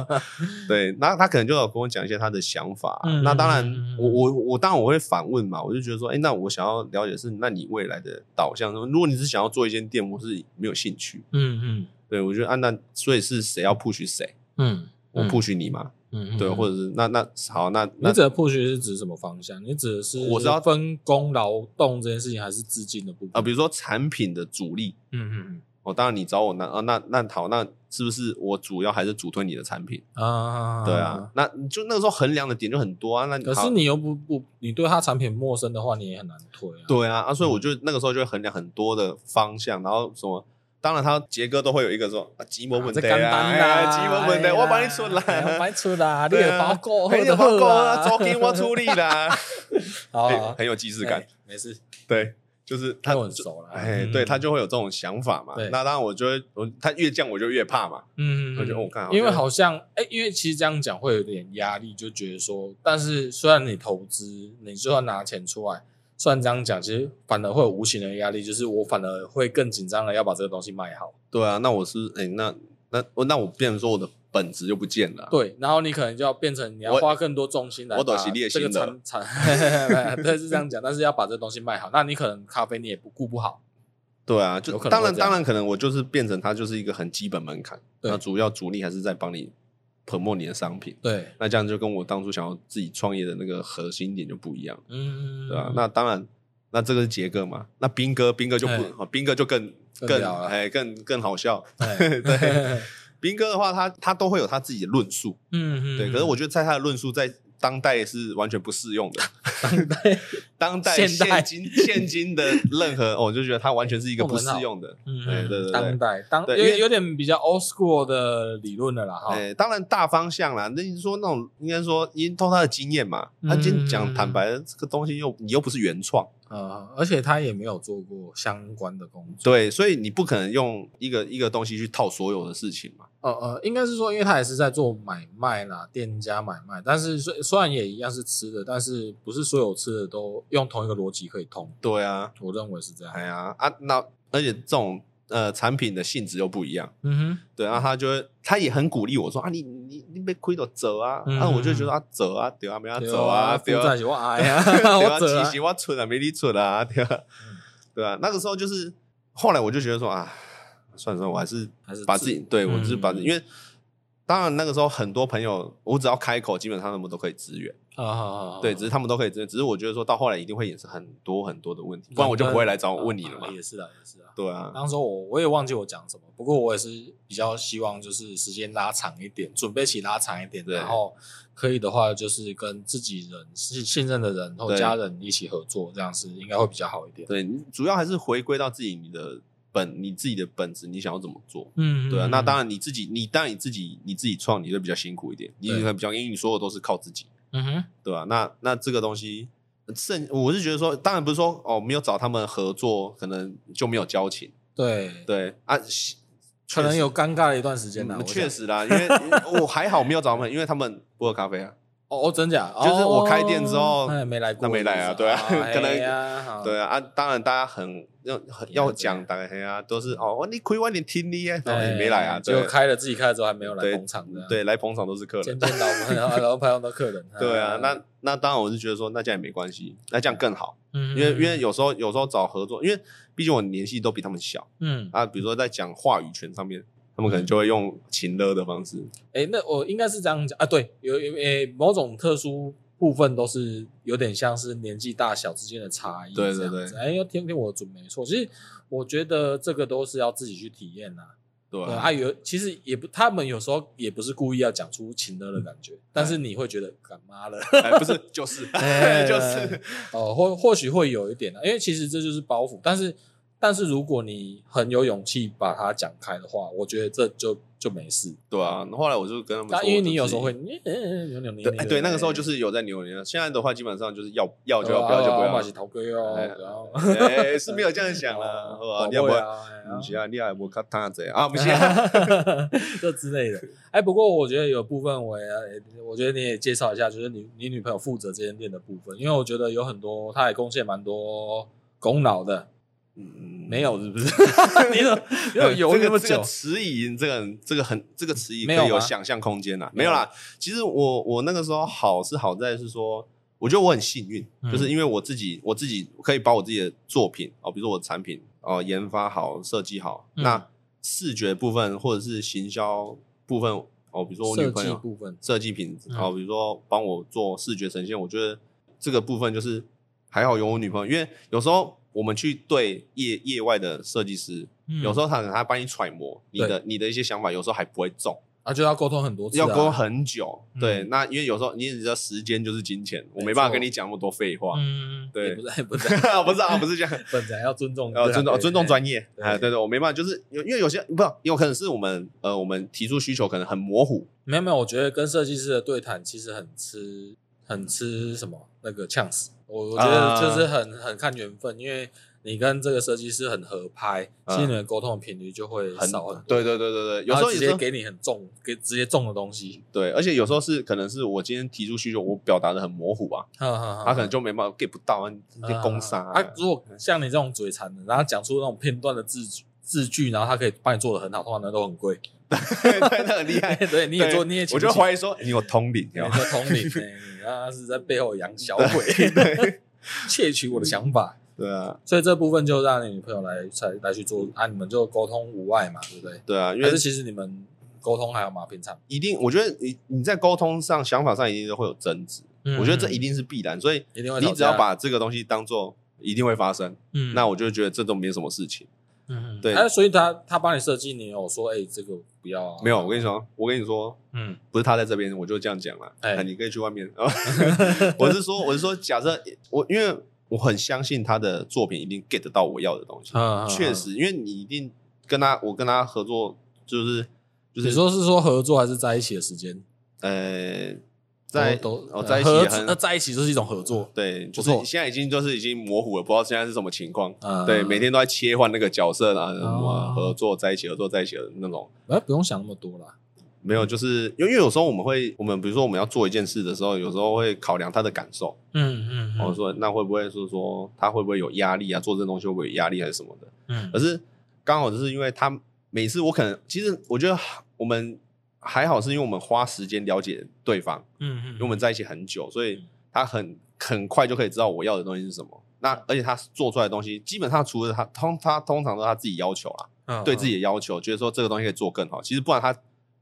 [SPEAKER 2] 对，那他可能就有跟我讲一些他的想法啊。
[SPEAKER 1] 嗯
[SPEAKER 2] 那当然
[SPEAKER 1] 嗯嗯嗯，
[SPEAKER 2] 我我我当然我会反问嘛，我就觉得说，哎，那我想要了解是，那你未来的导向是什么？如果你是想要做一间店，我是没有兴趣。
[SPEAKER 1] 嗯嗯
[SPEAKER 2] 对我觉得啊，那所以是谁要 push 谁？
[SPEAKER 1] 嗯，
[SPEAKER 2] 我
[SPEAKER 1] 嗯
[SPEAKER 2] push 你嘛？
[SPEAKER 1] 嗯，
[SPEAKER 2] 对，或
[SPEAKER 1] 者
[SPEAKER 2] 者是那那好，那那
[SPEAKER 1] 你指的 push 是指什么方向？你指的是
[SPEAKER 2] 我知道
[SPEAKER 1] 分工劳动这件事情，还是资金的部分
[SPEAKER 2] 啊，比如说产品的主力，
[SPEAKER 1] 嗯嗯
[SPEAKER 2] 哦，当然你找我那啊，那那好，那是不是我主要还是主推你的产品？
[SPEAKER 1] 嗯啊，
[SPEAKER 2] 对啊，。那你就那个时候衡量的点就很多啊。那
[SPEAKER 1] 可
[SPEAKER 2] 好
[SPEAKER 1] 是你又不不，你对他产品陌生的话，你也很难推啊。
[SPEAKER 2] 对啊啊，所以我就那个时候就会衡量很多的方向，然后什么当然他杰哥都会有一个说啊，吉摩本
[SPEAKER 1] 这
[SPEAKER 2] 对
[SPEAKER 1] 干单啦，
[SPEAKER 2] 吉摩本对，我帮你出
[SPEAKER 1] 哎呀我
[SPEAKER 2] 来，
[SPEAKER 1] 帮 你出啦，你
[SPEAKER 2] 对
[SPEAKER 1] 也
[SPEAKER 2] 啊
[SPEAKER 1] 包够，
[SPEAKER 2] 很有
[SPEAKER 1] 包
[SPEAKER 2] 报告啊，周给我出力啦，
[SPEAKER 1] 好
[SPEAKER 2] 哎
[SPEAKER 1] 好
[SPEAKER 2] 很有既视
[SPEAKER 1] 哎
[SPEAKER 2] 感，
[SPEAKER 1] 没事，
[SPEAKER 2] 对，就是他
[SPEAKER 1] 他很熟了，
[SPEAKER 2] 哎，
[SPEAKER 1] 嗯
[SPEAKER 2] 对他，就会有这种想法嘛
[SPEAKER 1] 对。
[SPEAKER 2] 那当然，我就会，我他越这样我就越怕嘛。
[SPEAKER 1] 嗯，嗯嗯
[SPEAKER 2] 我觉得我看好像
[SPEAKER 1] 因为好像哎，因为其实这样讲会有点压力，就觉得说，但是虽然你投资，你就算拿钱出来，虽然这样讲，其实反而会有无形的压力，就是我反而会更紧张的要把这个东西卖好。
[SPEAKER 2] 对啊，那我是哎，那那我那我变成说我的本质就不见了。啊
[SPEAKER 1] 对，然后你可能就要变成你要
[SPEAKER 2] 我
[SPEAKER 1] 花更多重心来
[SPEAKER 2] 我
[SPEAKER 1] 把
[SPEAKER 2] 都是猎
[SPEAKER 1] 这
[SPEAKER 2] 心
[SPEAKER 1] 个
[SPEAKER 2] 的
[SPEAKER 1] 产产， 对是这样讲，但是要把这东西卖好，那你可能咖啡你也不顾不好，
[SPEAKER 2] 对啊，
[SPEAKER 1] 有
[SPEAKER 2] 就
[SPEAKER 1] 可能
[SPEAKER 2] 当
[SPEAKER 1] 会
[SPEAKER 2] 然
[SPEAKER 1] 这样
[SPEAKER 2] 当然可能我就是变成它就是一个很基本门槛，
[SPEAKER 1] 对
[SPEAKER 2] 那主要主力还是在帮你 promote 你的商品。
[SPEAKER 1] 对，
[SPEAKER 2] 那这样就跟我当初想要自己创业的那个核心点就不一样，
[SPEAKER 1] 嗯，
[SPEAKER 2] 对啊，那当然，那这个是杰哥嘛，那斌哥斌哥就
[SPEAKER 1] 哎
[SPEAKER 2] 不，哦斌哥就更
[SPEAKER 1] 更
[SPEAKER 2] 更
[SPEAKER 1] 屌了
[SPEAKER 2] 哎更更好 笑。
[SPEAKER 1] 哎
[SPEAKER 2] 对，斌哥的话，他他都会有他自己的论述，
[SPEAKER 1] 嗯嗯，
[SPEAKER 2] 对。可是我觉得在他的论述在当代是完全不适用的，当代
[SPEAKER 1] 现代
[SPEAKER 2] 现今现今的任何，哦我就觉得他完全是一个不适用的。
[SPEAKER 1] 嗯
[SPEAKER 2] 对对对对
[SPEAKER 1] 当代当有
[SPEAKER 2] 对因为
[SPEAKER 1] 有点比较 old school 的理论了啦哈，
[SPEAKER 2] 哎，当然大方向啦，那你说那种应该说，因为透他的经验嘛，他今天
[SPEAKER 1] 嗯
[SPEAKER 2] 讲坦白的，这个东西又你又不是原创，
[SPEAKER 1] 呃，而且他也没有做过相关的工作，
[SPEAKER 2] 对，所以你不可能用一个一个东西去套所有的事情嘛。
[SPEAKER 1] 呃呃，应该是说，因为他也是在做买卖啦，店家买卖，但是虽虽然也一样是吃的，但是不是所有吃的都用同一个逻辑可以通，
[SPEAKER 2] 对啊，
[SPEAKER 1] 我认为是这样。
[SPEAKER 2] 哎呀啊，那而且这种呃产品的性质又不一样，
[SPEAKER 1] 嗯
[SPEAKER 2] 对，然后他就会他也很鼓励我说啊，你你你被亏了折啊，
[SPEAKER 1] 嗯
[SPEAKER 2] 那、啊、我就觉得啊折啊，对啊，没啊
[SPEAKER 1] 哼，
[SPEAKER 2] 折啊，
[SPEAKER 1] 负
[SPEAKER 2] 对啊，
[SPEAKER 1] 债，哦是我哎呀
[SPEAKER 2] 对啊，
[SPEAKER 1] 我走
[SPEAKER 2] 其
[SPEAKER 1] 了
[SPEAKER 2] 实。我蠢啊，没你蠢啊， 对啊，对啊，那个时候就是后来我就觉得说啊，算了算了，我还是
[SPEAKER 1] 还是
[SPEAKER 2] 把自己对我就是把，
[SPEAKER 1] 嗯
[SPEAKER 2] 因为当然那个时候很多朋友，我只要开口，基本上他们都可以支援。
[SPEAKER 1] 啊啊啊啊
[SPEAKER 2] 对，只是他们都可以直接，只是我觉得说到后来一定会衍生很多很多的问
[SPEAKER 1] 哦
[SPEAKER 2] 题，不然我就不会来找我问你了嘛
[SPEAKER 1] 啊。也是的，也是的。
[SPEAKER 2] 对啊，
[SPEAKER 1] 当时我我也忘记我讲什么，不过我也是比较希望就是时间拉长一点，准备期拉长一点，
[SPEAKER 2] 对
[SPEAKER 1] 然后可以的话就是跟自己人信信任的人或
[SPEAKER 2] 对
[SPEAKER 1] 家人一起合作，这样是应该会比较好一点。
[SPEAKER 2] 对，你主要还是回归到自己你的本，你自己的本质，你想要怎么做。
[SPEAKER 1] 嗯
[SPEAKER 2] 对啊，那当
[SPEAKER 1] 然，
[SPEAKER 2] 然你自己，你当然你自己你自己创，你就比较辛苦一点，你
[SPEAKER 1] 对
[SPEAKER 2] 可能比较，因为你所有都是靠自己，
[SPEAKER 1] 嗯哼，
[SPEAKER 2] 对吧、那那这个东西，剩我是觉得说，当然不是说哦没有找他们合作，可能就没有交情，
[SPEAKER 1] 对，
[SPEAKER 2] 对啊，
[SPEAKER 1] 可能有尴尬的一段时间呢啊
[SPEAKER 2] 嗯，确实啦，因为我还好没有找他们，因为他们不喝咖啡啊，
[SPEAKER 1] 我想，哦，真假，
[SPEAKER 2] 就是我开店之后
[SPEAKER 1] 哦他也没来过，
[SPEAKER 2] 那没来
[SPEAKER 1] 是
[SPEAKER 2] 啊
[SPEAKER 1] 不是
[SPEAKER 2] 对啊 可能
[SPEAKER 1] 哎呀好
[SPEAKER 2] 对啊，啊，当然大家很要很
[SPEAKER 1] 对啊
[SPEAKER 2] 要讲，大家啊都是哦，你亏完你听你耶，然后
[SPEAKER 1] 哎
[SPEAKER 2] 也没来啊，
[SPEAKER 1] 结果
[SPEAKER 2] 对
[SPEAKER 1] 开了自己开了之后还没有来
[SPEAKER 2] 对
[SPEAKER 1] 捧场的，，
[SPEAKER 2] 对，来捧场都是客
[SPEAKER 1] 见
[SPEAKER 2] 人，
[SPEAKER 1] 见老朋友， 老朋友的客人，
[SPEAKER 2] 对啊，那那当然我是觉得说那这样也没关系，那这样更好，
[SPEAKER 1] 因
[SPEAKER 2] 因为因
[SPEAKER 1] 嗯
[SPEAKER 2] 为有时候有时候找合作，因为毕竟我年纪都比他们小
[SPEAKER 1] 嗯。
[SPEAKER 2] 啊，比如说在讲话语权上面，他们可能就会用情勒的方式，
[SPEAKER 1] 诶，那我应该是这样讲啊，对，有有诶，某种特殊部分都是有点像是年纪大小之间的差异，
[SPEAKER 2] 对对
[SPEAKER 1] 这样子。哎，要听听我的准没错。其实我觉得这个都是要自己去体验啦、
[SPEAKER 2] 对
[SPEAKER 1] 对
[SPEAKER 2] 啊，
[SPEAKER 1] 啊，有其实也不，他们有时候也不是故意要讲出情的的感觉，但是你会觉得干妈了，
[SPEAKER 2] 哎不是就是
[SPEAKER 1] 哎
[SPEAKER 2] 就是，
[SPEAKER 1] 哦，或或许会有一点啦，啊因为其实这就是包袱，但是。但是如果你很有勇气把它讲开的话，我觉得这就就没事。
[SPEAKER 2] 对啊，后来我就跟他们
[SPEAKER 1] 那
[SPEAKER 2] 说，
[SPEAKER 1] 因为
[SPEAKER 2] 我就
[SPEAKER 1] 你有时候
[SPEAKER 2] 自己
[SPEAKER 1] 会扭扭扭。
[SPEAKER 2] 对，哎，对，那个时候就是是有在扭捏。现在的话，基本上就是要要就
[SPEAKER 1] 对啊
[SPEAKER 2] 要，不要就不
[SPEAKER 1] 我
[SPEAKER 2] 要
[SPEAKER 1] 嘛。是头哥哦，
[SPEAKER 2] 哎
[SPEAKER 1] 对啊
[SPEAKER 2] 哎， 是没有这样 想了，好吧？你要不
[SPEAKER 1] 宝贝
[SPEAKER 2] 要？
[SPEAKER 1] 啊哎呀
[SPEAKER 2] 不是啊，你也无较他这啊，不是啊。
[SPEAKER 1] 这之类的。哎，不过我觉得有部分我也，我觉得你也介绍一下，就是你你女朋友负责这间店的部分，因为我觉得有很多，她也贡献蛮多功劳的。
[SPEAKER 2] 嗯
[SPEAKER 1] 没有是 不是？你怎么 你怎么犹豫那么
[SPEAKER 2] 呃这
[SPEAKER 1] 久
[SPEAKER 2] 个？迟疑，这个这个很这个迟疑可
[SPEAKER 1] 没有
[SPEAKER 2] 以
[SPEAKER 1] 吗
[SPEAKER 2] 有想象空间啦。啊
[SPEAKER 1] 没
[SPEAKER 2] 没
[SPEAKER 1] 有
[SPEAKER 2] 有啦，其实我我那个时候好是好在是说，我觉得我很幸运，
[SPEAKER 1] 嗯
[SPEAKER 2] 就是因为我自己我自己可以把我自己的作品哦，比如说我的产品哦研发好、设计好，
[SPEAKER 1] 嗯
[SPEAKER 2] 那视觉部分或者是行销部分哦，比如说我女
[SPEAKER 1] 设
[SPEAKER 2] 朋
[SPEAKER 1] 计
[SPEAKER 2] 友
[SPEAKER 1] 部分，
[SPEAKER 2] 设计品哦
[SPEAKER 1] 嗯，
[SPEAKER 2] 好，比如说帮我做视觉呈现，我觉得这个部分就是还好有我女朋友，因为有时候我们去对业业外的设计师，有时
[SPEAKER 1] 候
[SPEAKER 2] 候他可能他帮你揣摩你的你的一些想法，有时候还不会中，
[SPEAKER 1] 啊，就要沟通很多次、啊，
[SPEAKER 2] 要沟很久。
[SPEAKER 1] 嗯
[SPEAKER 2] 对，那因为有时候你也知道时间就是金钱，我没办法跟你讲那么多废话。
[SPEAKER 1] 嗯，
[SPEAKER 2] 对
[SPEAKER 1] 也不是也 不是，
[SPEAKER 2] 不是啊，不是这样，
[SPEAKER 1] 本来要尊重，
[SPEAKER 2] 呃，尊重尊重专业，
[SPEAKER 1] 啊对
[SPEAKER 2] 哎，对对，我没办法，就是有因为有些不，有可能是我们呃，我们提出需求可能很模糊，
[SPEAKER 1] 没有没有，我觉得跟设计师的对谈其实很吃很吃什么那个呛死。我我觉得
[SPEAKER 2] 啊
[SPEAKER 1] 就是很、很看缘分，因为你跟这个设计师很合拍，
[SPEAKER 2] 嗯
[SPEAKER 1] 其实你们沟通的频率就会
[SPEAKER 2] 很
[SPEAKER 1] 少很多。
[SPEAKER 2] 对对对对对，有
[SPEAKER 1] 然
[SPEAKER 2] 时
[SPEAKER 1] 后
[SPEAKER 2] 候
[SPEAKER 1] 直
[SPEAKER 2] 有
[SPEAKER 1] 接
[SPEAKER 2] 时候
[SPEAKER 1] 给你很重，给直接重的东西，
[SPEAKER 2] 对，而且有时候是可能是我今天提出需求，我表达的很模糊啊，
[SPEAKER 1] 他
[SPEAKER 2] 他可能就没办法 get 不到，啊，你就攻杀啊
[SPEAKER 1] 啊，如果像你这种嘴馋的，然后讲出那种片段的字句字句，然后他可以帮你做的很好，通常那都很贵。
[SPEAKER 2] 对， 对那很厉害。
[SPEAKER 1] 对， 你也做，你也请
[SPEAKER 2] 我
[SPEAKER 1] 不起
[SPEAKER 2] 就怀疑说你有通灵，你知道
[SPEAKER 1] 有
[SPEAKER 2] 吗
[SPEAKER 1] 个统领呢，哎你他是在背后养小鬼，窃取我的想法。
[SPEAKER 2] 对啊，
[SPEAKER 1] 所以这部分就让你女朋友来才来去做啊，你们就沟通无碍嘛，对不对？
[SPEAKER 2] 对啊，因
[SPEAKER 1] 但
[SPEAKER 2] 为
[SPEAKER 1] 是其实你们沟通还有嘛，平常，
[SPEAKER 2] 一定，我觉得你你在沟通上、想法上一定都会有争执，
[SPEAKER 1] 嗯
[SPEAKER 2] 我觉得这一定是必然，所以
[SPEAKER 1] 一定会吵架，
[SPEAKER 2] 你只要把这个东西当做一定会发生，
[SPEAKER 1] 嗯，
[SPEAKER 2] 那我就觉得这都没什么事情。
[SPEAKER 1] 嗯
[SPEAKER 2] 对
[SPEAKER 1] 哎，所以他他帮你设计，你有说哎这个不要啊，
[SPEAKER 2] 没有，我跟你说，我跟你说，
[SPEAKER 1] 嗯，
[SPEAKER 2] 不是他在这边，我就这样讲了。
[SPEAKER 1] 哎
[SPEAKER 2] 哎、你可以去 外面。我是说，我是说，假设我因为我很相信他的作品一定 get 到我要的东西，
[SPEAKER 1] 嗯，嗯
[SPEAKER 2] 确，实，因为你一定跟他，我跟他合作，就是就
[SPEAKER 1] 嗯你
[SPEAKER 2] 是
[SPEAKER 1] 说是说合作还是在一起的时间？
[SPEAKER 2] 呃，在
[SPEAKER 1] 都
[SPEAKER 2] 哦在一起
[SPEAKER 1] 合呃
[SPEAKER 2] 也很
[SPEAKER 1] 那在一起就是一种合作，
[SPEAKER 2] 对，就
[SPEAKER 1] 不错
[SPEAKER 2] 是现在已经就是已经模糊了，不知道现在是什么情况。
[SPEAKER 1] 啊，
[SPEAKER 2] 对，每天都在切换那个角色啊，什么
[SPEAKER 1] 哦
[SPEAKER 2] 合作在一起，合作在一起的那种。
[SPEAKER 1] 哎不用想那么多啦，
[SPEAKER 2] 没
[SPEAKER 1] 嗯
[SPEAKER 2] 有，就是因为因为有时候我们会，我们比如说我们要做一件事的时候，有时候会考量他的感受，
[SPEAKER 1] 嗯
[SPEAKER 2] 我、后哦说那会不会是说他会不会有压力啊？做这东西会不会有压力还是什么的？
[SPEAKER 1] 嗯
[SPEAKER 2] 可是刚好就是因为他每次我可能其实我觉得我们还好，是因为我们花时间了解对方，
[SPEAKER 1] 嗯
[SPEAKER 2] 因为我们在一起很久，所以他很很快就可以知道我要的东西是什么。那而且他做出来的东西，基本上除了他通他通常都是他自己要求啦，
[SPEAKER 1] 嗯
[SPEAKER 2] 对自己的要求，觉得说这个东西可以做更好。其实不然他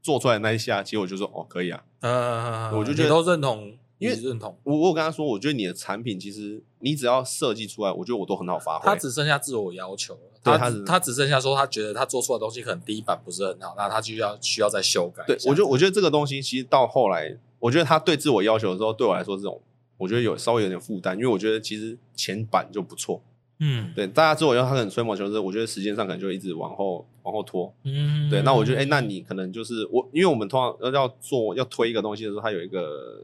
[SPEAKER 2] 做出来的那一下，其实我就说哦可以啊，
[SPEAKER 1] 嗯，
[SPEAKER 2] 我就觉得
[SPEAKER 1] 你都认同，
[SPEAKER 2] 因为
[SPEAKER 1] 你认同，
[SPEAKER 2] 我我有跟他说，我觉得你的产品其实你只要设计出来，我觉得我都很好发挥。
[SPEAKER 1] 他只剩下自我要求了，
[SPEAKER 2] 对
[SPEAKER 1] 他
[SPEAKER 2] 他
[SPEAKER 1] 只
[SPEAKER 2] 只
[SPEAKER 1] 他只剩下说他觉得他做出的东西可能第一版不是很好，那他就要需要再修改
[SPEAKER 2] 对
[SPEAKER 1] 一下。
[SPEAKER 2] 我觉得我觉得这个东西其实到后来，我觉得他对自我要求的时候，对我来说这种我觉得有稍微有点负担，因为我觉得其实前版就不错。
[SPEAKER 1] 嗯
[SPEAKER 2] 对，大家自我要求他很吹毛求疵，我觉得时间上可能就一直往后往后拖。
[SPEAKER 1] 嗯
[SPEAKER 2] 对，那我觉得哎、那你可能就是我，因为我们通常要要做要推一个东西的时候，它有一个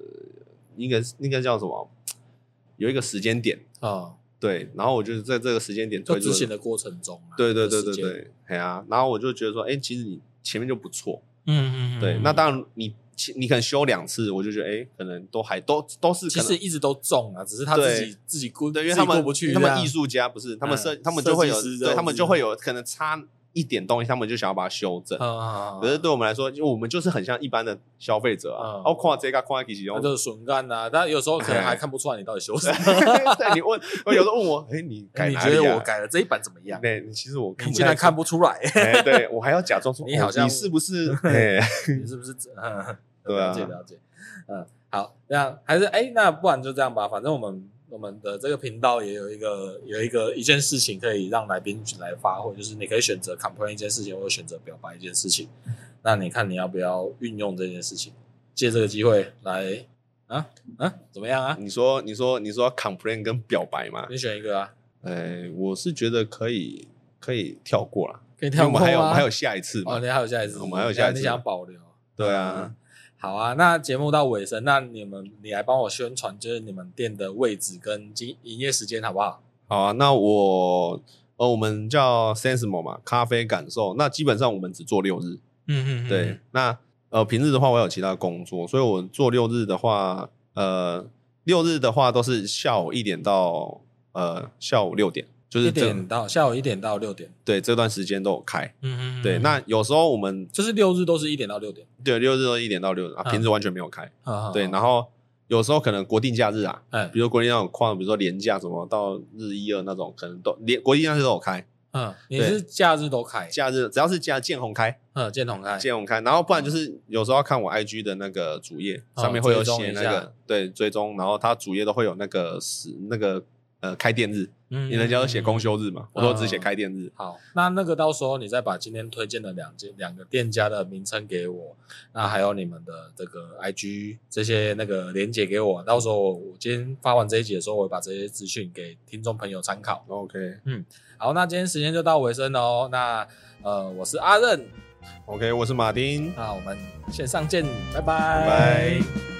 [SPEAKER 2] 应该应该叫什么？有一个时间点。
[SPEAKER 1] 啊，
[SPEAKER 2] 对，然后我就是在这个时间点
[SPEAKER 1] 就
[SPEAKER 2] 推出
[SPEAKER 1] 执
[SPEAKER 2] 的
[SPEAKER 1] 行的过程中啊，
[SPEAKER 2] 对对对
[SPEAKER 1] 这
[SPEAKER 2] 对
[SPEAKER 1] 时间，
[SPEAKER 2] 对，哎呀、然后我就觉得说，哎、其实你前面就不错，
[SPEAKER 1] 嗯
[SPEAKER 2] 对，那当然你其你可能修两次，我就觉得，哎、可能都还都都是
[SPEAKER 1] 其
[SPEAKER 2] 可
[SPEAKER 1] 实
[SPEAKER 2] 能。
[SPEAKER 1] 一直都中啊，只是他自
[SPEAKER 2] 对
[SPEAKER 1] 己自己过，
[SPEAKER 2] 对，因为
[SPEAKER 1] 自己
[SPEAKER 2] 他们
[SPEAKER 1] 过不去，
[SPEAKER 2] 他们艺术家不是，他们设、
[SPEAKER 1] 嗯
[SPEAKER 2] 他们就会
[SPEAKER 1] 设
[SPEAKER 2] 有
[SPEAKER 1] 计师，这样
[SPEAKER 2] 对他们
[SPEAKER 1] 子
[SPEAKER 2] 就会有可能差一点东西，他们就想要把它修正。
[SPEAKER 1] 啊，
[SPEAKER 2] 可是对我们来说，因为我们就是很像一般的消费者啊
[SPEAKER 1] 嗯，
[SPEAKER 2] 哦，看这个看那个，其
[SPEAKER 1] 那
[SPEAKER 2] 中，
[SPEAKER 1] 就是笋干呐，但有时候可能还看不出来你到底修什么，
[SPEAKER 2] 对你问，我有时候问我，哎，你 改
[SPEAKER 1] 你
[SPEAKER 2] 哪
[SPEAKER 1] 觉
[SPEAKER 2] 里
[SPEAKER 1] 得
[SPEAKER 2] 啊
[SPEAKER 1] 我？改了这一版怎么 样？
[SPEAKER 2] 对，其实我
[SPEAKER 1] 你
[SPEAKER 2] 不
[SPEAKER 1] 竟然
[SPEAKER 2] 太
[SPEAKER 1] 看不出来，
[SPEAKER 2] 出，哎对我还要假装 说，
[SPEAKER 1] 你
[SPEAKER 2] 哦
[SPEAKER 1] 好像
[SPEAKER 2] 你是 不是？哎，
[SPEAKER 1] 你是不 是？嗯，
[SPEAKER 2] 对啊
[SPEAKER 1] 了解了解，嗯，好，那还是哎、那不然就这样吧，反正我们我们的这个频道也有一个有一个一件事情可以让来宾来发挥，就是你可以选择 complain 一件事情，或者选择表白一件事情，那你看你要不要运用这件事情，借这个机会来啊啊怎么样啊？
[SPEAKER 2] 你说，你说，你说要 complain 跟表白嘛？
[SPEAKER 1] 你选一个啊，
[SPEAKER 2] 哎，我是觉得可以，可以跳过啦，
[SPEAKER 1] 可以
[SPEAKER 2] 因为
[SPEAKER 1] 跳
[SPEAKER 2] 我
[SPEAKER 1] 过
[SPEAKER 2] 们还有，我
[SPEAKER 1] 吗
[SPEAKER 2] 们还有下一次
[SPEAKER 1] 哦，
[SPEAKER 2] 嘛。
[SPEAKER 1] 你还有下一次，
[SPEAKER 2] 我们还有下一次
[SPEAKER 1] 你想保留？
[SPEAKER 2] 对啊，
[SPEAKER 1] 好啊，那节目到尾声，那你们你来帮我宣传，就是你们店的位置跟经营业时间好不好？
[SPEAKER 2] 好啊，那我呃，我们叫 Sensmo 嘛，咖啡感受。那基本上我们只做六日，
[SPEAKER 1] 嗯嗯
[SPEAKER 2] 对。，那呃，平日的话我有其他工作，所以我做六日的话，呃，六日的话都是下午一点到呃下午六点，就
[SPEAKER 1] 一
[SPEAKER 2] 是这
[SPEAKER 1] 点到下午一点到六点，
[SPEAKER 2] 对这段时间都有开。
[SPEAKER 1] 嗯嗯
[SPEAKER 2] 对，那有时候我们
[SPEAKER 1] 就是六日都是一点到六点，
[SPEAKER 2] 对六日都一点到六点啊，
[SPEAKER 1] 嗯
[SPEAKER 2] 平时完全没有开。
[SPEAKER 1] 啊
[SPEAKER 2] 对，然后有时候可能国定假日啊，
[SPEAKER 1] 哎
[SPEAKER 2] 比如说国定那种况，比如说年假什么到日一二那种，可能都连国定假日都有开，
[SPEAKER 1] 嗯，你是假日都开，
[SPEAKER 2] 假日只要是假见红开，
[SPEAKER 1] 嗯，建同开，
[SPEAKER 2] 见红开，然后不然就是有时候要看我 IG 的那个主页、
[SPEAKER 1] 哦
[SPEAKER 2] 上面会有
[SPEAKER 1] 追踪
[SPEAKER 2] 写
[SPEAKER 1] 一
[SPEAKER 2] 那
[SPEAKER 1] 下
[SPEAKER 2] 个对追踪，然后它主页都会有那个时那个呃开店日，
[SPEAKER 1] 嗯哦
[SPEAKER 2] 因为人家都写公休日嘛，我都只写开店日。
[SPEAKER 1] 好，那那个到时候你再把今天推荐的两间两个店家的名称给我，那还有你们的这个 IG 这些那个连接给我，到时候我我今天发完这一集的时候，我会把这些资讯给听众朋友参考。
[SPEAKER 2] OK
[SPEAKER 1] 好，那今天时间就到尾声了哦。那呃，我是阿任，
[SPEAKER 2] OK，我是马丁，
[SPEAKER 1] 那我们线上见，拜
[SPEAKER 2] 拜拜。